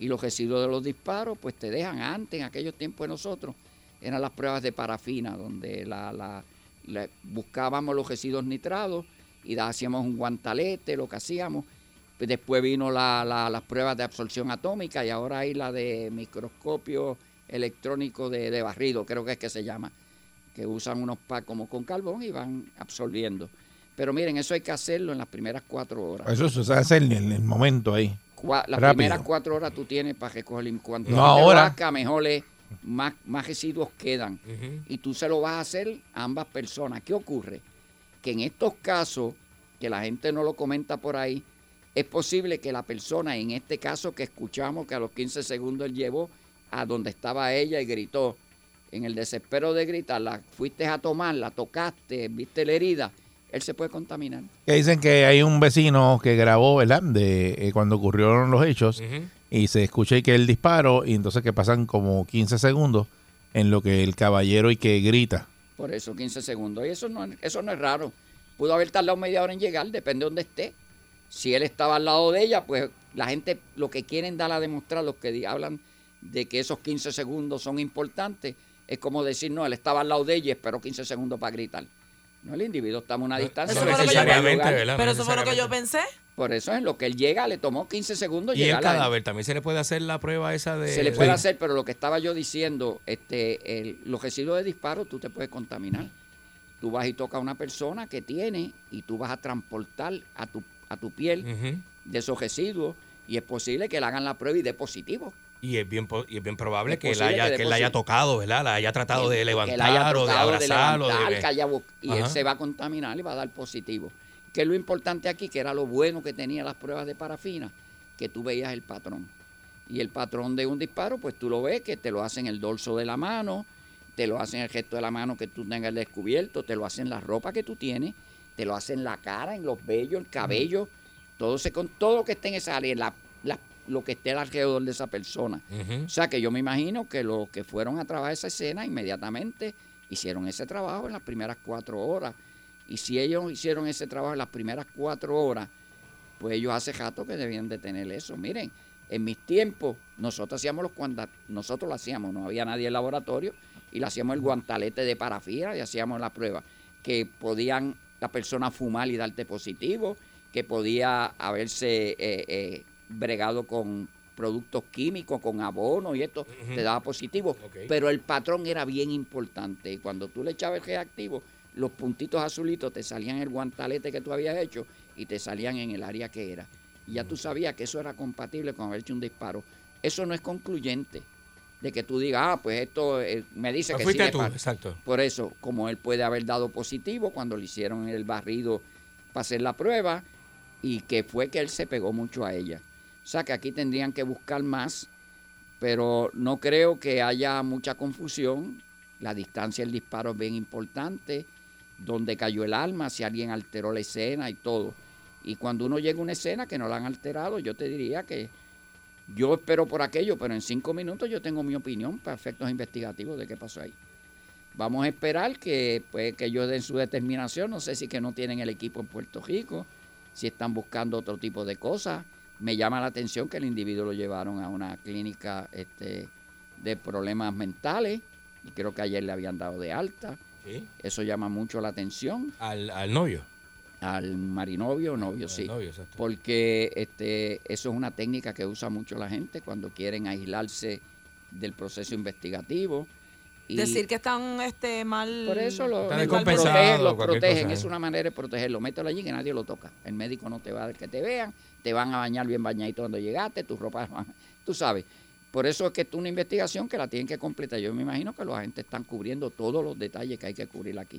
Y los residuos de los disparos, pues te dejan antes, en aquellos tiempos de nosotros, eran las pruebas de parafina, donde la, la- la- buscábamos los residuos nitrados y da- hacíamos un guantalete, lo que hacíamos. Pues Después vino la- la- las pruebas de absorción atómica y ahora hay la de microscopio electrónico de, de barrido, creo que es que se llama, que usan unos packs como con carbón y van absorbiendo. Pero miren, eso hay que hacerlo en las primeras cuatro horas. Eso se hace en el, en el momento ahí. Cua- las Rápido. primeras cuatro horas tú tienes para recoger lim- cuanto No, más te lo ahora. hagas, mejor es, más, más residuos quedan. Y tú se lo vas a hacer a ambas personas. ¿Qué ocurre? Que en estos casos, que la gente no lo comenta por ahí, es posible que la persona, en este caso que escuchamos que a los 15 segundos él llevó a donde estaba ella y gritó, en el desespero de gritarla, fuiste a tomarla, tocaste, viste la herida, él se puede contaminar. Que dicen que hay un vecino que grabó, ¿verdad? De eh, cuando ocurrieron los hechos Ujú. y se escucha y que el disparo y entonces que pasan como 15 segundos en lo que el caballero y que grita. Por eso 15 segundos. Y eso no, eso no es raro. Pudo haber tardado media hora en llegar, depende de dónde esté. Si él estaba al lado de ella, pues la gente lo que quieren dar a demostrar, los que di- hablan de que esos 15 segundos son importantes, es como decir, no, él estaba al lado de ella y esperó 15 segundos para gritar. No, el individuo está a una distancia. no no necesariamente, lugar. ¿verdad? No Pero eso fue lo que yo pensé. Por eso es lo que él llega, le tomó 15 segundos Y el llegar a la- cadáver también se le puede hacer la prueba esa de. se le puede Sí. hacer, pero lo que estaba yo diciendo, este, el- los residuos de disparo tú te puedes contaminar. Tú vas y tocas a una persona que tiene y tú vas a transportar a tu, a tu piel de esos residuos y es posible que le hagan la prueba y dé positivo. Y es bien, po- y es bien probable Es que, la posible haya, que que, dé la haya positivo. tocado, ¿verdad? La haya tratado de que levantar él haya o de tocado, de abrazar o levantar, de. que haya bu- y él Ajá. se va a contaminar y va a dar positivo. Que es lo importante aquí, que era lo bueno que tenía las pruebas de parafina, que tú veías el patrón. Y el patrón de un disparo, pues tú lo ves, que te lo hacen el dorso de la mano, te lo hacen el gesto de la mano que tú tengas descubierto, te lo hacen la ropa que tú tienes, te lo hacen la cara, en los vellos, el cabello, todo, se, con, todo lo que esté en esa área, la- la- lo que esté alrededor de esa persona. O sea que yo me imagino que los que fueron a trabajar esa escena inmediatamente hicieron ese trabajo en las primeras cuatro horas. Y si ellos hicieron ese trabajo en las primeras cuatro horas, pues ellos hace rato que debían de tener eso. Miren, en mis tiempos nosotros hacíamos los cuanta- nosotros lo hacíamos, no había nadie en el laboratorio y le hacíamos el guantalete de parafina y hacíamos la prueba que podían la persona fumar y darte positivo, que podía haberse eh, eh, bregado con productos químicos, con abono y esto, te daba positivo. Pero el patrón era bien importante y cuando tú le echabas el reactivo, los puntitos azulitos te salían en el guantalete que tú habías hecho y te salían en el área que era. Y ya tú sabías que eso era compatible con haber hecho un disparo. Eso no es concluyente de que tú digas, ah, pues esto eh, me dice Pues que fuiste sí le tú, par- exacto. Por eso, como él puede haber dado positivo cuando le hicieron el barrido para hacer la prueba y que fue que él se pegó mucho a ella. O sea que aquí tendrían que buscar más, pero no creo que haya mucha confusión. La distancia del disparo es bien importante, dónde cayó el arma, si alguien alteró la escena y todo. Y cuando uno llega a una escena que no la han alterado, yo te diría que yo espero por aquello, pero en cinco minutos yo tengo mi opinión para efectos investigativos de qué pasó ahí. Vamos a esperar que, pues, que ellos den su determinación. No sé si que no tienen el equipo en Puerto Rico, si están buscando otro tipo de cosas. Me llama la atención que el individuo lo llevaron a una clínica este, de problemas mentales y creo que ayer le habían dado de alta. Sí. Eso llama mucho la atención. Al, al novio. Al marinovio, novio, sí. Porque este, eso es una técnica que usa mucho la gente cuando quieren aislarse del proceso investigativo. Y Decir que están este, mal. por eso lo, mal los protegidos. protegen, los cualquier protegen. cosa, Es ¿eh? una manera de protegerlo. Mételo allí que nadie lo toca. El médico no te va a dar que te vean. Te van a bañar bien bañadito cuando llegaste. Tus ropas van- Tú sabes. Por eso es que es una investigación que la tienen que completar. Yo me imagino que los agentes están cubriendo todos los detalles que hay que cubrir aquí.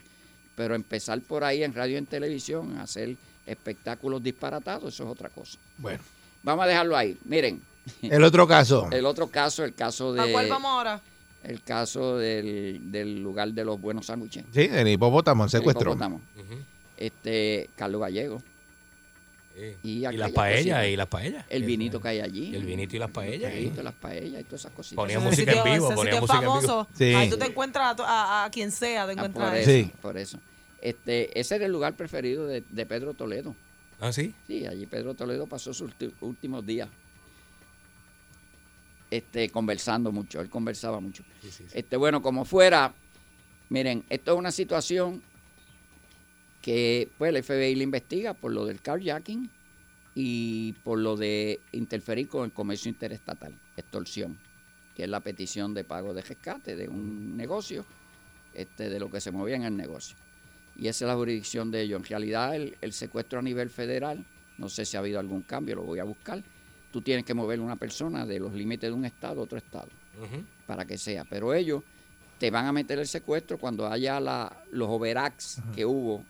Pero empezar por ahí en radio y en televisión, hacer espectáculos disparatados, eso es otra cosa. Bueno. Vamos a dejarlo ahí. Miren. El otro caso. El otro caso, el caso de. ¿A cuál vamos ahora? El caso del, del lugar de los buenos sándwiches. Sí, el hipopótamo, el secuestro. hipopótamo. Este, Carlos Gallego. Y, aquella las paellas, cosita. y las paellas. El vinito que hay allí. El vinito y las paellas. El vinito, las paellas y todas esas cositas. Ponía Ese música en sitio- vivo, ese ponía sitio es música en vivo. famoso. Sí. Ahí tú te encuentras a, to- a- a quien sea, te encuentras Ah, Por ahí. eso, por eso. Este, ese era el lugar preferido de, de Pedro Toledo. ¿Ah, sí? Sí, allí Pedro Toledo pasó sus ulti- últimos días este, conversando mucho. Él conversaba mucho. Este, bueno, como fuera, miren, esto es una situación que pues el FBI le investiga por lo del carjacking y por lo de interferir con el comercio interestatal, extorsión, que es la petición de pago de rescate de un negocio, este, de lo que se movía en el negocio. Y esa es la jurisdicción de ellos. En realidad, el, el secuestro a nivel federal, no sé si ha habido algún cambio, lo voy a buscar. Tú tienes que mover una persona de los límites de un estado a otro estado para que sea. Pero ellos te van a meter el secuestro cuando haya la- los overacts que hubo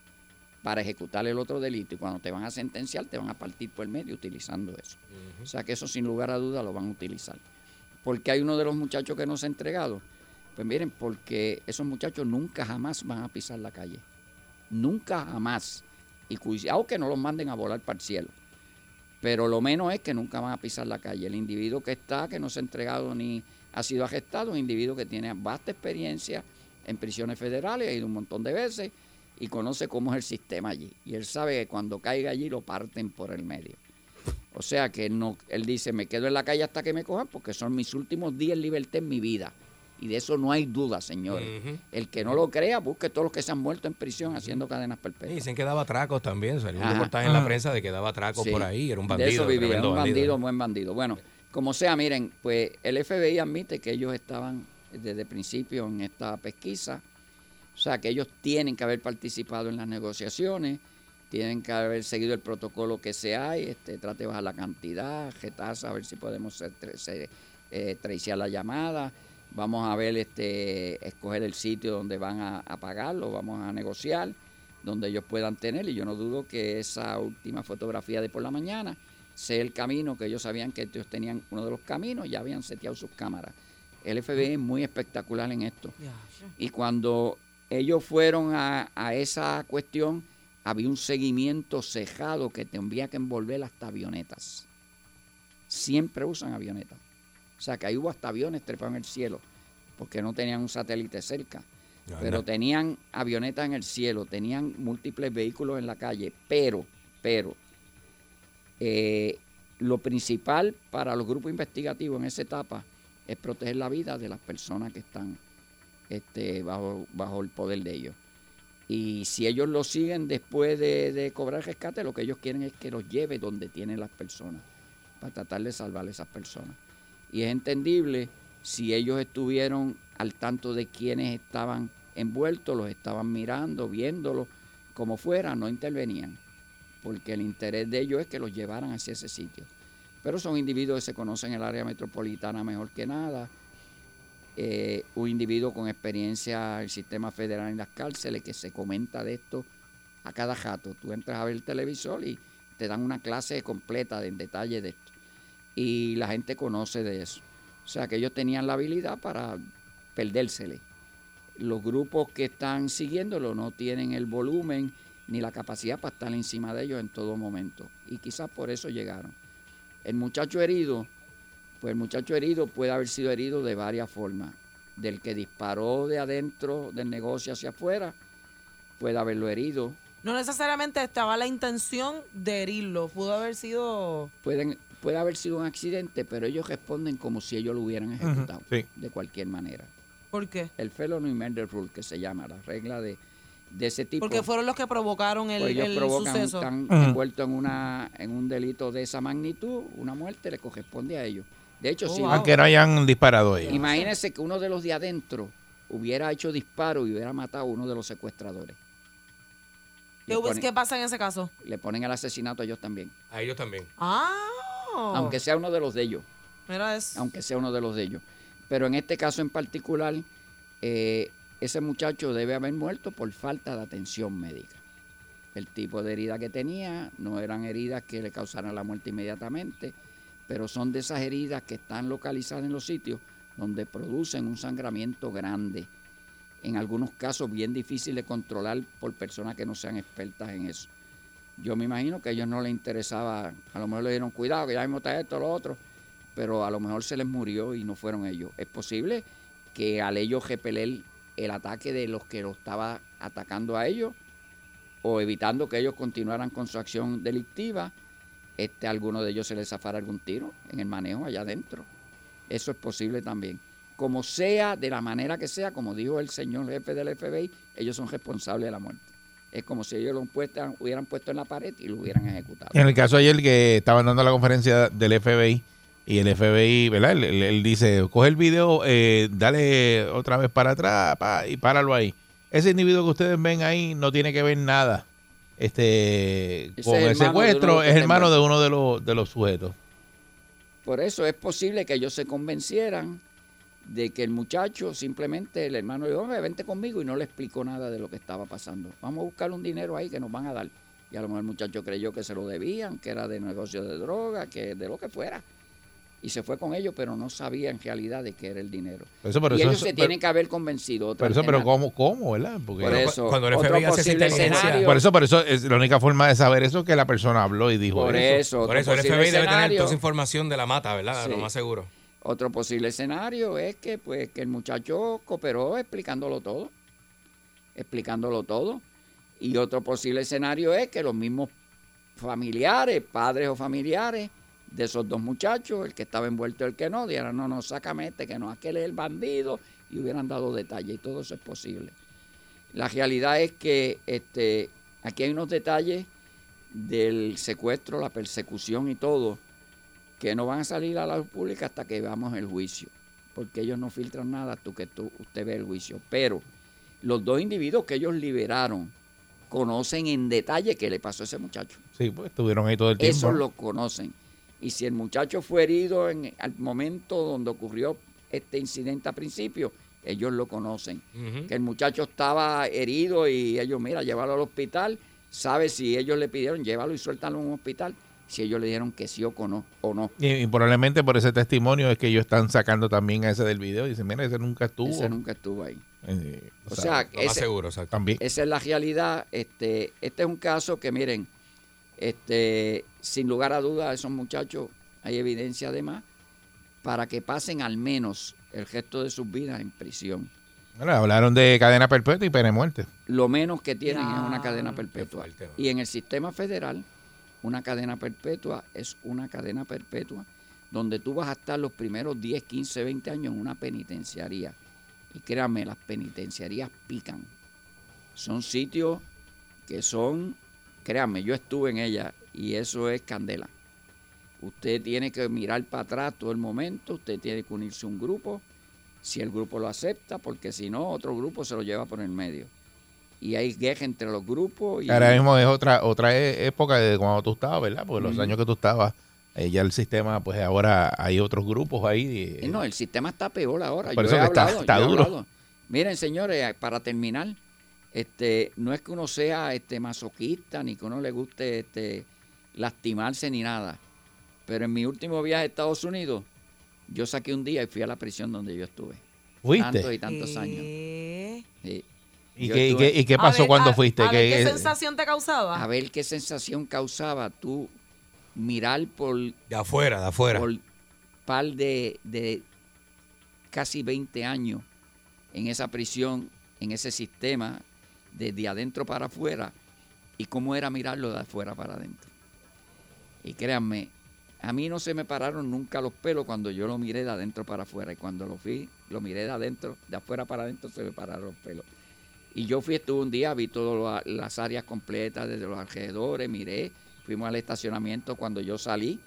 para ejecutar el otro delito. Y cuando te van a sentenciar, te van a partir por el medio utilizando eso. O sea que eso sin lugar a duda lo van a utilizar. Porque hay uno de los muchachos que no se ha entregado. Pues miren, porque esos muchachos nunca jamás van a pisar la calle. Nunca jamás. Y cuidado que no los manden a volar para el cielo. Pero lo menos es que nunca van a pisar la calle. El individuo que está, que no se ha entregado ni ha sido arrestado, un individuo que tiene vasta experiencia en prisiones federales, ha ido un montón de veces y conoce cómo es el sistema allí. Y él sabe que cuando caiga allí lo parten por el medio. O sea que él, no, él dice, me quedo en la calle hasta que me cojan porque son mis últimos días en libertad en mi vida. Y de eso no hay duda, señores. Mm. Ujú. El que no lo crea, busque todos los que se han muerto en prisión haciendo cadenas perpetuas. Y dicen que daba atracos también. Salió un Ajá. reportaje en la Ah. Ajá. prensa de que daba atracos Sí. por ahí. Era un De bandido. eso vivía, tremendo un bandido. bandido, un buen bandido. Bueno, como sea, miren, pues el FBI admite que ellos estaban desde el principio en esta pesquisa, o sea, que ellos tienen que haber participado en las negociaciones, tienen que haber seguido el protocolo que se hay, este, trate de bajar la cantidad, retasa, a ver si podemos ser, tre- se- eh, traiciar la llamada, vamos a ver, este, escoger el sitio donde van a, a pagarlo, vamos a negociar, donde ellos puedan tener, y yo no dudo que esa última fotografía de por la mañana sea el camino que ellos sabían que ellos tenían uno de los caminos, ya habían seteado sus cámaras. El FBI es muy espectacular en esto. Y cuando ellos fueron a, a esa cuestión, había un seguimiento cejado que tendría que envolver hasta avionetas. Siempre usan avionetas. O sea, que ahí hubo hasta aviones trepados en el cielo, porque no tenían un satélite cerca. Anda. Pero tenían avionetas en el cielo, tenían múltiples vehículos en la calle, pero, pero, eh, lo principal para los grupos investigativos en esa etapa es proteger la vida de las personas que están este, bajo, bajo el poder de ellos. Y si ellos lo siguen después de, de cobrar rescate, lo que ellos quieren es que los lleve donde tienen las personas, para tratar de salvar a esas personas. Y es entendible si ellos estuvieron al tanto de quienes estaban envueltos, los estaban mirando, viéndolos, como fuera, no intervenían, porque el interés de ellos es que los llevaran hacia ese sitio. Pero son individuos que se conocen el área metropolitana mejor que nada, eh, un individuo con experiencia en el sistema federal en las cárceles que se comenta de esto a cada jato. Tú entras a ver el televisor y te dan una clase completa de, en detalle de esto. Y la gente conoce de eso. O sea que ellos tenían la habilidad para perdérsele. Los grupos que están siguiéndolo no tienen el volumen ni la capacidad para estar encima de ellos en todo momento. Y quizás por eso llegaron. El muchacho herido, pues el muchacho herido puede haber sido herido de varias formas. Del que disparó de adentro del negocio hacia afuera, puede haberlo herido. No necesariamente estaba la intención de herirlo, pudo haber sido... Pueden, puede haber sido un accidente, pero ellos responden como si ellos lo hubieran ejecutado, de cualquier manera. ¿Por qué? El felony murder rule, que se llama, la regla de, de ese tipo. Porque fueron los que provocaron el, Pues ellos el provocan, suceso. están Ujú. envueltos en, una, en un delito de esa magnitud, una muerte le corresponde a ellos. De hecho, Oh, si Aunque no hayan disparado ellos. Imagínense que uno de los de adentro hubiera hecho disparo y hubiera matado a uno de los secuestradores. ¿Qué, Le hubo- ponen, qué pasa en ese caso? le ponen el asesinato a ellos también. A ellos también. Ah, Aunque sea uno de los de ellos. mira eso. aunque sea uno de los de ellos. Pero en este caso en particular, eh, ese muchacho debe haber muerto por falta de atención médica. El tipo de herida que tenía no eran heridas que le causaran la muerte inmediatamente, pero son de esas heridas que están localizadas en los sitios donde producen un sangramiento grande. En algunos casos bien difícil de controlar por personas que no sean expertas en eso. Yo me imagino que a ellos no les interesaba, a lo mejor le dieron cuidado, que ya mismo está esto, lo otro, pero a lo mejor se les murió y no fueron ellos. Es posible que al ellos repeler el ataque de los que lo estaba atacando a ellos o evitando que ellos continuaran con su acción delictiva, este, a alguno de ellos se les zafara algún tiro en el manejo allá adentro. Eso es posible también. Como sea, de la manera que sea, como dijo el señor jefe del FBI, ellos son responsables de la muerte. Es como si ellos lo puestan- hubieran puesto en la pared y lo hubieran ejecutado. En el caso ayer que estaban dando la conferencia del FBI y el FBI, ¿verdad? Él, él- él dice, coge el video, eh, dale otra vez para atrás pa, y páralo ahí. Ese individuo que ustedes ven ahí no tiene que ver nada este, es con el hermano de uno de los secuestro, que es está hermano de envuelto. uno de los, de los sujetos. Por eso es posible que ellos se convencieran de que el muchacho simplemente, el hermano, le dijo, "Hombre, vente conmigo y no le explicó nada de lo que estaba pasando. Vamos a buscar un dinero ahí que nos van a dar. Y a lo mejor el muchacho creyó que se lo debían, que era de negocio de droga, que de lo que fuera. Y se fue con ellos, pero no sabía en realidad de qué era el dinero. Por eso, pero y eso ellos es- se pero- tienen que haber convencido. otra Pero eso, pero alternativa. ¿cómo, cómo verdad? Porque Por eso, cuando el otro FBI hace esa posible inteligencia- escenario- por eso, por eso es la única forma de saber eso es que la persona habló y dijo Por eso, Por otro eso el posible FBI debe tener escenario. toda esa información de la mata, ¿verdad? Sí. Lo más seguro. Otro posible escenario es que, pues, que el muchacho cooperó explicándolo todo. Explicándolo todo. Y otro posible escenario es que los mismos familiares, padres o familiares de esos dos muchachos, el que estaba envuelto y el que no, dijeran, no, no, sácame este, que no, aquel es el bandido, y hubieran dado detalle, y todo eso es posible. La realidad es que este, aquí hay unos detalles del secuestro, la persecución y todo, que no van a salir a la luz pública hasta que veamos el juicio, porque ellos no filtran nada hasta que tú, usted ve el juicio. Pero los dos individuos que ellos liberaron conocen en detalle qué le pasó a ese muchacho. Sí, pues estuvieron ahí todo el tiempo. Eso lo conocen. Y si el muchacho fue herido en al momento donde ocurrió este incidente a principio, ellos lo conocen. Ujú. Que el muchacho estaba herido y ellos, mira, llévalo al hospital, sabe si ellos le pidieron, llévalo y suéltalo a un hospital, si ellos le dijeron que sí o, cono- o no. Y, y probablemente por ese testimonio es que ellos están sacando también a ese del video. Dicen, mira, ese nunca estuvo. Ese nunca estuvo ahí. Eh, O sea, ese- También. Esa es la realidad. Este, este es un caso que, miren, este, sin lugar a dudas, esos muchachos, hay evidencia además, para que pasen al menos el gesto de sus vidas en prisión. Bueno, hablaron de cadena perpetua y pena de muerte. Lo menos que tienen es una cadena perpetua. y en el sistema federal, una cadena perpetua es una cadena perpetua donde tú vas a estar los primeros 10, 15, 20 años en una penitenciaría. Y créanme, las penitenciarías pican. Son sitios que son, créanme, yo estuve en ella y eso es candela. Usted tiene que mirar para atrás todo el momento, usted tiene que unirse a un grupo, si el grupo lo acepta, porque si no, otro grupo se lo lleva por el medio. Y hay guerra entre los grupos. Y Ahora mismo es otra otra e- época de cuando tú estabas, ¿verdad? Porque los Ujú. años que tú estabas, eh, ya el sistema, pues ahora hay otros grupos ahí. Eh, No, el sistema está peor ahora. Por yo eso he que está- hablado, está yo he duro. hablado. Miren, señores, eh, para terminar, este, no es que uno sea este masoquista ni que uno le guste este, lastimarse ni nada. Pero en mi último viaje a Estados Unidos, yo saqué un día y fui a la prisión donde yo estuve. ¿Fuiste? Tantos y tantos años. Sí. ¿Y Yo qué- y estuve- qué- y qué pasó A ver, cuando a- fuiste? A ver, ¿qué sensación te causaba? a ver qué sensación causaba tú mirar por... De afuera, de afuera. Por par de, de casi 20 años en esa prisión, en ese sistema, desde adentro para afuera, y cómo era mirarlo de afuera para adentro. Y créanme, a mí no se me pararon nunca los pelos cuando yo lo miré de adentro para afuera. Y cuando lo fui, lo miré de adentro, de afuera para adentro, se me pararon los pelos. Y yo fui, estuve un día, vi todas la- las áreas completas desde los alrededores, miré, fuimos al estacionamiento cuando yo salí,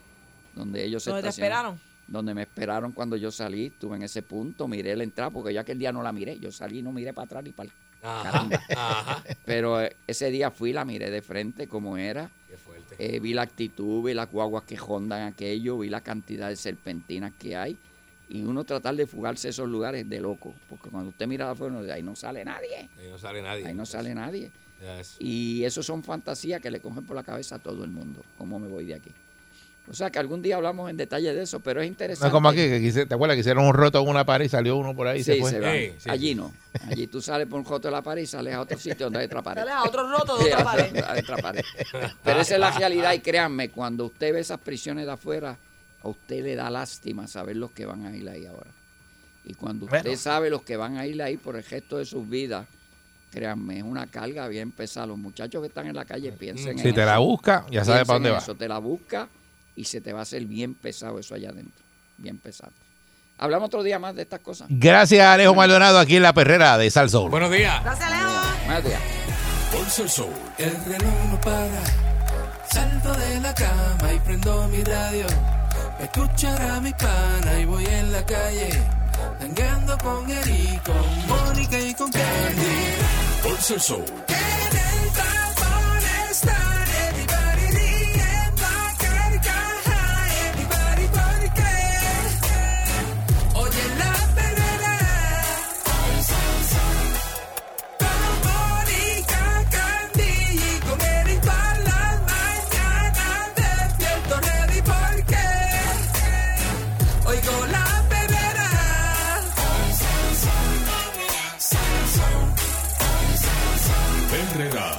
donde ellos se ¿Dónde te estacionaron. esperaron? Donde me esperaron cuando yo salí, estuve en ese punto, miré la entrada, porque yo aquel día no la miré, yo salí y no miré para atrás ni para el caramba. Pero eh, ese día fui, la miré de frente como era. Eh, vi la actitud, vi las guaguas que jondan aquello, vi la cantidad de serpentinas que hay. Y uno tratar de fugarse a esos lugares de loco. Porque cuando usted mira afuera, uno dice, ahí no sale nadie. Ahí no sale nadie. Ahí no sale nadie. Ya es- Y eso son fantasías que le cogen por la cabeza a todo el mundo. ¿Cómo me voy de aquí? O sea que algún día hablamos en detalle de eso, pero es No interesante. es como aquí, que quise- ¿te acuerdas que hicieron un roto en una pared y salió uno por ahí y Sí, se fue? se van. Allí no. Allí tú sales por un joto de la pared y sales a otro sitio donde hay otra pared. Sales a otro roto de Sí, otra a pared. a otra pared. Pero esa es la realidad y créanme, cuando usted ve esas prisiones de afuera, a usted le da lástima saber los que van a ir ahí ahora. Y cuando usted Bueno. sabe los que van a ir ahí por el resto de sus vidas, créanme, es una carga bien pesada. Los muchachos que están en la calle piensen en Si te la eso. busca, ya sabes Piensen para dónde en va. Eso te la busca y se te va a hacer bien pesado eso allá adentro. Bien pesado. Hablamos otro día más de estas cosas. Gracias a Alejo Maldonado aquí en la perrera de Salsoul. Buenos días. Gracias, Leo. Buenos días. Pulsa el sol. El reloj no para. Salto de la cama y prendo mi radio. Pa' Escuchar a mi pana y voy en la calle. Tangando con Eric, con Mónica y con Candy. Pulsa el sol. En el tapón están everybody riendo a carcajada, everybody porque oye la perrera con Mónica Candy y con Eric por las mañanas despierto ready porque oigo la perrera Perrera.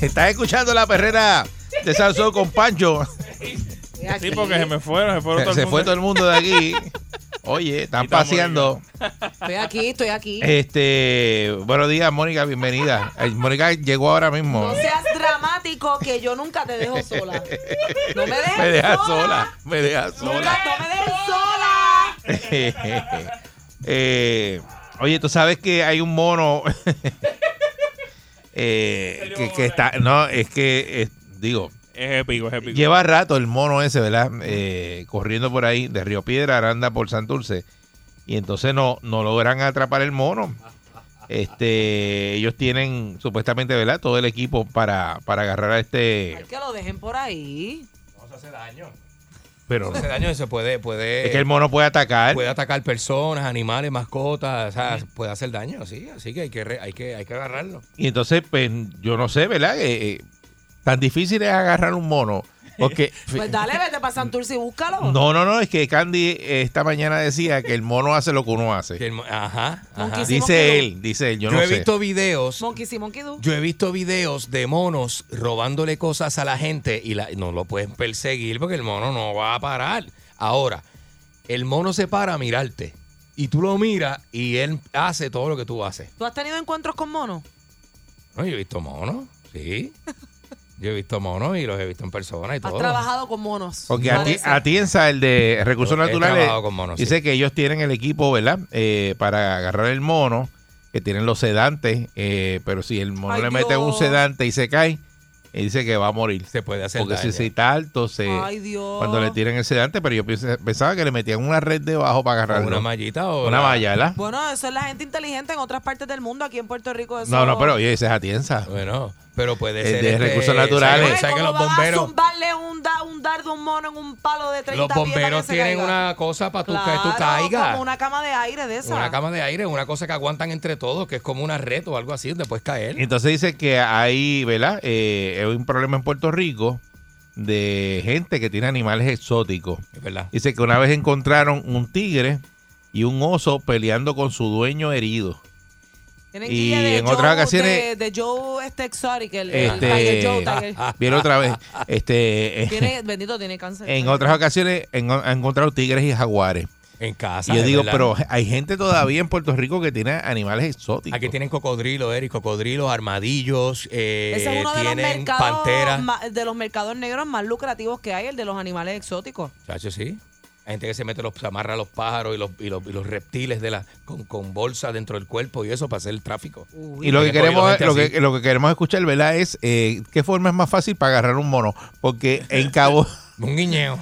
Estás escuchando la perrera de Salsoul con Pancho. Sí, porque se me fueron, se fueron Se, todo el se fue mundo. todo el mundo de aquí. Oye, están paseando. Estoy aquí, estoy aquí. Este, buenos días, Mónica, bienvenida. Ay, Mónica llegó ahora mismo. No seas dramático que yo nunca te dejo sola. No me dejes me dejas sola. sola, me dejas sola. No me dejes sola. Eh, oye, tú sabes que hay un mono eh, que, que está, no, es que eh, digo, Es épico, es épico. lleva rato el mono ese, ¿verdad? Eh, corriendo por ahí de Río Piedra, Aranda por Santurce y entonces no, no logran atrapar el mono. Este, ellos tienen supuestamente, ¿verdad? Todo el equipo para, para agarrar a este, Que lo dejen por ahí. No se hace daño. pero Hace daño eso puede, puede. es que el mono puede atacar. Puede atacar personas, animales, mascotas, o sea, puede hacer daño, sí, así que hay que re- hay que hay que agarrarlo. Y entonces, pues, yo no sé, ¿verdad? Eh, eh, tan difícil es agarrar un mono. Porque. Pues dale, vete para Santurce y búscalo. No, no, no, es que Candy eh, esta mañana decía que el mono hace lo que uno hace. ajá, ajá. Dice él, dice él, yo, no he sé. visto videos, Monkey sí, Monkey do. yo he visto videos de monos robándole cosas a la gente y la- no lo pueden perseguir porque el mono no va a parar. Ahora, el mono se para a mirarte y tú lo miras y él hace todo lo que tú haces. ¿Tú has tenido encuentros con monos? No, yo he visto monos, sí. Yo he visto monos y los he visto en persona y Has Oh. todo. trabajado con monos. Porque a ti- Parece. a Tienza, el de Recursos Yo he Naturales, trabajado con monos, dice que ellos tienen el equipo, ¿verdad? Eh, para agarrar el mono, que tienen los sedantes, eh, pero si el mono Ay, le mete un Dios. sedante y se cae, él dice que va a morir. Se puede hacer Porque daño. si se está alto, se, Ay, Dios. cuando le tiran el sedante, pero yo pensé- pensaba que le metían una red debajo para agarrarlo. una mallita o Una la- malla, ¿verdad? Bueno, eso es la gente inteligente en otras partes del mundo. Aquí en Puerto Rico eso... No, no, pero oye, esa es Atienza. Bueno, pero puede ser. este, De recursos naturales. ¿sabes que los bomberos, Zumbarle un, da, un dardo a un mono en un palo de 30 los pies para bomberos que se tienen caiga. una cosa para tú, Claro, que tú caigas? como una cama de aire de esa. Una cama de aire, una cosa que aguantan entre todos, que es como una red o algo así, donde puedes caer. Entonces dice que hay, ¿verdad? Eh, hay un problema en Puerto Rico de gente que tiene animales exóticos. Es verdad. Dice que una vez encontraron un tigre y un oso peleando con su dueño herido. Tienen Y guía de en Joe- otras ocasiones- De, de Joe este exotic, el, el Este, Tiger Joe. Tiger. viene otra vez. Eh, Este, Tiene, bendito, tiene cáncer. en otras ocasiones en- han encontrado tigres y jaguares. En casa. Y yo es digo, verdad. pero hay gente todavía en Puerto Rico que tiene animales exóticos. Aquí tienen cocodrilos, Eric, cocodrilos, armadillos, eh, Ese es uno de los, tienen mercados, panteras. ma- de los mercados negros más lucrativos que hay, el de los animales exóticos. Chacho, sí. Hay gente que se mete los, se amarra a los pájaros y los, y los, y los reptiles de la, con, con bolsa dentro del cuerpo y eso para hacer el tráfico. Y lo que He cogido queremos, gente lo así. que, lo que queremos escuchar, ¿verdad? Es eh, qué forma es más fácil para agarrar un mono. Porque en Cabo, Un guiñeo.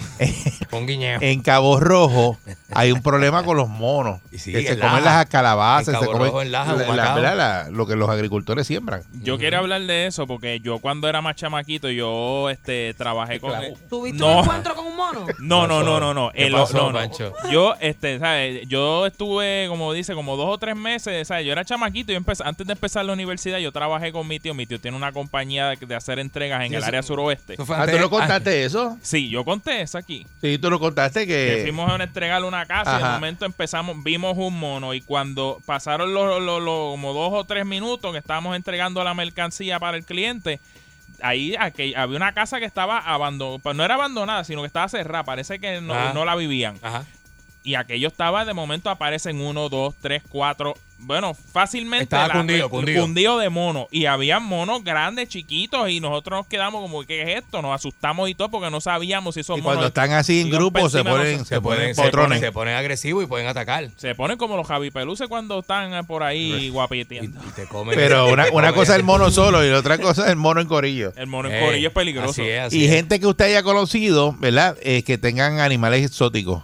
un guiñeo. En Cabo Rojo hay un problema con los monos. sí, que se en comen Laja. las calabazas, En se Cabo comen Rojo, en Laja, la- la- Humacao. ¿verdad? La- lo que los agricultores siembran. Yo quiero hablar de eso porque yo cuando era más chamaquito yo este trabajé con ¿Tuviste No. un encuentro con un mono? No, no, no, no, no. ¿Qué Eh, lo- pasó, no, no. Pancho? Yo, este, ¿sabes? Yo estuve, como dice, como dos o tres meses, ¿sabes? Yo era chamaquito y yo empecé- antes de empezar la universidad yo trabajé con mi tío. Mi tío tiene una compañía de, de hacer entregas en Sí, el eso- área suroeste. fue Ah, antes- ¿tú no contaste eso? Sí, yo conté eso aquí. Sí, tú lo contaste Que que... fuimos a entregarle una casa y Ajá. de momento empezamos, vimos un mono y cuando pasaron los, los- los- como dos o tres minutos que estábamos entregando la mercancía para el cliente, ahí aquel- había una casa que estaba abandonada, no era abandonada, sino que estaba cerrada, parece que no, Ah. no la vivían. Y aquello estaba, de momento aparecen uno, dos, tres, cuatro, bueno, fácilmente Estaba la- cundido, cundido. de mono. Y habían monos grandes, chiquitos, y nosotros nos quedamos como, ¿qué es esto? Nos asustamos y todo porque no sabíamos si esos Y monos cuando están así en iban grupo por se encima de ponen, nosotros. se ponen se ponen- potrones. se ponen agresivos y pueden atacar. Pues, Se ponen como los Javi Peluce cuando están eh, por ahí guapeteando. Y te comen. Pero una, te una comen. cosa es el mono solo y la otra cosa es el mono en corillo. El mono en Ey, corillo es peligroso. así es, Eh, así y es. gente que usted haya conocido, ¿verdad? Eh, que tengan animales exóticos.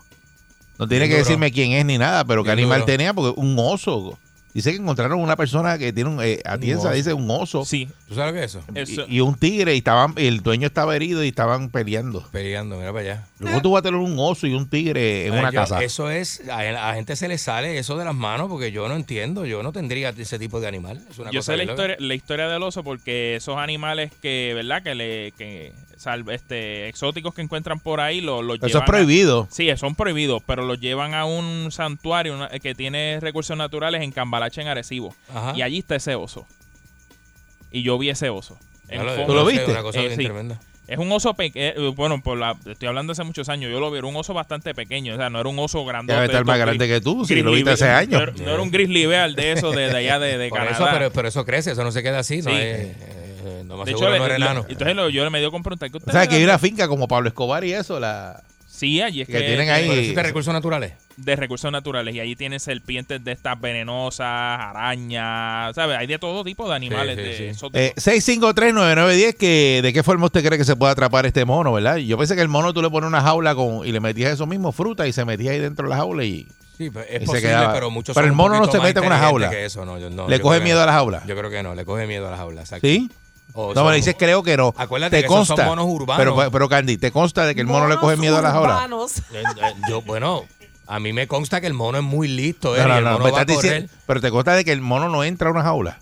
No tiene Bien que duro. decirme quién es ni nada, pero qué Bien animal duro. tenía, porque un oso. Dice que encontraron una persona que tiene un, eh, atienza, oso. dice un oso. Sí. ¿Tú sabes lo que es eso? Eso- Y, y un tigre, y estaban, el dueño estaba herido y estaban peleando. Peleando, mira para allá. Luego tú vas a tener un oso y un tigre en Ay, una yo- casa. Eso es, a a la gente se le sale eso de las manos porque yo no entiendo, yo no tendría ese tipo de animal. Es una Yo cosa sé la bien loca. historia, la historia del oso porque esos animales que, ¿verdad? Que le que sal- este exóticos que encuentran por ahí lo- los Eso es llevan a- prohibido. sí, son prohibidos, pero los llevan a un santuario una- que tiene recursos naturales en Cambalache en Arecibo. Ajá. Y allí está ese oso. Y yo vi ese oso. Ya En lo- fondo. Eh, ¿Tú lo viste? Una cosa bien tremenda. Es un oso pequeño, bueno, por la, estoy hablando hace muchos años, yo lo vi, era un oso bastante pequeño, o sea, no era un oso grande. Debe estar más grande que tú, si lo viste hace años. No, era- no era un grizzly bear de eso, de, de allá de, de Por Canadá. eso, pero, pero eso crece, eso no se queda así. No Sí. es, eh, lo más de hecho, seguro le- no era le- enano. entonces lo- yo le me dio con preguntar, O ¿qué ustedes sea, que hay eran una finca como Pablo Escobar y eso, la... de- Sí, allí es que que, tienen que- ahí- Pero eso es de recursos naturales. de recursos naturales y allí tienen serpientes de estas venenosas, arañas, ¿sabes? Hay de todo tipo de animales sí, de sí. esos Eh, 6539910, que de qué forma usted cree que se puede atrapar este mono, ¿verdad? Yo pensé que el mono tú le pones una jaula con y le metías eso mismo, fruta, y se metía ahí dentro de la jaula y... Sí, pero es Y se posible, quedaba. pero muchos Pero son el un mono no poquito se más mete en una inteligentes jaula. que eso, no, yo- no, Le yo coge creo que miedo no. a la jaula. Yo creo que no, le coge miedo a la jaula. exacto. ¿Sí? O No, me son- dices, creo que no. Acuérdate te que esos consta. son monos urbanos. Pero, pero, Candy, ¿te consta de que el mono le coge miedo a la jaula? Urbanos. Eh, eh, Yo, bueno, a mí me consta que el mono es muy listo. eh, No, y no, el no, mono me va a estás correr. diciendo, pero te consta de que el mono no entra a una jaula.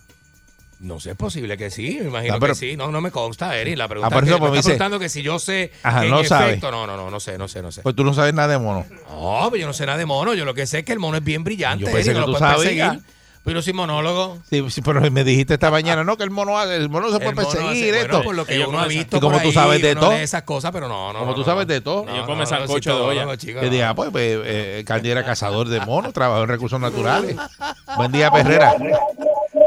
No sé, es posible que sí, me imagino Ah, pero- que sí. No, no me consta, Eri. La pregunta Ah, por es eso, que, pues, me me está dice- preguntando que si yo sé Ajá, que en no sabe. efecto- No, no, no, no sé, no sé, no sé. Pues tú no sabes nada de mono. No, pero yo no sé nada de mono. Yo lo que sé es que el mono es bien brillante, Yo Eri, pensé que que lo tú pueden sabías. perseguir. Pero yo soy monólogo. Sí, sí, pero me dijiste esta mañana, no, que el mono, hace- el mono se puede Ah. El mono hace- perseguir bueno, esto. por lo que Ellos uno ha comen- visto y como por tú ahí, sabes de uno todo. lee esas cosas, pero no, no. Como no, tú no, sabes no. de todo. No, Ellos no, comen no, sancocho sí, de todo, olla. no, chico, Yo dije, no. ah, pues, pues, eh, Candy era cazador de monos, trabajó en recursos naturales. Buen día, Perrera.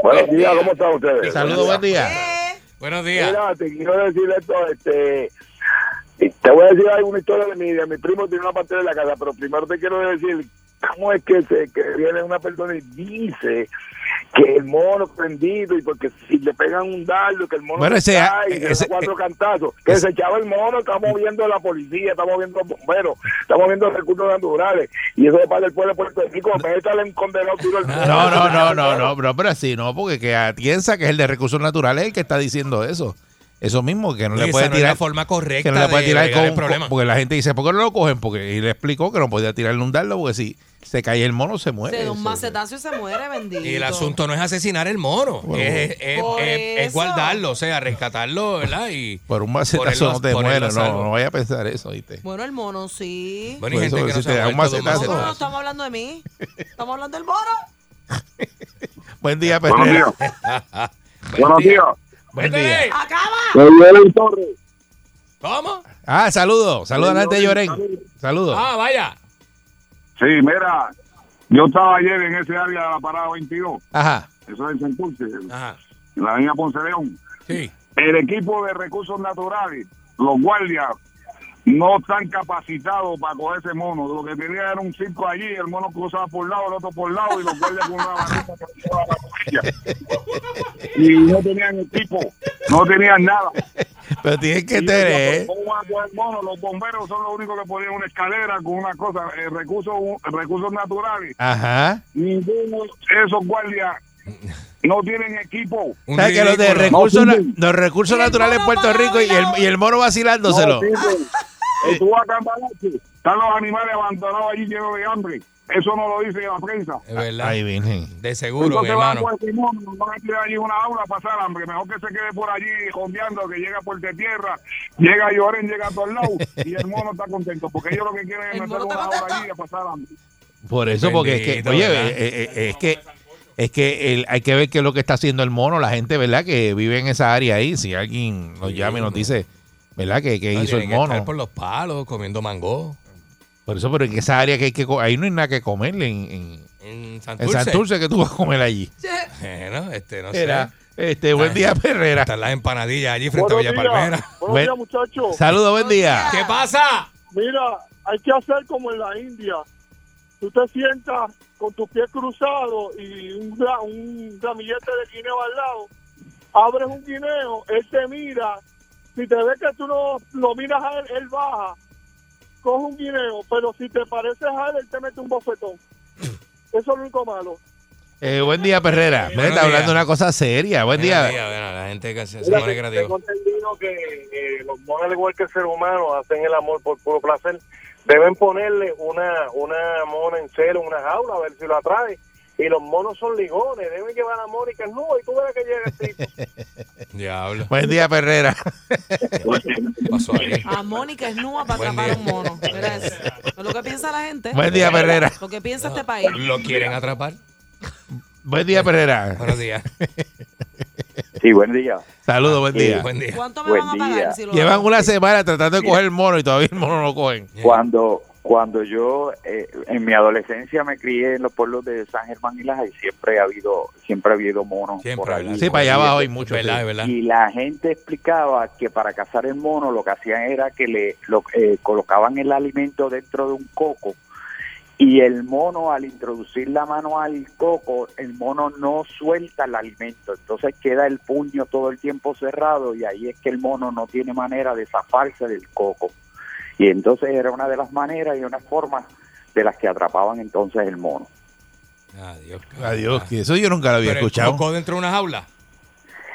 Buenos Este, días, ¿cómo están ustedes? Saludos, buen día. Buenos días. Mira, te quiero decir esto, este, te voy a decir alguna historia de mi, de mi primo tiene una parte de la casa, pero primero te quiero decir cómo es que, se, que viene una persona y dice que el mono prendido y porque si le pegan un dardo que el mono Bueno, se ese- eh, cae, que ese- da cuatro cantazos, que se echaba el mono, estamos viendo a la policía, estamos viendo a los bomberos, estamos viendo recursos naturales y eso de parte del pueblo de Puerto Rico, métale un condenado tiro al No, no, no, no, no, no, pero así no, porque que Atienza, que es el de recursos naturales, es el que está diciendo eso. Eso mismo, que no Esa le puede no es tirar. la forma correcta que no le puede de tirar bregar con, el problema. con- Porque la gente dice, ¿por qué no lo cogen? Porque y le explicó que no podía tirarle un dardo, porque si se cae el mono, se muere. Se da un Se- macetazo y se muere, bendito. Pues Y el asunto no es asesinar el mono, Bueno, es, es- Por es- es eso. guardarlo, o sea, rescatarlo, ¿verdad? Y Por un macetazo ponerlo- no te ponerlo a mueres, no, salvo. no vaya a pensar eso, ¿viste? Bueno, el mono sí. Bueno, y Por Pues gente eso, que no si se te ha da un muerto de un macetazo. No, no, no macetazo. estamos hablando de mí. Estamos hablando del mono. Buen día, Buenos Perrera. días. Buenos días. Buen día. Acaba. Soy Joel Torres. ¿Cómo? Ah, saludos. Saludos adelante, Lloren. Saludos. Ah, vaya. Sí, mira, yo estaba ayer en ese área de la parada 22, Ajá. eso es en Santurce, en Ajá. la avenida Ponce León. Sí. El equipo de recursos naturales, los guardias, no están capacitados para coger ese mono. Lo que tenía era un circo allí, el mono cruzaba por un lado, el otro por un lado, y los guardias con una barrita por toda la patrulla. Y no tenían equipo, no tenían nada. Pero tienes que Y yo decía, tener. "¿Pero ¿Cómo va agua, el mono, los bomberos son los únicos que ponían una escalera con una cosa, eh, recursos, recursos naturales. Ajá. Ninguno de esos guardias no tienen equipo. O sea, que los de recursos, na- los recursos naturales en Puerto Rico y el, y el mono No, vacilándoselo. sí, sí. Tú vas a Cambalache, están los animales abandonados allí llenos de hambre. Eso no lo dice la prensa. Es verdad. Ay, virgen. De seguro, mi Entonces van hermano. por el mundo, nos van a tirar allí una aula a pasar hambre. Mejor que se quede por allí jondeando, que llega por de tierra, llega a Lloren, llega a todos lados y el mono está contento, porque ellos lo que quieren es meter una aula allí a pasar hambre. Por eso, porque es que, Bendito, oye, ¿verdad? eh, eh, eh, es que es que el- hay que ver qué es lo que está haciendo el mono, la gente, ¿verdad? Que vive en esa área ahí. Si alguien nos llama y nos dice, ¿verdad? Que, que No, hizo tienen el que mono. estar por los palos, comiendo mango. Por eso, pero en esa área que hay que co- ahí no hay nada que comer en, en, En en Santurce. Santurce que tú vas a comer allí. Bueno, este, no Era, sé. este, buen día, Perrera. Están las empanadillas allí frente a Villa Palmera. Buenos días, muchachos. Saludos, buen día. ¿Qué pasa? Mira, hay que hacer como en la India. Tú te sientas con tus pies cruzados y un, gra- un ramillete de guineo al lado. Abres un guineo, él te mira. Si te ve que tú no lo miras a él, él baja. Coge un guineo, pero si te pareces a él, él te mete un bofetón. Eso es lo único malo. Eh, buen día, Perrera. Mira, Buenos está hablando días. una cosa seria. Buen Mira, día. mira, mira, la gente que se, se Mira, pone tengo creativa. entendido que eh, los monos, al igual que el ser humano, hacen el amor por puro placer. Deben ponerle una, una mona en celo, una jaula, a ver si lo atrae. Y los monos son ligones, deben llevar a Mónica no y tú verás que llega el tipo. Diablo. Buen día, Perrera. Pasó ahí. A Mónica es nueva para Buen atrapar día. a un mono. Mira eso. Es lo que piensa la gente. Buen día, Perrera. Lo que piensa este país. ¿Lo quieren atrapar? Buen día, Perrera. Buenos días. Sí, buen día. Saludos, buen Sí, día. buen día. ¿Cuánto Buen día. Llevan una semana tratando de coger el mono y todavía el mono no lo cogen. Cuando, cuando yo eh, en mi adolescencia me crié en los pueblos de San Germán y Laja y siempre ha habido, siempre ha habido monos. por ahí. Sí, para allá abajo hay mucho. sí. Y la gente explicaba que para cazar el mono lo que hacían era que le lo- eh, colocaban el alimento dentro de un coco y el mono al introducir la mano al coco, el mono no suelta el alimento, entonces queda el puño todo el tiempo cerrado y ahí es que el mono no tiene manera de zafarse del coco. Y entonces era una de las maneras y una forma de las que atrapaban entonces el mono. Adiós. Adiós, que eso yo nunca lo había Ah. Pero el escuchado. coco dentro de una jaula.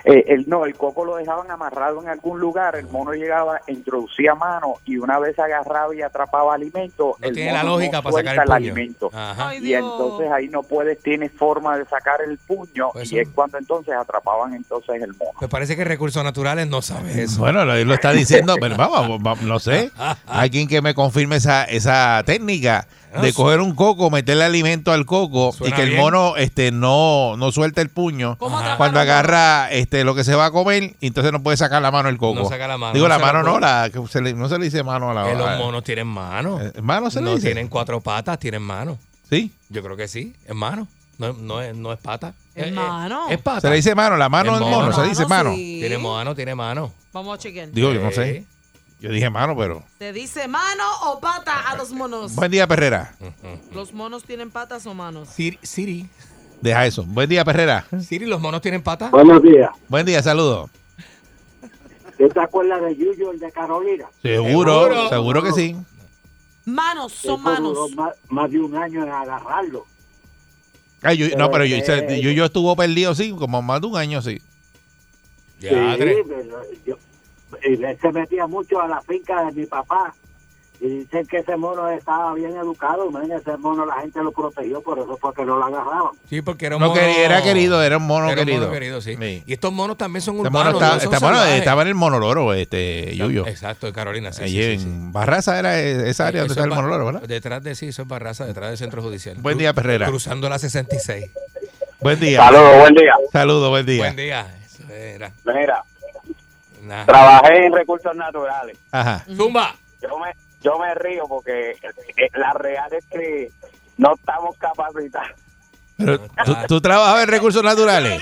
Eh, el, no, el coco lo dejaban amarrado en algún lugar, el mono llegaba, introducía mano y una vez agarraba y atrapaba alimento, el tiene mono la lógica no para sacar suelta el puño. alimento. Ajá. Ay, y Dios. entonces ahí no puedes, tienes forma de sacar el puño Pues y es cuando entonces atrapaban entonces el mono. Me parece que recursos naturales no sabe eso. Bueno, lo, lo está diciendo, pero vamos, va- no sé. Alguien que me confirme esa, esa técnica de coger un coco, meterle alimento al coco y Suena que el bien. mono este no, no suelta el puño atrapar cuando un mono? agarra este lo que se va a comer y entonces no puede sacar la mano el coco. No saca la mano, Digo, no la se la mano no, puede. la, que se le- no se le dice mano a la Que a- los monos tienen manos. ¿Manos se le No dice? tienen cuatro patas, tienen manos. ¿Sí? Yo creo que sí, es mano. No, no, es, no es pata. Es Eh, eh, mano. Es pata. Se le dice mano, la mano Es del mono, se dice mano. sí. Tiene mano, tiene mano. Vamos a chequear. Digo, yo no Sí. sé. Yo dije mano, pero. ¿Te dice mano o pata a los monos? Buen día, Perrera. ¿Los monos tienen patas o manos? Siri, Siri, Deja eso. Buen día, Perrera. Siri, ¿los monos tienen pata? Buenos días. Buen día, saludos. ¿Tú te acuerdas de Yuyo, el de Carolina? Seguro, seguro que sí. Manos, son Eso duró manos. Más, más de un año en agarrarlo. Ay, Ah, yo- no, Pero pero yo, que- yo, yo estuvo perdido, sí, como más de un año, sí. Sí, pero yo- y él se metía mucho a la finca de mi papá. Y dicen que ese mono estaba bien educado. Imagínate, ese mono la gente lo protegió, por eso fue que no lo agarraban. Sí, porque era un No, mono. quería- era querido, era un mono Era un querido. mono querido, sí. Y estos monos también son Este mono urbanos. está- no son este mono salvajes. estaba en el monoloro, este, Yuyo. Exacto, de Carolina, sí, Allí sí, sí, en sí. Barraza era e- esa área Eso donde está es el Bar- monoloro, ¿verdad? Detrás de sí, eso es Barraza, detrás del centro judicial. Buen Cru- día, Perrera. Cruzando la 66. Buen día. Saludos, buen día. Saludos, buen día. Buen día. Eso era. Mira, Nah. trabajé en recursos naturales. Ajá. Zumba. Yo me, yo me río porque eh, la real es que no estamos capacitados Pero tú, tú trabajabas en recursos naturales,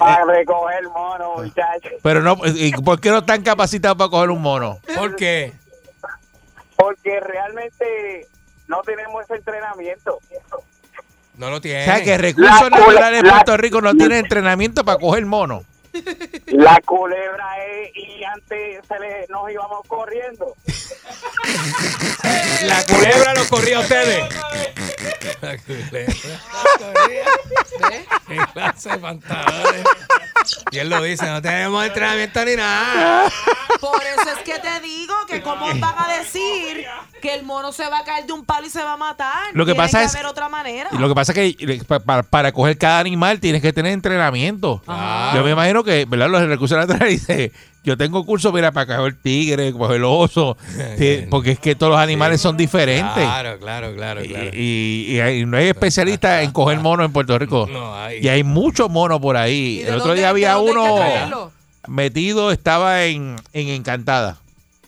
para recoger Ah. mono, muchachos. pero no, ¿y ¿por qué no están capacitados para coger un mono? ¿Por qué? Porque realmente no tenemos ese entrenamiento. No lo O tiene. sea, que recursos naturales en Puerto Rico no tienen entrenamiento para coger mono. La culebra es y antes se le, nos íbamos corriendo. La culebra los corría a ustedes. La culebra los corría. ¿Qué clase de pantalones? Y él lo dice, no tenemos entrenamiento ni nada. Por eso es que te digo que cómo van a decir que el mono se va a caer de un palo y se va a matar. Lo que Tiene pasa es- haber otra manera. Y lo que pasa es que eh, pa- pa- para, coger cada animal tienes que tener entrenamiento. Yo me imagino que, ¿verdad? Los recursos naturales dicen, yo tengo cursos, mira, para coger tigre, coger oso, sí, porque es que todos los animales son diferentes. Claro, claro, claro, claro. Y, y hay- no hay especialistas en coger monos en Puerto Rico. Ah, No hay. Y hay muchos monos por ahí. El otro día había uno metido, estaba en, en Encantada.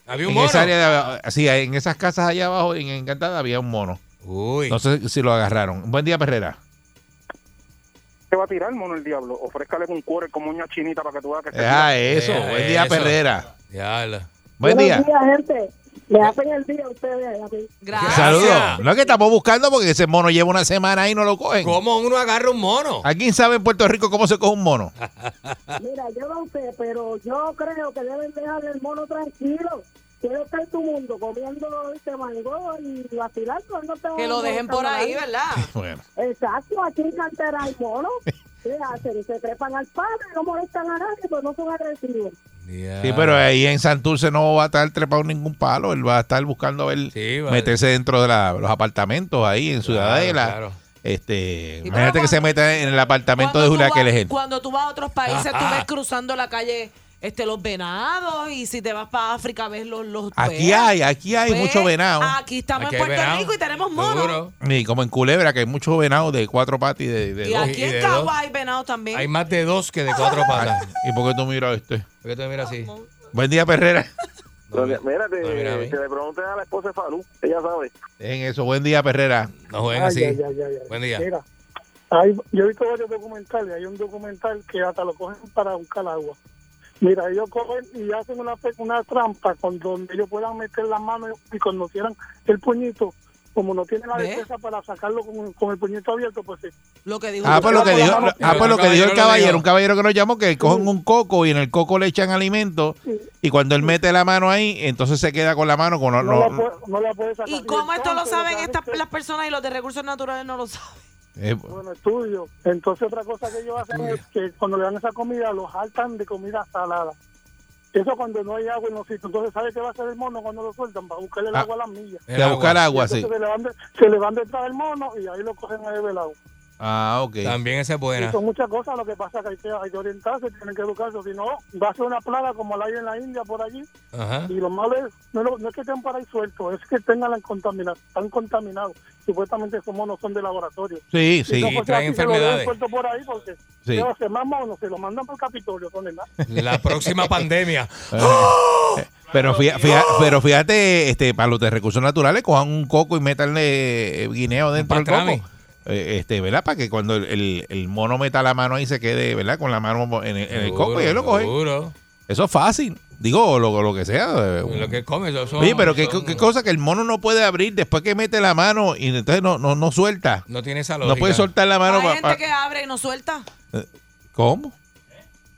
Había un en mono. Esa área de- sí, en esas casas allá abajo, en Encantada, había un mono. Uy. No sé si lo agarraron. Buen día, Perrera. te va a tirar, mono, el diablo. Ofrézcale un cuore como una chinita para que tú veas que te Ah, tira. eso. Buen día, Eh, eso. Perrera. Diablo. Buen día. gente. Le hacen el día a ustedes. Gracias. Saludos. No es que estamos buscando porque ese mono lleva una semana ahí y no lo cogen. ¿Cómo uno agarra un mono? ¿Alguien sabe en Puerto Rico cómo se coge un mono? Mira, yo no sé, pero yo creo que deben dejar el mono tranquilo. Quiero estar en tu mundo comiendo este mango y vacilar cuando te Que lo dejen por ahí, ¿verdad? Bueno. Exacto, aquí en cantera hay mono. ¿Qué hacen? Se trepan al padre, no molestan a nadie, pero no son agresivos. Sí, pero ahí en Santurce no va a estar trepado ningún palo. Él va a estar buscando a ver vale. meterse dentro de la- los apartamentos ahí en Ciudadela. claro. Este, imagínate que se meta en el apartamento de Julia Ah, Kelegen. Cuando tú vas a otros países, tú Ajá. ves cruzando la calle este los venados y si te vas para África ves los los Aquí pues, hay, aquí hay pues, mucho venado. Aquí estamos Aquí en hay Puerto venado. Rico y tenemos monos. Y como en Culebra, que hay mucho venado de cuatro patas y de, de Y dos. aquí en dos. Cagua hay venado también. Hay más de dos que de cuatro patas. ¿Y por qué tú miras este? ¿Por qué tú me miras así? Buen día, Perrera. Entonces, mira, te, no, mira a mí. te le pregunten a la esposa de Falú, ella sabe. En eso, buen día, Perrera. No jueguen Ay, así. ay, ay, ay, ay. Buen día. Mira, hay- yo he visto varios documentales. Hay un documental que hasta lo cogen para buscar agua. Mira, ellos cogen y hacen una, pe- una trampa con donde ellos puedan meter la mano y cuando quieran el puñito, como no tienen la ¿Ve? defensa para sacarlo con, con el puñito abierto, pues sí. Lo que dijo Ah, pues lo que dijo, ah, pues lo que dijo el caballero, caballero. un caballero que nos llamó, que cogen un coco y en el coco le echan alimento y cuando él mete la mano ahí, entonces se queda con la mano. Con, no, No, la no- puede- no la puede sacar. ¿Y cómo esto lo saben estas las personas y los de recursos naturales no lo saben? eh, Bueno, estudio. Entonces otra cosa que ellos hacen es que cuando le dan esa comida, los saltan de comida salada. Eso cuando no hay agua en los sitios. Entonces, ¿sabe qué va a hacer el mono cuando lo sueltan? Va a buscarle el Ah, agua a las millas. el a buscar agua, Entonces, sí. Se le, van de- se le van detrás del mono y ahí lo cogen a beber el agua. ah, ok. También esa es Y buena. son muchas cosas lo que pasa que hay que, hay que orientarse, tienen que educarse. Si no, va a ser una plaga como la hay en la India por allí. Ajá. Y lo malo es, no, lo- no es que estén para ahí sueltos, es que tengan la contamina- están contaminados. Supuestamente esos monos son de laboratorio. Sí, sí. no Y fuese traen así, se lo dejan enfermedades. suelto por ahí porque Sí. se hace más mono, se lo mandan por Capitolio, son de nada. La próxima pandemia. eh, Pero, fía- fía- pero fíjate, este, para los de recursos naturales, cojan un coco y métanle eh, guineo dentro del pastrami. coco. Eh, Este, ¿verdad? Para que cuando el, el- el mono meta la mano ahí se quede, ¿verdad? Con la mano en el, en el coco y él lo coge. Seguro. Eso es fácil. Digo, lo, lo que sea. eh, un- Lo que come, eso son- Oye, pero qué, son- qué cosa que el mono no puede abrir después que mete la mano y entonces no, no, no suelta. No tiene esa No puede lógica. soltar la mano. Hay pa- gente pa- eh, que abre y no suelta. ¿Cómo?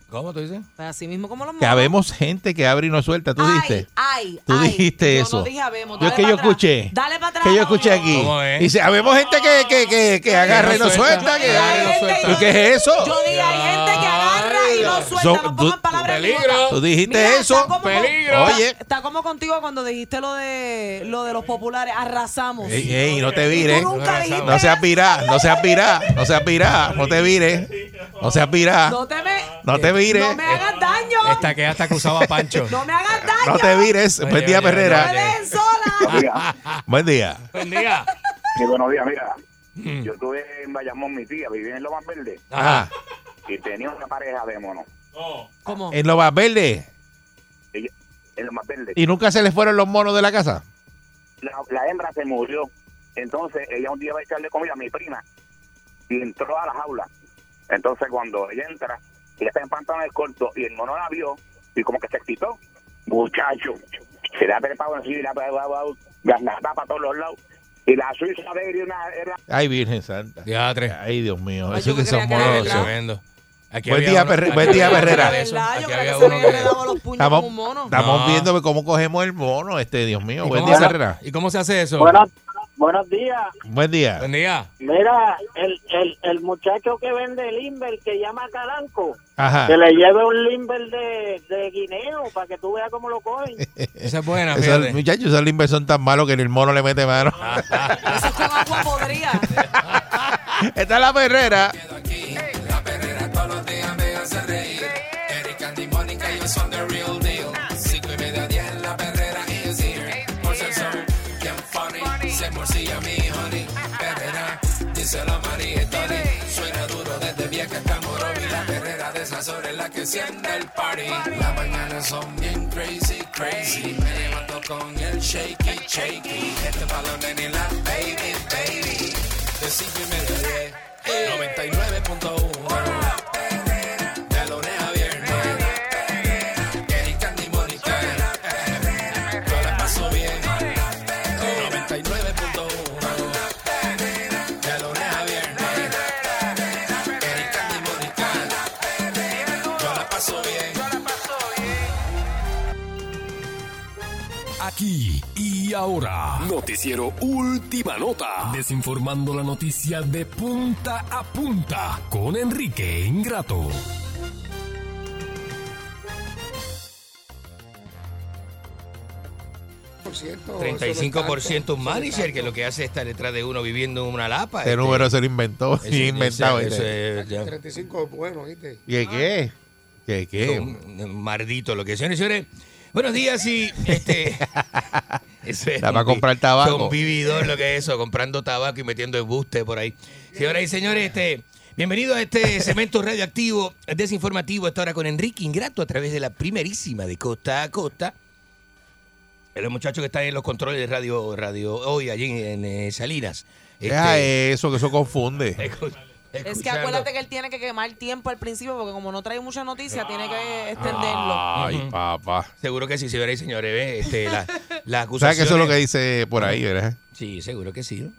¿Cómo tú dices? Pues así mismo como los Que habemos gente que abre y no suelta. Tú dijiste. Ay, Tú ay, dijiste yo eso. no dije habemos. Yo Dale es que pa' yo atrás. escuché. Dale para atrás. Que yo escuché aquí. ¿Cómo es? Dice, habemos gente que, que, que, que agarra y no suelta. que- ¿Tú qué es eso? Yo dije, hay gente que agarra y no suelta. Son- no tú- pongan palabras en mi boca. Tú dijiste Mira, eso. está como con- Oye. Está, está como contigo cuando dijiste lo de lo de los populares. Arrasamos. Ey, ey, no te vires. Tú nunca dijiste No seas pirá, no seas pirá, no seas pirá, no te vires. No seas pirá, No te me, no te vires, no me hagas daño. Eh, Esta que hasta acusaba a Pancho. No me hagas daño. no te vires. Buen día, No me Perrera. dejes sola. Buen día. Buen día. Mm. Sí, buenos días, mira. Yo estuve en Bayamón, mi tía, vivía en Lomas Verde. Ajá. Y tenía una pareja de mono. Oh. ¿Cómo? En los Verde. Ella- en Lomas Verde. ¿Y nunca se les fueron los monos de la casa? la, la hembra se murió. Entonces ella un día va a echarle comida a mi prima y entró a la jaula. Entonces cuando ella entra, ella está en pantalones cortos y el mono la vio y como que se excitó. Muchacho, se le ha preparado así, le ha preparado las natas para todos los lados. Y la suiza de él era una... Era Ay, Virgen Santa. Ay, Dios mío. Ay, Eso yo que creía son que era monos. verdad. Tremendo. Aquí Buen había día, uno- Perre- aquí buen día, había uno Herrera. de esos. Aquí había Estamos, uno de- estamos No. viendo cómo cogemos el mono, este, Dios mío. ¿Y Buen cómo día, se- Herrera. ¿Y cómo se hace eso? Buenos, buenos días. Buen día. Buen día. Mira, el, el, el muchacho que vende el Limber que llama Calanco, Ajá. que le lleve un Limber de, de guineo para que tú veas cómo lo cogen. Esa es buena, Eso- fíjate. Muchachos, esa es la inversión tan malo que ni el mono le mete mano. agua podría. Esta es la perrera. La perrera todos los días me hace reír. Ah. Eric, Andy, Mónica, ellos son the real deal. Cinco y media, diez, la perrera is here. Por ser son bien funny, se morcilla mi honey. Perrera, dice la María y Tony. Suena duro desde vieja hasta Morovi. La perrera de esas horas es la que enciende el party. Las mañanas son bien crazy, crazy. Me levanto con el shaky, shaky. Este balón en la baby, baby. De cinco y media, a diez. 99.1 De lunes a viernes Eric, Candy, Mónica Yo la paso bien 99.1 De lunes a viernes Eric, Candy, Mónica Yo la paso bien Aquí y ahora, noticiero Última Nota, desinformando la noticia de punta a punta con Enrique Ingrato. Por cierto, eso no es 35% un tanto, eso no es manager, que lo que hace es esta letra de uno viviendo en una lapa. Este este. número se lo inventó. Eso- bien inventado. eso- este. eso es- ya. 35 es bueno, ¿viste? ¿Qué qué? ¿Qué qué? Un- un Eh, Mardito lo que señores y señores. Buenos días y este eso es Da para un vi- comprar tabaco. Un vividor lo que es eso, comprando tabaco y metiendo embuste por ahí. Señoras y señores, este bienvenido a este segmento radioactivo desinformativo esta hora con Enrique Ingrato a través de la primerísima de Costa a Costa. Los muchachos que están en los controles de radio radio hoy allí en, eh, Salinas. Deja Este, eso, que eso confunde. Es que escuchando. acuérdate que él tiene que quemar tiempo al principio porque como no trae mucha noticia, tiene que extenderlo. Ay, papá. Seguro que sí, señoras y señores, ve, este, la, las ¿Sabes que eso es lo que acusaciones- dice por ahí, verdad? Sí, seguro que sí.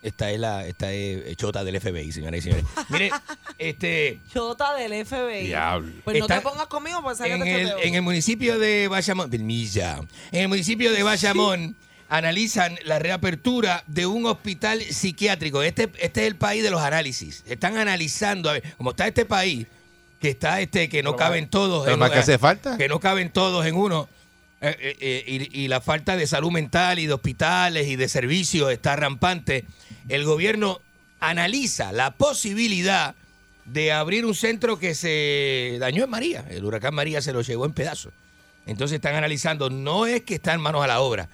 Esta es la esta es chota del FBI, señoras y señores. Mire, este. Chota del FBI. Diablo. Pues este no te Está- pongas conmigo porque sabes En que te el, choteo. en el municipio de Bayamón, permisa. en el municipio de Bayamón analizan la reapertura de un hospital psiquiátrico. Este, este es el país de los análisis. Están analizando, a ver, como está este país, que está este, que no caben todos. Lo en más un- que hace falta. Que no caben todos en uno. eh, eh, eh, y, y la falta de salud mental y de hospitales y de servicios está rampante. El gobierno analiza la posibilidad de abrir un centro que se dañó en María. El huracán María se lo llevó en pedazos. Entonces están analizando, no es que están manos a la obra.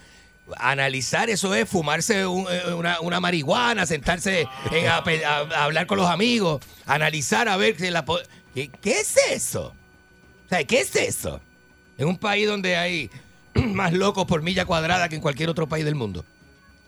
Analizar eso es fumarse un- eh, una, una marihuana, sentarse en- a, pe- a- a hablar con los amigos, analizar a ver si la po- ¿Qué, qué es eso. O sea, ¿qué es eso? En un país donde hay más locos por milla cuadrada que en cualquier otro país del mundo.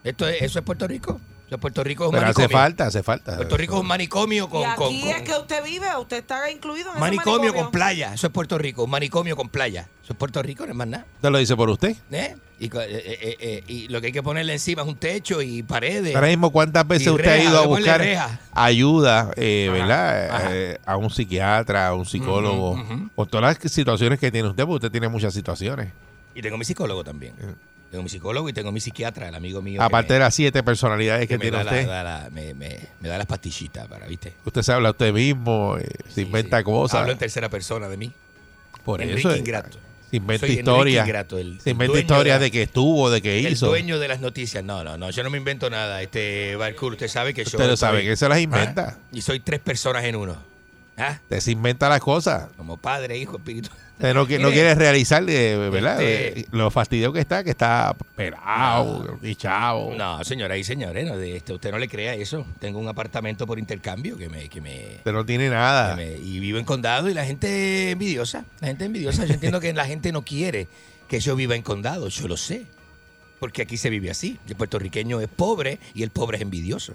Esto es, eso es Puerto Rico. O sea, Puerto Rico es un Pero hace manicomio. falta, hace falta. Puerto Rico es un manicomio y con, aquí con- con- es que usted vive, usted está incluido en ese manicomio, con playa. Eso es Puerto Rico. Un manicomio con playa. Eso es Puerto Rico, no es más nada. ¿Te lo dice por usted? ¿eh? Y, co- eh, eh, eh, y lo que hay que ponerle encima es un techo y paredes. Ahora mismo, ¿cuántas veces Y usted reja, ha ido a hay que ponerle buscar reja. ayuda, eh, ¿verdad? Eh, a un psiquiatra, a un psicólogo, Ujú, ujú. con todas las situaciones que tiene usted, porque usted tiene muchas situaciones. Y tengo mi psicólogo también. Tengo mi psicólogo y tengo mi psiquiatra, el amigo mío. que Eh. Aparte me- de las siete personalidades que, que me tiene da la- usted, da la- me, me- me da las pastillitas para, ¿viste? usted se habla a usted mismo, eh, se inventa cosas, Hablo en tercera persona de mí. Por Enrique eso, eh, Ingrato. se inventa Soy Enrique historias, Ingrato, el- se el inventa dueño historias de la- de que estuvo, de que El hizo. dueño de las noticias. No, no, no. Yo no me invento nada. Este Barcourt, usted sabe que yo. Usted lo sabe, soy- que se las inventa. ¿Ah? Y soy tres personas en uno. ¿Ah? Usted se inventa las cosas. Como padre, hijo, espíritu. Usted no, qui- no Mire, quiere realizar, eh, ¿verdad? este- Eh, Lo fastidio que está, que está pelado y chavo. No, señora y señores, no, de este, usted no le crea eso. Tengo un apartamento por intercambio que me, que me Usted no tiene nada. y vivo en condado y la gente envidiosa, la gente envidiosa. Yo entiendo que la gente no quiere que yo viva en condado, yo lo sé. Porque aquí se vive así. El puertorriqueño es pobre y el pobre es envidioso.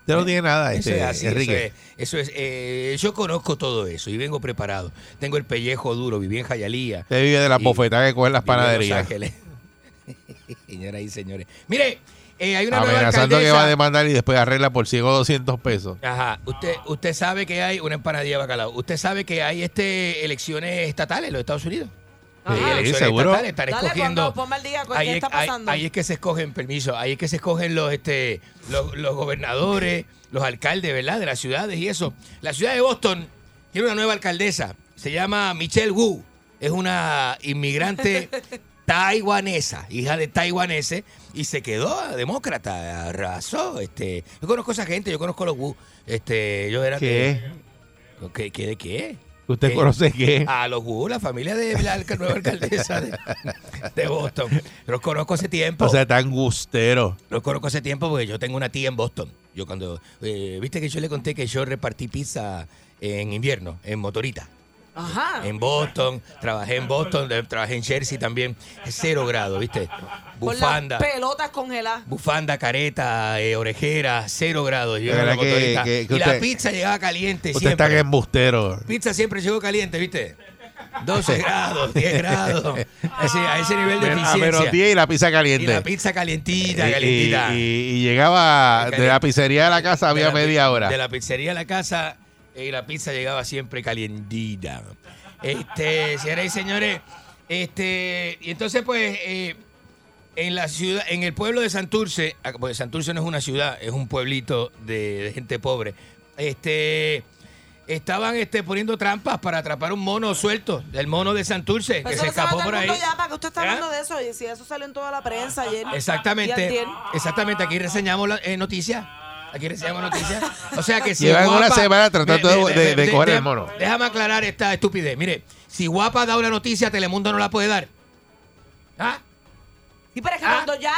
Usted no tiene nada, Eso este, es así, Enrique. Eso es, eso es, eh, yo conozco todo eso y vengo preparado. Tengo el pellejo duro, viví en Jayalía. Usted vive de las y bofetadas que cogen las viví en Los panaderías. Ángeles. Señoras y señores. Mire, Eh, hay una nueva Amenazando que alcaldesa. va a demandar y después arregla por 100 o 200 pesos. Ajá. Usted, usted sabe que hay una empanadilla de bacalao. Usted sabe que hay este elecciones estatales en los Estados Unidos. Sí, Hay elecciones seguro. estatales, están Dale, escogiendo. cuando- ponme al día, ¿qué ahí, es- está ahí- pasando? ahí es que se escogen, permiso, ahí es que se escogen los este los, los gobernadores, los alcaldes, ¿verdad? De las ciudades y eso. La ciudad de Boston tiene una nueva alcaldesa. Se llama Michelle Wu. Es una inmigrante taiwanesa, hija de taiwaneses, y se quedó demócrata, arrasó. Este, yo conozco a esa gente, yo conozco a los Wu. Este, yo era ¿Qué? ¿Qué, qué, de qué? ¿Usted ¿Qué? conoce qué? A los Wu, la familia de la alca- nueva alcaldesa de, de Boston. Los conozco hace tiempo. O sea, tan gustero. Los conozco hace tiempo porque yo tengo una tía en Boston. Yo cuando. eh, Viste que yo le conté que yo repartí pizza en invierno, en motorita. Ajá. En Boston, trabajé en Boston, de- trabajé en Jersey también. Cero grado, ¿viste? Con Bufanda. las pelotas congeladas. Bufanda, careta, eh, orejera, cero grados. Yo De en la verdad que- motorita. que- que y la usted- pizza llegaba caliente Usted siempre. es tan embustero. Pizza siempre llegó caliente, ¿viste? 12 grados, 10 grados. Así, a ese nivel de A eficiencia. menos 10 y la pizza Y ah, caliente. la pizza calientita, Y- y, calientita. y- y llegaba de la pizzería a la casa, De había la pi- media hora. De la pizzería a la casa eh, y la pizza llegaba siempre calientita. Este, señoras y señores, este, y entonces pues eh, en la ciudad, en el pueblo de Santurce, ah, porque Santurce no es una ciudad, es un pueblito de, de gente pobre. Este estaban este, poniendo trampas para atrapar un mono suelto, el mono de Santurce que Pues Eso se lo sabe escapó todo por el ahí. Ah, mundo ya, ¿para qué usted está hablando de eso? Y si eso salió en toda la prensa ayer. Y Exactamente, antier. exactamente. Aquí reseñamos la, eh, noticias. Aquí reseñamos noticias. O sea que si Llevan una Guapa- semana tratando Ve, de- ve, de- ve, de ve, coger el deja- mono. Déjame aclarar esta estupidez. Mire, si Guapa da una noticia, Telemundo no la puede dar. Y pero es que cuando ya,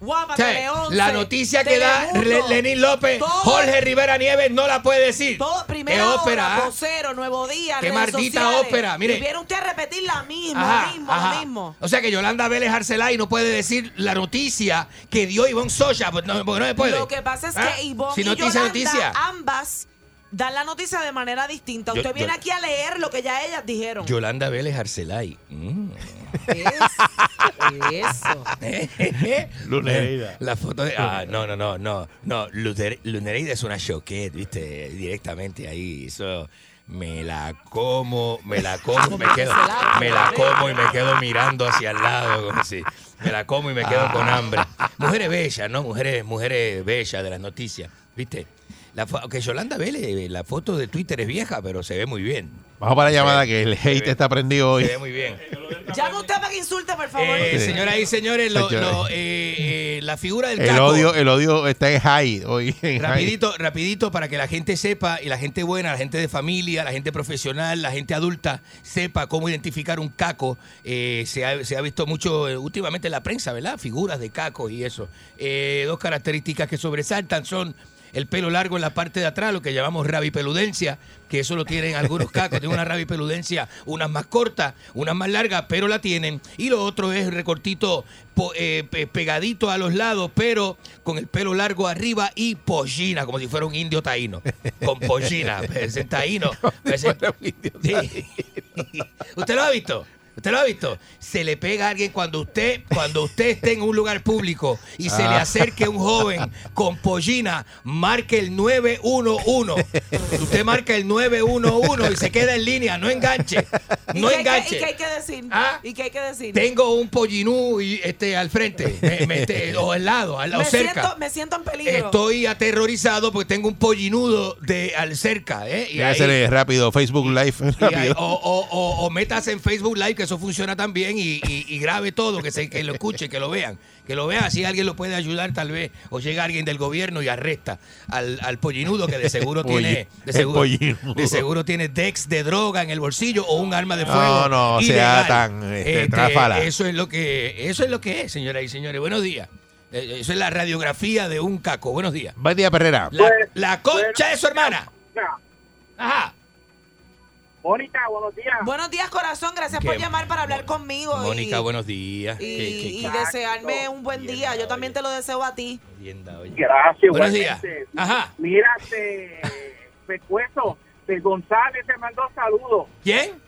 guapa, O sea, Teleonce, Ah. la noticia que da Telemundo, Le- Lenín López, todo- Jorge Rivera Nieves no la puede decir. Todo, primera ¿Qué hora, pues, ópera? ah? vocero, nuevo día, Qué redes maldita sociales. ópera, mire. Y viene usted a repetir la misma, Ajá, lo mismo, ajá. lo mismo. O sea que Yolanda Vélez Arcelay no puede decir la noticia que dio Ivonne Socha, pues no, porque no se puede. Lo que pasa es ¿Ah? que Ivonne si y noticia, Yolanda, noticia. ambas dan la noticia de manera distinta. Yo- Usted viene yo- aquí a leer lo que ya ellas dijeron. Yolanda Vélez Arcelay. Mm. Eso. Lunereida. La foto de. Ah, no, no, no, no. No, Luter- Lunereida es una choquette, viste, directamente ahí. Eso. Me la como, me la como, me quedo, me la como y me quedo mirando hacia el lado, como si, me la como y me quedo con Ah. hambre. Mujeres bellas, ¿no? Mujeres, mujeres bellas de las noticias, ¿viste? La fo- que Yolanda Vélez, la foto de Twitter es vieja, pero se ve muy bien. Vamos para la llamada que el hate está prendido hoy. Se ve muy bien. Llame usted para que insulte, por favor. Eh, Sí. señoras y señores, lo- Señores. lo, eh, eh, la figura del El caco. odio, el odio está en high hoy. en high. Rapidito, rapidito, para que la gente sepa, y la gente buena, la gente de familia, la gente profesional, la gente adulta, sepa cómo identificar un caco. Eh, se, ha, se ha visto mucho eh, últimamente en la prensa, ¿verdad? Figuras de cacos y eso. Eh, dos características que sobresaltan son el pelo largo en la parte de atrás, lo que llamamos rabipeludencia, que eso lo tienen algunos cacos, tienen una rabipeludencia, unas más cortas, unas más largas, pero la tienen. Y lo otro es recortito po- eh, pe- pegadito a los lados, pero con el pelo largo arriba y pollina, como si fuera un indio taíno. Con pollina, pues, en taíno. pues, sí. ¿Usted lo ha visto? ¿Usted lo ha visto? Se le pega a alguien cuando usted, cuando usted esté en un lugar público y se le Ah. acerque un joven con pollina, marque el 911. Usted marca el 911 y se queda en línea, no enganche. ¿Y No qué hay que- enganche. Ah, ¿Y qué hay que decir? ¿Y qué hay que decir? Tengo un pollinú y, este, al frente, me- me- este, o al lado, al, o me cerca. Siento, me siento en peligro. Estoy aterrorizado porque tengo un pollinudo de al cerca, ¿eh? Y Tiene que ahí- hacerle rápido, Facebook Live. y ahí- rápido. o, o- o- o metas en Facebook Live, que eso funciona también, y, y- y grabe todo, que, se, que lo escuche, que lo vean. Que lo vean, así alguien lo puede ayudar tal vez. O llega alguien del gobierno y arresta al, al pollinudo que de seguro Polli- tiene de el seguro, pollinudo. de seguro tiene dex de droga en el bolsillo o un arma de No, fuego. no, sea ilegal. tan, este, tráfala. Eso es lo que eso es lo que es, señoras y señores. Buenos días. Eh, Eso es la radiografía de un caco. Buenos días. Buen día, Perrera. La, Pues, la concha de su hermana. Ajá. Mónica, buenos días. Buenos días, corazón. Gracias Qué por llamar para hablar conmigo. pues, y- Mónica, buenos días. Y, Qué- qué- y qué- desearme un buen día. Yo también te lo deseo a ti. Gracias, Buenos igualmente. Ajá. Mírate, Pescuezo, de González te mandó saludos. ¿Quién?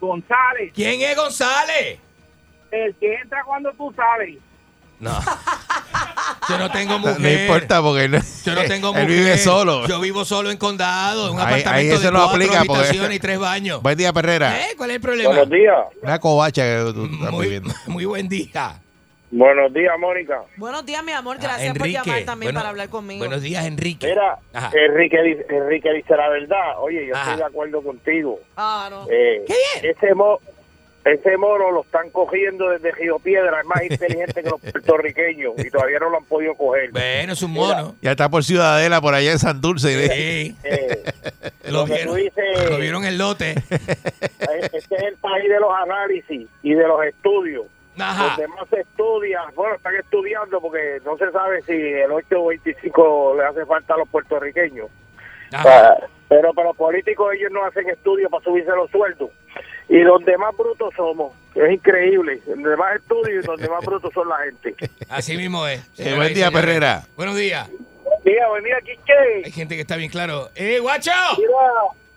González. ¿Quién es González? El que entra cuando tú sabes. No. Yo no tengo No, mujer. no importa porque él, Yo no tengo él mujer. vive solo. Yo vivo solo en condado, en un Ahí- apartamento ahí se de lo cuatro aplica, porque- habitaciones y tres baños. Buen día, Perrera. ¿Eh? ¿Cuál es el problema? días. Una covacha que tú estás viviendo. Muy buen día. Buenos días, Mónica. Buenos días, mi amor. Gracias por Enrique. llamar también Bueno, para hablar conmigo. Ah, Buenos días, Enrique. Mira, eh, Ajá. Enrique, di- Enrique dice la verdad. Oye, yo estoy de acuerdo contigo. Eh, Ese, mo- ese mono lo están cogiendo desde Río Piedra. Es más inteligente que los puertorriqueños y todavía no lo han podido coger. Bueno, es un mono. Ya está por Ciudadela, por allá en San Dulce. Sí. Lo que tú dices- Lo vieron el lote. Este es el país de los análisis y de los estudios. Ajá. Donde más se estudia, bueno, están estudiando porque no se sabe si el 825 le hace falta a los puertorriqueños. Ajá. Pero para los políticos ellos no hacen estudios para subirse los sueldos. Y donde más brutos somos, es increíble. Donde más estudios y donde más brutos son la gente. Así mismo es. Eh, buen día, Perrera. Buenos días. Buen día, buen día, Quique. Hay gente que está bien claro. ¡Eh, guacho! Mira,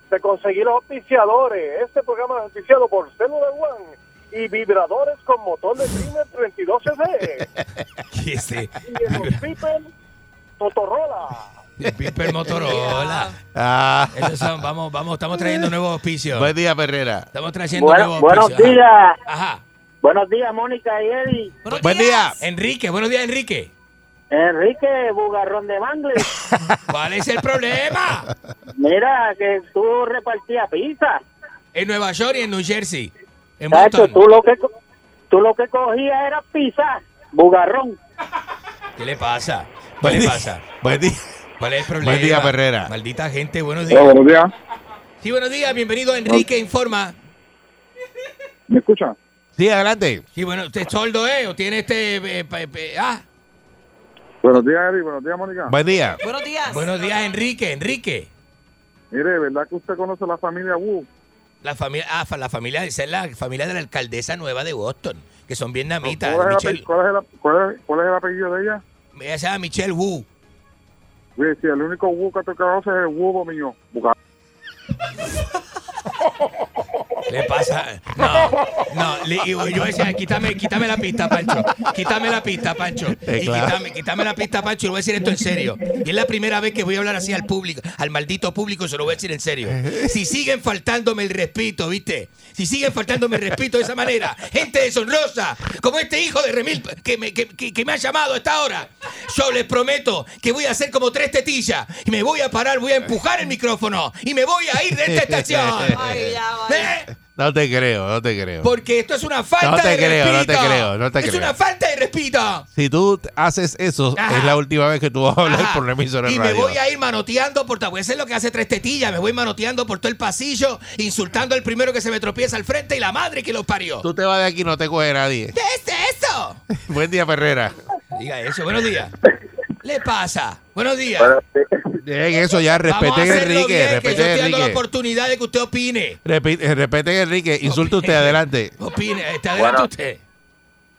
te conseguí los auspiciadores. Este programa es auspiciado por Cellular One y vibradores con motor de Dreamer 32cc. ¿Qué es ese? y en los Piper Totorola. Piper Motorola. Ah. Esos son- vamos, vamos, estamos trayendo nuevos auspicios. Buen día, Perrera. Estamos trayendo Bueno, nuevos buenos auspicios. días. Ajá. Buenos días, Mónica y Eddie. Buen día. Enrique, buenos días, Enrique. Enrique Bugarrón de Mangle. ¿Cuál es el problema? Mira, que tú repartías pizza. En Nueva York y en New Jersey. En Tacho, Boston. tú lo que co- tú lo que cogías era pizza, bugarrón. ¿Qué le pasa? ¿Qué Buen le día. pasa? Buen día. ¿Cuál es el problema? Buen día, Perrera. Maldita gente, buenos días. Hola, buenos días. Sí, buenos días. Bienvenido, Enrique Informa. ¿Me escuchan? Sí, adelante. Sí, bueno, ¿usted es sordo, eh? ¿O tiene este... eh, pa- pa- ah? Buenos días, Eric. Buenos días, Mónica. Buen día. Buenos días. Buenos días, Enrique. Enrique. Mire, ¿verdad que usted conoce la familia Wu? La familia, ah, fa- la familia, esa es la familia de la alcaldesa nueva de Boston, que son vietnamitas. ¿Cuál es, el, Michelle, ape- cuál es el- cuál es- cuál es el apellido de ella? ella se llama Michelle Wu. Mire, si el único Wu que tú conoces es el Wu mío. ¿Qué le pasa? No, no, le- y yo decía, quítame, quítame la pista, Pancho. Quítame la pista, Pancho. Eh, Y claro. quítame, quítame la pista, Pancho, y lo voy a decir esto en serio. Y es la primera vez que voy a hablar así al público, al maldito público, y se lo voy a decir en serio. Eh. Si siguen faltándome el respeto, ¿viste? Si siguen faltándome el respeto de esa manera, gente deshonrosa, como este hijo de Remil que me, que, que- que me ha llamado hasta ahora, yo les prometo que voy a hacer como tres tetillas y me voy a parar, voy a empujar el micrófono y me voy a ir de esta estación. Ay, ¿Eh? No te creo, no te creo. Porque esto es una falta No te de creo, no respeto. te creo, no te es creo. una falta de respeto. Si tú haces eso, Ajá. es la última vez que tú vas a hablar por la emisora de Y me radio. voy a ir manoteando por porque eso es lo que hace tres tetillas. Me voy manoteando por todo el pasillo, insultando al primero que se me tropieza al frente y la madre que lo parió. Tú te vas de aquí, no te coge nadie. ¿Qué es eso? Buen día, Perrera. Diga eso, buenos días. ¿Le pasa? Buenos días. Dejen eso ya, Vamos a respeten a hacerlo Enrique, bien, que yo respeten a estoy dando la Enrique. oportunidad de que usted opine. Repite- eh, Respeten a Enrique, insulte usted, adelante. Opine, este adelante Bueno. usted.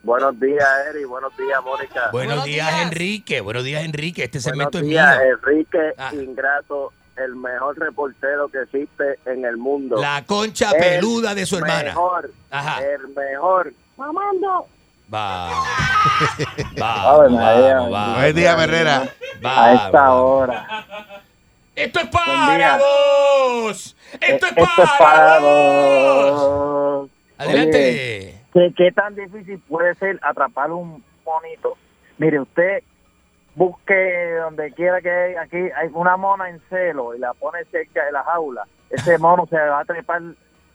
Buenos días, Eri. Buenos días, Mónica. Buenos, días, Enrique. Buenos días, Enrique. Este Buenos segmento días, es mío. Ah, Enrique Eh, Ingrato, el mejor reportero que existe en el mundo. La concha El peluda de su hermana. Mejor, El mejor. Mamando. Vamos. Ave Vamos, María, vamos, vamos. buen día, Herrera. Vamos. A esta hora. Esto es para vos. Esto es Esto es para para vos. Adelante. ¿Qué, ¿Qué tan difícil puede ser atrapar un monito? Mire, usted busque donde quiera que hay, aquí hay una mona en celo y la pone cerca de la jaula. Ese mono se va a trepar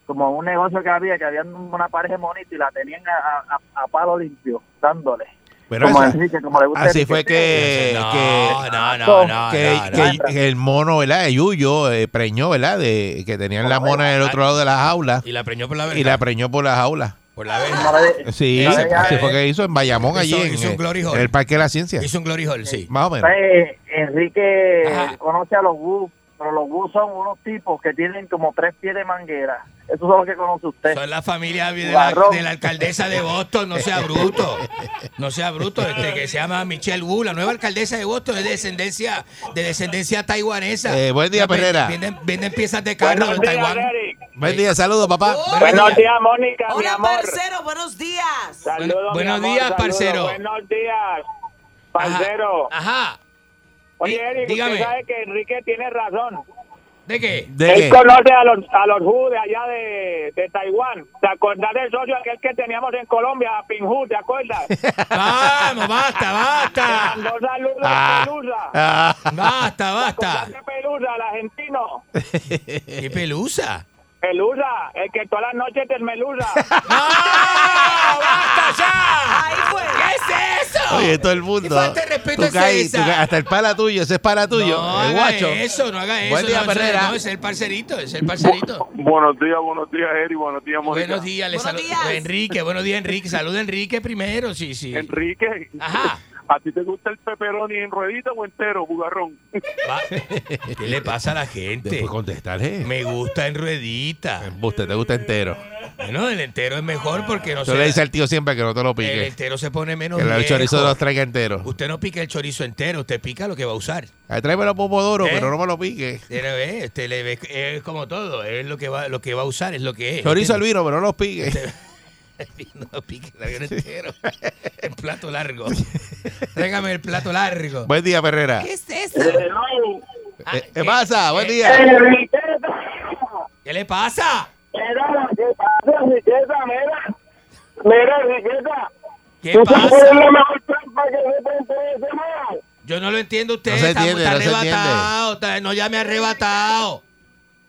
como un negocio que había, que había una pareja de monitos y la tenían a, a- a palo limpio, dándole. Pero como esa- Enrique, como le gusta Así Enrique. fue que, No, que- no, no, no, que- no, no. que- que el mono, ¿verdad? De Yuyo eh, preñó, ¿verdad? De, que tenían la mona del otro lado de la jaula Y la preñó por la verga. y la preñó por la jaula. Por la verga. Sí, Ese- así fue que hizo en Bayamón Hizo- allí, en, hizo un glory hole. en el Parque de la Ciencia. Hizo un glory hole, sí. Más o Pues, menos. ¿Sabe? Pues, Enrique conoce a los Wu, pero los Wu son unos tipos que tienen como tres pies de manguera. Esos son los que conoce usted. Son la familia de la, Guarrón. de la alcaldesa de Boston, no sea bruto. No sea bruto, este que se llama Michelle Wu, la nueva alcaldesa de Boston es de descendencia de descendencia taiwanesa. Eh, buen día, Ven- Perrera. Venden, venden piezas de carro Buenos en días, Taiwán. Oh. Buen día, saludos, papá. Buenos días, Mónica, Hola, parcero. Buenos días. Buenos días, parcero. Buenos días. Parcero. Ajá. Oye, Eric, dígame. usted sabe que Enrique tiene razón. ¿De qué? Él conoce a los, a los Hu de allá de, de Taiwán. ¿Te acordás del socio aquel que teníamos en Colombia, a Pinhu, te acuerdas? Vamos, basta, basta. Le mandó saludos Ah. a Pelusa. Ah. Basta, basta. ¿Te acordás de Pelusa, el argentino? ¿Qué pelusa? Pelusa, el que todas las noches te esmeluza. ¡Basta ya! ¿Qué es eso? Oye, todo el mundo. ¿Qué falta de respeto Tú es caes, esa? tú caes, hasta el para tuyo, ese es para tuyo. No el haga guacho. eso, no haga eso. Buen día, no, eso Perrera. no, es el parcerito, es el parcerito. Buenos días, buenos días, Eri, buenos días, Mónica. Buenos días, le saludo. Enrique, buenos días, Enrique. Saluda a Enrique primero, sí, sí. Enrique, ¿a ti te gusta el peperoni en ruedita o entero, bugarrón? Va- ¿Qué le pasa a la gente? Después ¿eh? Em. contestaré. Me gusta en ruedita. Usted te gusta entero. Bueno, el entero es mejor porque no Yo le dice se. al tío siempre que no te lo El pique. entero se pone menos. Que el chorizo viejo. los traiga entero. Usted no pica el chorizo entero, usted pica lo que va a usar. Ay, Tráeme los pomodoros, ¿Eh? pero no me lo pique. Usted le ve, usted le ve- es como todo, es lo que va, lo que va a usar, es lo que es. Chorizo al ¿entiende? vino, pero no los pique. este- No pique el avión entero. El plato largo. Tráigame el plato largo. Buen día, Perrera. ¿Qué ¿Qué, es eso? Ah, qué pasa? Buen eh, día. eh, ¿Qué le pasa? Mira, ¿qué pasa, riqueza? Mira, mira, riqueza. ¿Qué ¿Tú sabes cuál pasa? es la mejor trampa que se puede hacer, hermano? Yo no lo entiendo usted. No se está, entiende, está no se entiende. arrebatado. está- no ya me arrebatado.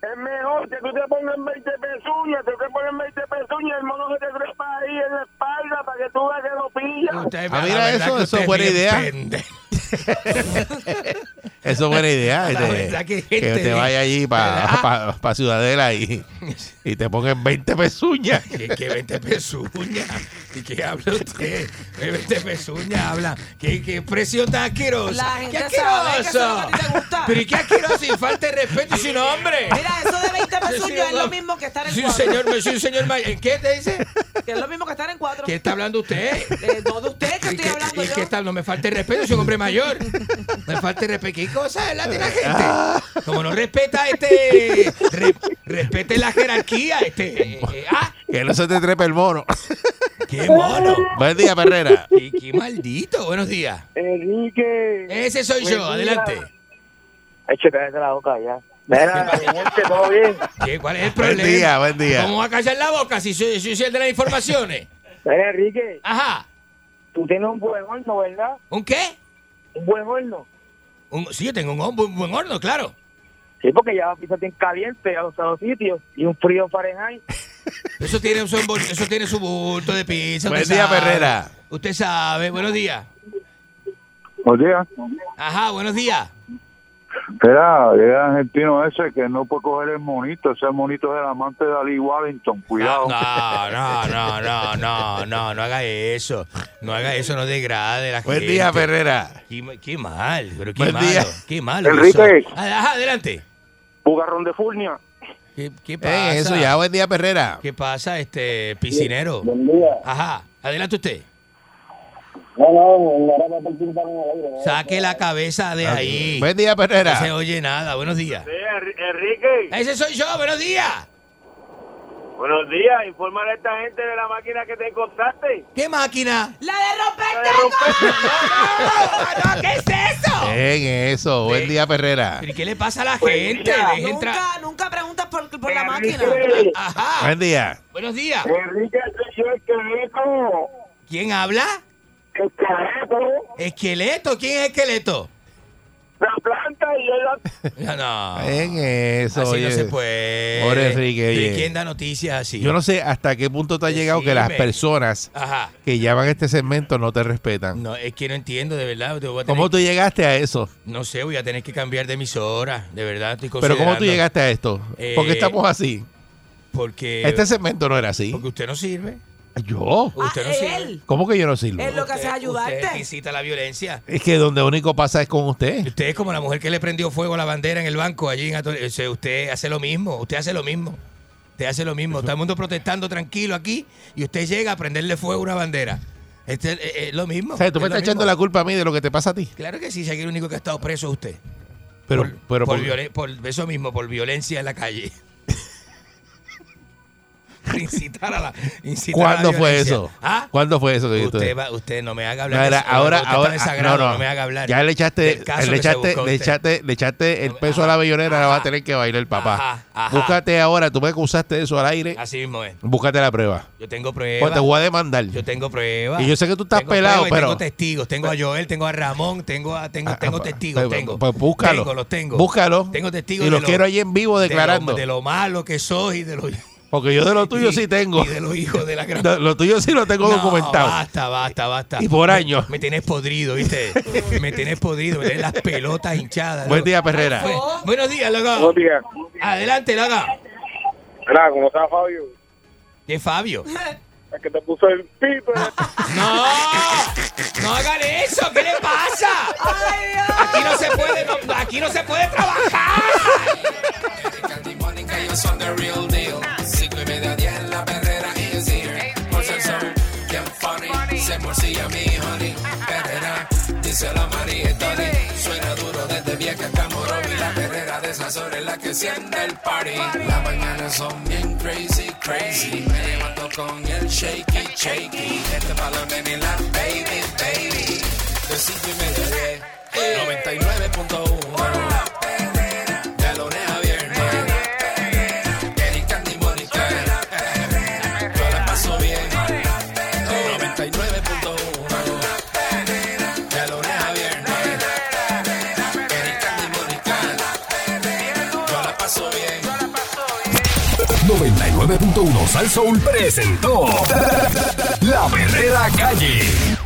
Es mejor que tú te pongas 20 pezuñas, tú te pones 20 pezuñas, el mono se te trepa ahí en la espalda para que tú veas que lo pillas. Ah, mira eso, eso es buena idea. Eso es buena idea. La este, verdad que que, gente te de- vaya allí para ¿Verdad? Ciudadela y, y te pongan 20 pezuñas. ¿Qué, qué 20 pezuñas? ¿De qué habla usted? ¿Qué 20 pezuñas habla? ¿Qué, qué precio tan asqueroso? La gente ¿Qué sabe que eso es lo que a ti te asqueroso? Pero ¿y qué asqueroso? Sin falta de respeto y sin nombre. Mira, eso de 20 pezuñas es lo mismo que estar en Sí, un cuatro. señor, yo soy un señor mayor. ¿Qué te dice? Que es lo mismo que estar en cuatro. ¿Qué está hablando usted? Eh, no de usted que ¿Y estoy qué, hablando y yo. qué tal? No me falte el respeto, soy un hombre mayor. Me falte el respeto. ¿Qué cosa es la de la gente? Como no respeta este. re- respete la jerarquía, este. eh, eh, ah, Que no se te trepe el mono. ¡Qué mono! Buen día, Perrera. Y qué maldito. Buenos días. Enrique. Ese soy yo, adelante. Eche, cállate la boca ya. Mira, mi gente, todo bien. ¿Qué- ¿Cuál es el Buen problema? día, buen día. ¿Cómo va a callar la boca si soy, soy el de las informaciones? Mira, Enrique, Ajá. tú tienes un buen horno, ¿verdad? ¿Un qué? Un buen horno. Un- sí, yo tengo un, hom- un buen horno, claro. Sí, porque ya pisa bien caliente a los, a los sitios y un frío Fahrenheit. Eso tiene su, envol- eso tiene su bulto de pizza. Buen usted día, sabe. Perrera. Usted sabe. Buenos días. Buenos días. Ajá, buenos días. Espera, el argentino ese que no puede coger el monito. Ese monito es el amante de Ali Wellington. Cuidado. No, no, no, no, no, no, no haga eso. No haga eso, no degrade la Buen gente. día, Perrera. Qué, ma- qué mal, pero qué Buen malo. día. Qué malo. Enrique. que son. Ah, Ajá, adelante. Bugarrón de Furnia. ¿Qué, qué pasa? Eh, eso ya, buen día, Perrera. ¿Qué pasa, este piscinero? Buen día. Ajá, adelante usted. No, no, no era para participar en el aire. Saque la cabeza de ahí. Ah, Buen día, No se Perrera. oye nada. Buenos días. Enrique, Ese soy yo. Buenos días. buenos días. Informar a esta gente de la máquina que te encontraste. ¿Qué máquina? La de romper Ah, ¡No, no! ¿Qué es eso? Bien, eso. Buen día, Perrera. ¿Pero ¿Qué le pasa a la gente? Dejen entrar. Nunca, nunca preguntas por, por la máquina. Ajá. Buen día. Buenos días. Eh, Enrique, soy yo el quereco. ¿Quién habla? Esqueleto. ¿Esqueleto? ¿Quién es esqueleto? La planta y yo la... No, no. Bien, eso. así oye. no se puede. Pobre Enrique, Pero ¿y oye. ¿Quién da noticias así? Yo no sé ah. hasta qué punto te ha llegado que las Decime. personas Ajá. que llaman a este segmento no te respetan. No, es que no entiendo, de verdad. te voy a tener ¿Cómo tú que- llegaste a eso? No sé, voy a tener que cambiar de emisora. De verdad, estoy Pero ¿cómo tú considerando. llegaste a esto? ¿Por Eh, qué estamos así? Porque. Este segmento no era así. Porque usted no sirve. ¿Yo? Usted no sirve. ¿Cómo que yo no sirvo? Él lo que hace es Usted- ayudarte. Usted incita la violencia. Es que donde único pasa es con usted. Usted es como la mujer que le prendió fuego a la bandera en el banco allí en Ator- o sea, Usted hace lo mismo, usted hace lo mismo. Usted hace lo mismo. Todo el mundo protestando tranquilo aquí y usted llega a prenderle fuego a una bandera. Este es, es- es lo mismo. O sea, tú es me lo estás echando mismo. la culpa a mí de lo que te pasa a ti. Claro que sí, si aquí el único que ha estado preso es usted. Pero, pero por, por- violen- por eso mismo, por violencia en la calle. incitar a la. incitar a la ¿Cuándo fue violencia. eso? ¿Ah? ¿Cuándo fue eso? que yo Usted, estuve? va- usted no me haga hablar. No, era, de eso. ahora, Usted está ahora, ah, desagrado, no, no, me haga hablar. Ya le del echaste, le caso que se echaste, buscó le usted. echaste, le echaste el peso a la bellonera, la va a tener que bailar el papá. Búscate ahora, tú me acusaste eso al aire. Así mismo es. Búscate la prueba. Yo tengo pruebas. Pues te voy a demandar. Yo tengo pruebas. Y yo sé que tú estás Tengo pelado, pruebas y pero- Tengo testigos. Tengo a Joel, tengo a Ramón, tengo a, tengo, tengo testigos. pues, tengo. pues, búscalo. Tengo, los tengo. Búscalo. Tengo testigos. Y de los lo- quiero ahí en vivo de lo- declarando. De lo, malo que soy y de lo. Porque yo de lo tuyo sí tengo. Y de los hijos de la gran. Lo, lo tuyo sí lo tengo No, documentado. Basta, basta, basta. Y por Me- años. Me, tienes podrido, ¿viste? me tienes podrido, me tienes las pelotas hinchadas. Buen loco. día, Perrera. Bu- Buenos días, Laga. Buenos días. Adelante, Laga. Mira, ¿cómo está Fabio? ¿Qué Fabio? Es que te puso el pito. ¡No! ¡No hagan eso! ¿Qué le pasa? Aquí no se puede, no- aquí no se puede trabajar. Mónica, ellos son the real deal. Cinco y media, diez, la perrera is here. Por ser son bien funny, se morcilla mi honey. Perrera, dice la María y Tony. Suena duro desde vieja hasta Morovi. La perrera de esas horas es la que enciende el party. Las mañanas son bien crazy, crazy. Me levanto con el shaky, shaky. Este palo nene y la baby, baby. De cinco y media, diez. 99.1 de lunes a viernes. Eric, Candy, Mónica. Yo la paso bien. 99.1. De lunes a viernes. Eric, Candy, Mónica. Yo la paso bien. 99.1 Sal Soul presentó La Verdadera Calle.